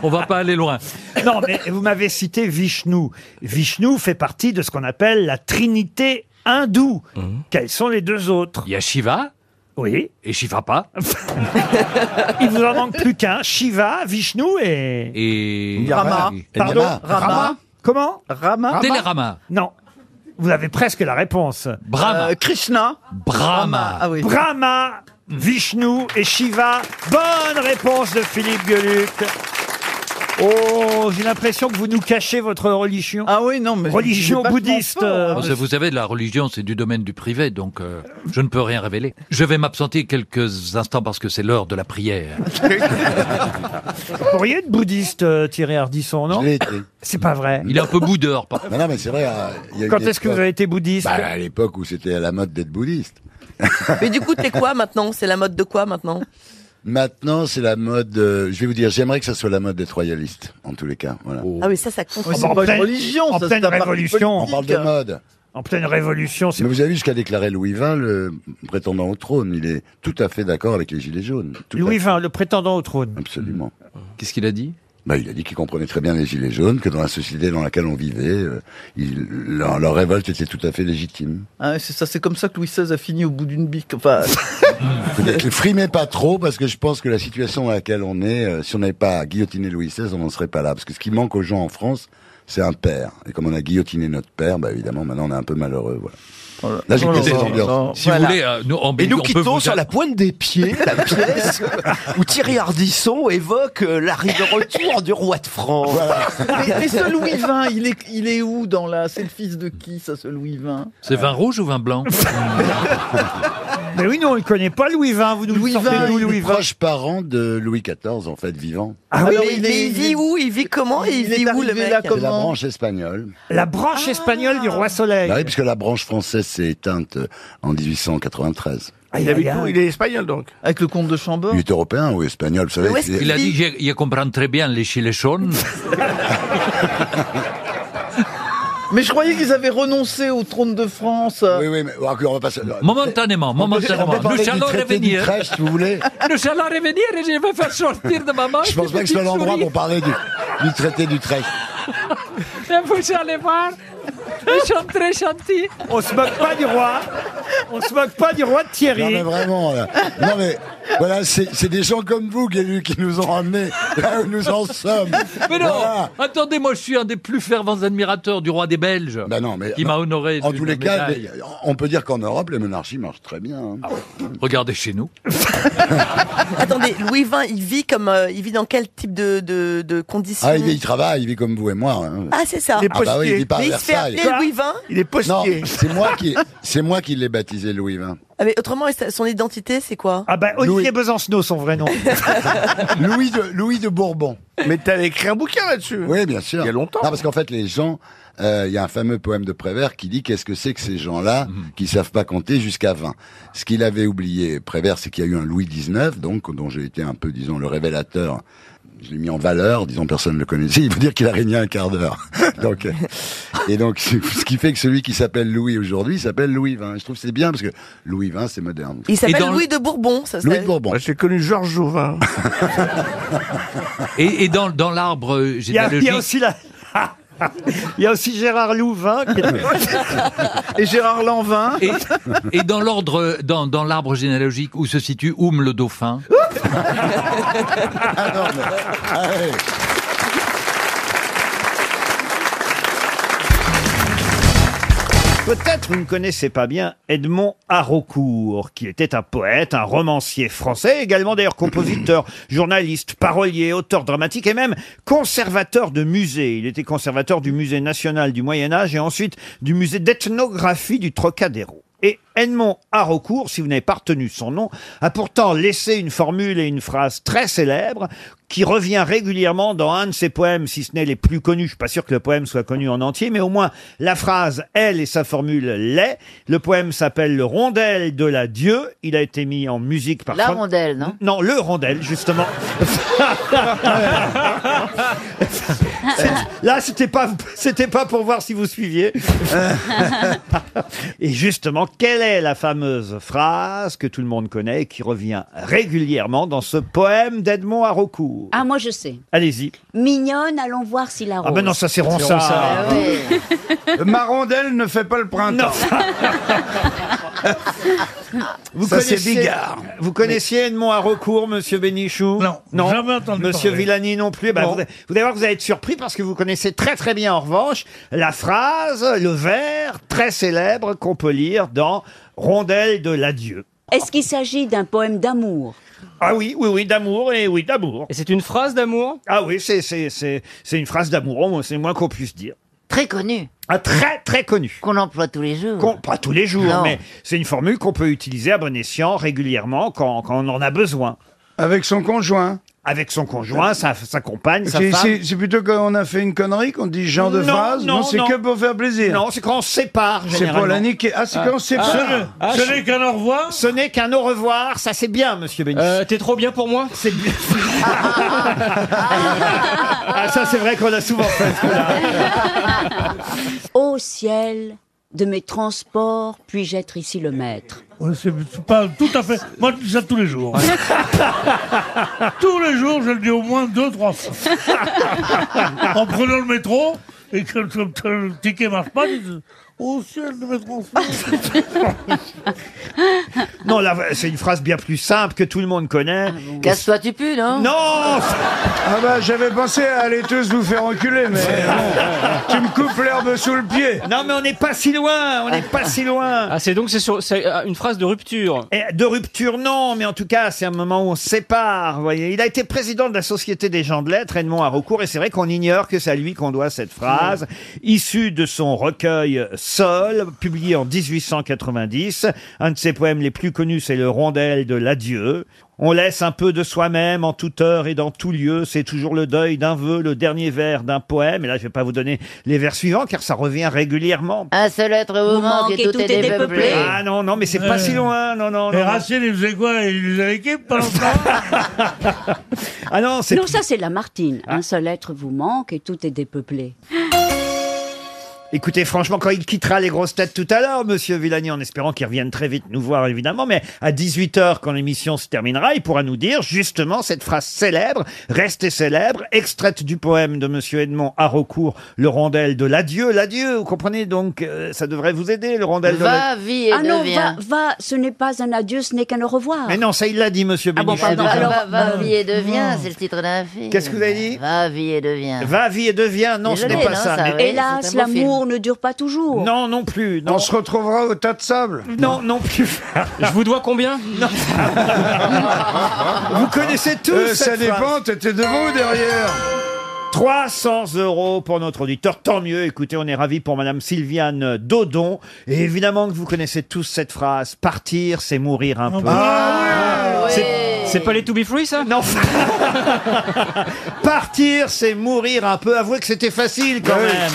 Speaker 13: on va pas aller loin.
Speaker 1: Non, mais vous m'avez cité Vishnu. Vishnu fait partie de ce qu'on appelle la trinité hindoue. Quels sont les deux autres
Speaker 13: Mmh. Il y a
Speaker 7: Ah,
Speaker 13: Shiva.
Speaker 1: Oui.
Speaker 13: Et Shiva pas.
Speaker 1: Il vous en manque plus qu'un. Shiva, Vishnu et...
Speaker 13: Et.
Speaker 1: Rama. Pardon
Speaker 13: Rama.
Speaker 1: Comment Rama.
Speaker 13: Télérama.
Speaker 1: Non. Vous avez presque la réponse.
Speaker 13: Brahma.
Speaker 1: Euh, Krishna.
Speaker 13: Brahma. Hmm. Ah oui.
Speaker 1: Brahma, Vishnu et Shiva. Bonne réponse de Philippe Gueluc. Oh, j'ai l'impression que vous nous cachez votre religion. Ah oui, non, mais. Religion bouddhiste. euh,
Speaker 13: Vous, Oh, vous savez, la religion, c'est du domaine du privé, donc euh, je ne peux rien révéler. Je vais m'absenter quelques instants parce que c'est l'heure de la prière.
Speaker 1: Vous pourriez être bouddhiste, euh, Thierry Ardisson, non C'est pas vrai.
Speaker 13: Il est un peu boudeur. par-
Speaker 16: Non, non, mais c'est vrai. euh, il y a
Speaker 1: Quand
Speaker 16: une
Speaker 1: est-ce que vous
Speaker 16: époque-
Speaker 1: avez été bouddhiste
Speaker 16: Bah, À l'époque où c'était à la mode d'être bouddhiste.
Speaker 17: Mais du coup, t'es quoi maintenant C'est la mode de quoi maintenant
Speaker 16: Maintenant, c'est la mode. euh, je vais vous dire, j'aimerais que ça soit la mode d'être royaliste, en tous les cas. Voilà.
Speaker 19: Oh.
Speaker 17: Ah oui, ça, ça compte.
Speaker 1: Ah bah, en pleine- en pleine révolution.
Speaker 16: On parle de mode.
Speaker 1: En pleine révolution.
Speaker 16: Mais vous avez vu ce qu'a déclaré Louis XX, le prétendant au trône. Il est tout à fait d'accord avec les Gilets jaunes. Tout à
Speaker 1: Louis XX, le prétendant au trône.
Speaker 16: Absolument.
Speaker 13: Qu'est-ce qu'il a dit
Speaker 16: bah, il a dit qu'il comprenait très bien les gilets jaunes, que dans la société dans laquelle on vivait, euh, il- leur, leur révolte était tout à fait légitime.
Speaker 17: Ah, c'est ça, c'est comme ça que Louis XVI a fini au bout d'une bique. Enfin,
Speaker 16: Peut-être frimez pas trop parce que je pense que la situation à laquelle on est, euh, si on n'avait pas guillotiné Louis XVI, on n'en serait pas là. Parce que ce qui manque aux gens en France, c'est un père. Et comme on a guillotiné notre père, bah évidemment maintenant on est un peu malheureux. Voilà. Là j'ai
Speaker 17: Oh là
Speaker 16: quitté cette
Speaker 17: là
Speaker 16: ambiance.
Speaker 17: là. Si vous Voilà. voulez,
Speaker 13: euh, nous, en
Speaker 17: Belgique,
Speaker 16: nous
Speaker 17: on peut vous dire-
Speaker 16: pointe
Speaker 12: des pieds, la pièce où Thierry Ardisson évoque euh, l'arrivée retour du roi de France.
Speaker 17: mais, mais ce Louis XX, il est, il est où dans la C'est le fils de qui, ça, ce Louis XX
Speaker 13: C'est vin rouge ou vin blanc
Speaker 1: Mais oui, non, on ne connaît pas Louis XX. Vous nous
Speaker 16: Louis
Speaker 1: sortez
Speaker 16: XX,
Speaker 1: d'où,
Speaker 16: il
Speaker 1: Louis
Speaker 16: est
Speaker 1: XX
Speaker 16: proche parent de Louis XIV, en fait, vivant.
Speaker 1: Ah oui,
Speaker 17: mais, mais il vit où Il vit
Speaker 19: Oh,
Speaker 17: comment Et Il, vit où le mec
Speaker 16: C'est la branche espagnole.
Speaker 1: La branche espagnole du roi Soleil.
Speaker 16: Bah oui, puisque la branche française s'est éteinte euh, en 1893.
Speaker 1: Ah,
Speaker 19: Il, habite où Il est espagnol donc.
Speaker 13: Avec le comte de Chambord
Speaker 16: Il est européen ou espagnol, vous savez.
Speaker 13: Il,
Speaker 16: c'est-
Speaker 13: a dit que je comprends très bien les gilets jaunes.
Speaker 15: Mais je croyais qu'ils avaient renoncé au trône de France.
Speaker 16: Oui, oui, mais on va passer.
Speaker 13: Momentanément, momentanément. Nous allons revenir.
Speaker 16: si vous voulez.
Speaker 13: Nous allons revenir et je vais faire sortir de ma main.
Speaker 16: Je pense pas que ce soit l'endroit pour parler du, du traité d'Utrecht.
Speaker 13: Vous allez voir. Ils sont très gentils.
Speaker 1: On se moque pas du roi. On se moque pas du roi de Thierry.
Speaker 16: Non mais vraiment, là. non mais voilà, c'est c'est des gens comme vous, Guélu, qui nous ont ramenés là où nous en sommes.
Speaker 13: Mais non
Speaker 16: Voilà.
Speaker 13: Attendez, moi je suis un des plus fervents admirateurs du roi des Belges.
Speaker 16: Bah non, mais
Speaker 13: Qui m'a honoré.
Speaker 16: En
Speaker 13: d'une
Speaker 16: tous les cas,
Speaker 13: médaille.
Speaker 16: les- on peut dire qu'en Europe, les monarchies marchent très bien. hein.
Speaker 13: Ah Regardez chez nous.
Speaker 17: Attendez, Louis XX, il vit comme euh, il vit dans quel type de, de, de conditions
Speaker 16: Ah, il, il travaille, il vit comme vous et moi. hein.
Speaker 17: Ah, c'est ça.
Speaker 16: Ah bah oui, il vit pas à
Speaker 17: Mais il se fait
Speaker 16: Versailles.
Speaker 17: appeler Louis XX.
Speaker 16: Non, c'est moi qui, c'est moi qui l'ai baptisé Louis XX.
Speaker 17: Ah, mais autrement, sa- son identité, c'est quoi
Speaker 1: Ah ben, Olivier Besancenot, son vrai nom.
Speaker 16: Louis de, Louis de Bourbon.
Speaker 19: Mais t'as écrit un bouquin là-dessus.
Speaker 16: Oui, bien sûr.
Speaker 19: Il y a longtemps.
Speaker 16: Non, parce qu'en fait, les gens, euh, il y a un fameux poème de Prévert qui dit qu'est-ce que c'est que ces gens-là
Speaker 19: Mhm.
Speaker 16: qui savent pas compter jusqu'à 20. Ce qu'il avait oublié, Prévert, c'est qu'il y a eu un Louis XIX, donc dont j'ai été un peu, disons, le révélateur. Je l'ai mis en valeur, disons personne ne le connaissait. Il faut dire qu'il a régné un quart d'heure. donc, euh, et donc, c'est- ce qui fait que celui qui s'appelle Louis aujourd'hui s'appelle Louis XX. Je trouve que c'est bien parce que Louis XX, c'est moderne.
Speaker 17: Il s'appelle Louis de Bourbon. Ça,
Speaker 16: Louis
Speaker 17: ça-
Speaker 16: de Bourbon.
Speaker 19: J'ai connu Georges Jouvin.
Speaker 13: Et, et dans, dans l'arbre euh,
Speaker 1: Il y, a, il y a
Speaker 13: généalogique.
Speaker 1: aussi la... Il y a aussi Gérard Louvain. qui est-
Speaker 15: Et Gérard Lanvin.
Speaker 13: Et, et dans l'ordre, dans, dans l'arbre généalogique où se situe Oum le dauphin.
Speaker 16: Ah non, mais- ah ouais.
Speaker 1: Peut-être vous ne connaissez pas bien Edmond Haraucourt, qui était un poète, un romancier français, également d'ailleurs compositeur, journaliste, parolier, auteur dramatique et même conservateur de musée. Il était conservateur du musée national du Moyen Âge et ensuite du musée d'ethnographie du Trocadéro. Et Edmond Haraucourt, si vous n'avez pas retenu son nom, a pourtant laissé une formule et une phrase très célèbres qui revient régulièrement dans un de ses poèmes, si ce n'est les plus connus. Je suis pas sûr que le poème soit connu en entier, mais au moins la phrase, elle et sa formule l'est. Le poème s'appelle Le Rondel de la Dieu. Il a été mis en musique par...
Speaker 14: La
Speaker 1: Fran-
Speaker 14: rondelle, non
Speaker 1: Non, le Rondel, justement.
Speaker 12: Ah,
Speaker 1: C'est- Eh, Là, c'était pas, c'était pas pour voir si vous suiviez. Et justement, quelle est la fameuse phrase que tout le monde connaît et qui revient régulièrement dans ce poème d'Edmond Haraucourt
Speaker 10: Ah, moi je sais.
Speaker 1: Allez-y.
Speaker 10: Mignonne, allons voir si la rose.
Speaker 1: Ah ben non, ça c'est Ronsard.
Speaker 10: Ah ouais.
Speaker 19: Ma rondelle ne fait pas le printemps.
Speaker 1: Vous
Speaker 19: Ça, c'est
Speaker 1: connaissez-
Speaker 19: Bigard.
Speaker 1: Vous connaissiez Edmond Haraucourt, monsieur Bénichou Non,
Speaker 22: jamais entendu
Speaker 1: Monsieur
Speaker 22: parler.
Speaker 1: Villani non plus. Eh ben,
Speaker 22: Non.
Speaker 1: Vous, vous allez voir que vous allez être surpris parce que vous connaissez très très bien en revanche la phrase, le vers très célèbre qu'on peut lire dans Rondelle de l'adieu.
Speaker 10: Est-ce qu'il s'agit d'un poème d'amour
Speaker 1: Ah oui, oui, oui, d'amour, et oui, d'amour. Et c'est une phrase d'amour Ah oui, c'est, c'est, c'est, c'est une phrase d'amour, au moins, c'est le moins qu'on puisse dire.
Speaker 14: Très connu.
Speaker 1: Ah, très, très connu.
Speaker 14: Qu'on emploie tous les jours.
Speaker 1: Qu'on- pas tous les jours,
Speaker 14: Non.
Speaker 1: mais c'est une formule qu'on peut utiliser à bon escient régulièrement quand, quand on en a besoin.
Speaker 19: Avec son conjoint.
Speaker 1: Avec son conjoint, sa, sa compagne, sa
Speaker 19: C'est
Speaker 1: femme.
Speaker 19: c'est- c'est plutôt qu'on a fait une connerie qu'on dit ce genre de
Speaker 1: Non,
Speaker 19: phrase.
Speaker 1: non,
Speaker 19: c'est
Speaker 1: non.
Speaker 19: que pour faire plaisir.
Speaker 1: Non, c'est quand on se sépare,
Speaker 19: C'est pour la
Speaker 1: généralement.
Speaker 19: niquer. Ah, c'est quand on se sépare.
Speaker 1: Ce- ce n'est
Speaker 22: qu'un au revoir
Speaker 1: Ce n'est qu'un au revoir, ça c'est bien, monsieur Bénichou.
Speaker 7: T'es trop bien pour moi
Speaker 1: C'est bien. ah, ça c'est vrai qu'on a souvent fait.
Speaker 10: Ô ciel, de mes transports, puis-je être ici le maître
Speaker 22: Ouais, C'est c'est pas tout à fait. Moi, je dis ça tous les jours. tous les jours, je le dis au moins deux, trois fois. en prenant le métro et que le, que le ticket marche pas, je dis Oh ciel, de mes transports.
Speaker 1: Non, là, c'est une phrase bien plus simple que tout le monde connaît.
Speaker 14: Ah Casse-toi, tu pues, non
Speaker 1: Non
Speaker 19: Ah bah j'avais pensé à aller tous vous faire enculer, mais bon, tu me coupes l'herbe sous le pied.
Speaker 1: Non, mais on n'est pas si loin, on n'est pas si loin.
Speaker 7: Ah, c'est donc c'est sur c'est, euh, une phrase de rupture.
Speaker 1: Eh, De rupture, non, mais en tout cas, c'est un moment où on se sépare. vous Voyez. Il a été président de la Société des gens de lettres, Edmond Haraucourt, et c'est vrai qu'on ignore que c'est à lui qu'on doit cette phrase, issue de son recueil Sol, publié en 1890. Un de ses poèmes les plus connus, c'est le Rondel de l'Adieu. On laisse un peu de soi-même en toute heure et dans tout lieu. C'est toujours le deuil d'un vœu, le dernier vers d'un poème. Et là, je vais pas vous donner les vers suivants, car ça revient régulièrement.
Speaker 14: Un seul être vous manque et tout est dépeuplé.
Speaker 1: Ah non, non, mais c'est pas si loin, non, non,
Speaker 22: Et
Speaker 1: non.
Speaker 22: Racine, il faisait quoi Il lisait l'équipe pendant ce temps
Speaker 1: Ah non, c'est... Ah.
Speaker 10: Non, ça c'est Lamartine. Un seul être vous manque et tout est dépeuplé.
Speaker 1: Écoutez, franchement, quand il quittera les grosses têtes tout à l'heure, monsieur Villani, en espérant qu'il revienne très vite nous voir, évidemment, mais à 18h, quand l'émission se terminera, il pourra nous dire, justement, cette phrase célèbre, restez célèbre, extraite du poème de monsieur Edmond Haraucourt, le rondel de l'adieu, l'adieu, vous comprenez, donc, euh, ça devrait vous aider, le rondel de l'adieu.
Speaker 14: vie et
Speaker 10: ah non,
Speaker 14: deviens.
Speaker 10: va, va, ce n'est pas un adieu, ce n'est qu'un au revoir.
Speaker 1: Mais non, ça, il l'a dit, monsieur
Speaker 10: Ah bon,
Speaker 1: Bénichou.
Speaker 10: pardon, alors,
Speaker 14: Va, va,
Speaker 10: Non.
Speaker 14: vie et deviens, c'est le titre d'un film.
Speaker 1: Qu'est-ce que vous avez dit
Speaker 14: Va, vie et deviens.
Speaker 1: Va, vie et deviens, non, ce
Speaker 14: Désolé,
Speaker 1: n'est pas
Speaker 14: non,
Speaker 1: ça.
Speaker 14: ça,
Speaker 1: mais-
Speaker 14: oui, c'est
Speaker 10: Hélas, l'amour ne dure pas toujours.
Speaker 1: Non, non plus. On se
Speaker 19: retrouvera au tas de sable.
Speaker 1: Non, non plus.
Speaker 7: Je vous dois combien
Speaker 1: Vous connaissez tous
Speaker 19: Euh, ça
Speaker 1: cette
Speaker 19: dépend,
Speaker 1: phrase.
Speaker 19: t'étais devant ou derrière
Speaker 1: 300 euros pour notre auditeur, tant mieux. Écoutez, on est ravis pour Madame Sylviane Dodon. Et évidemment que vous connaissez tous cette phrase partir, c'est mourir
Speaker 19: Ah
Speaker 1: un peu.
Speaker 19: bah,
Speaker 12: Ah,
Speaker 7: C'est pas les To Be Free, ça
Speaker 1: Non. Partir, c'est mourir un peu. Avouez que c'était facile quand même.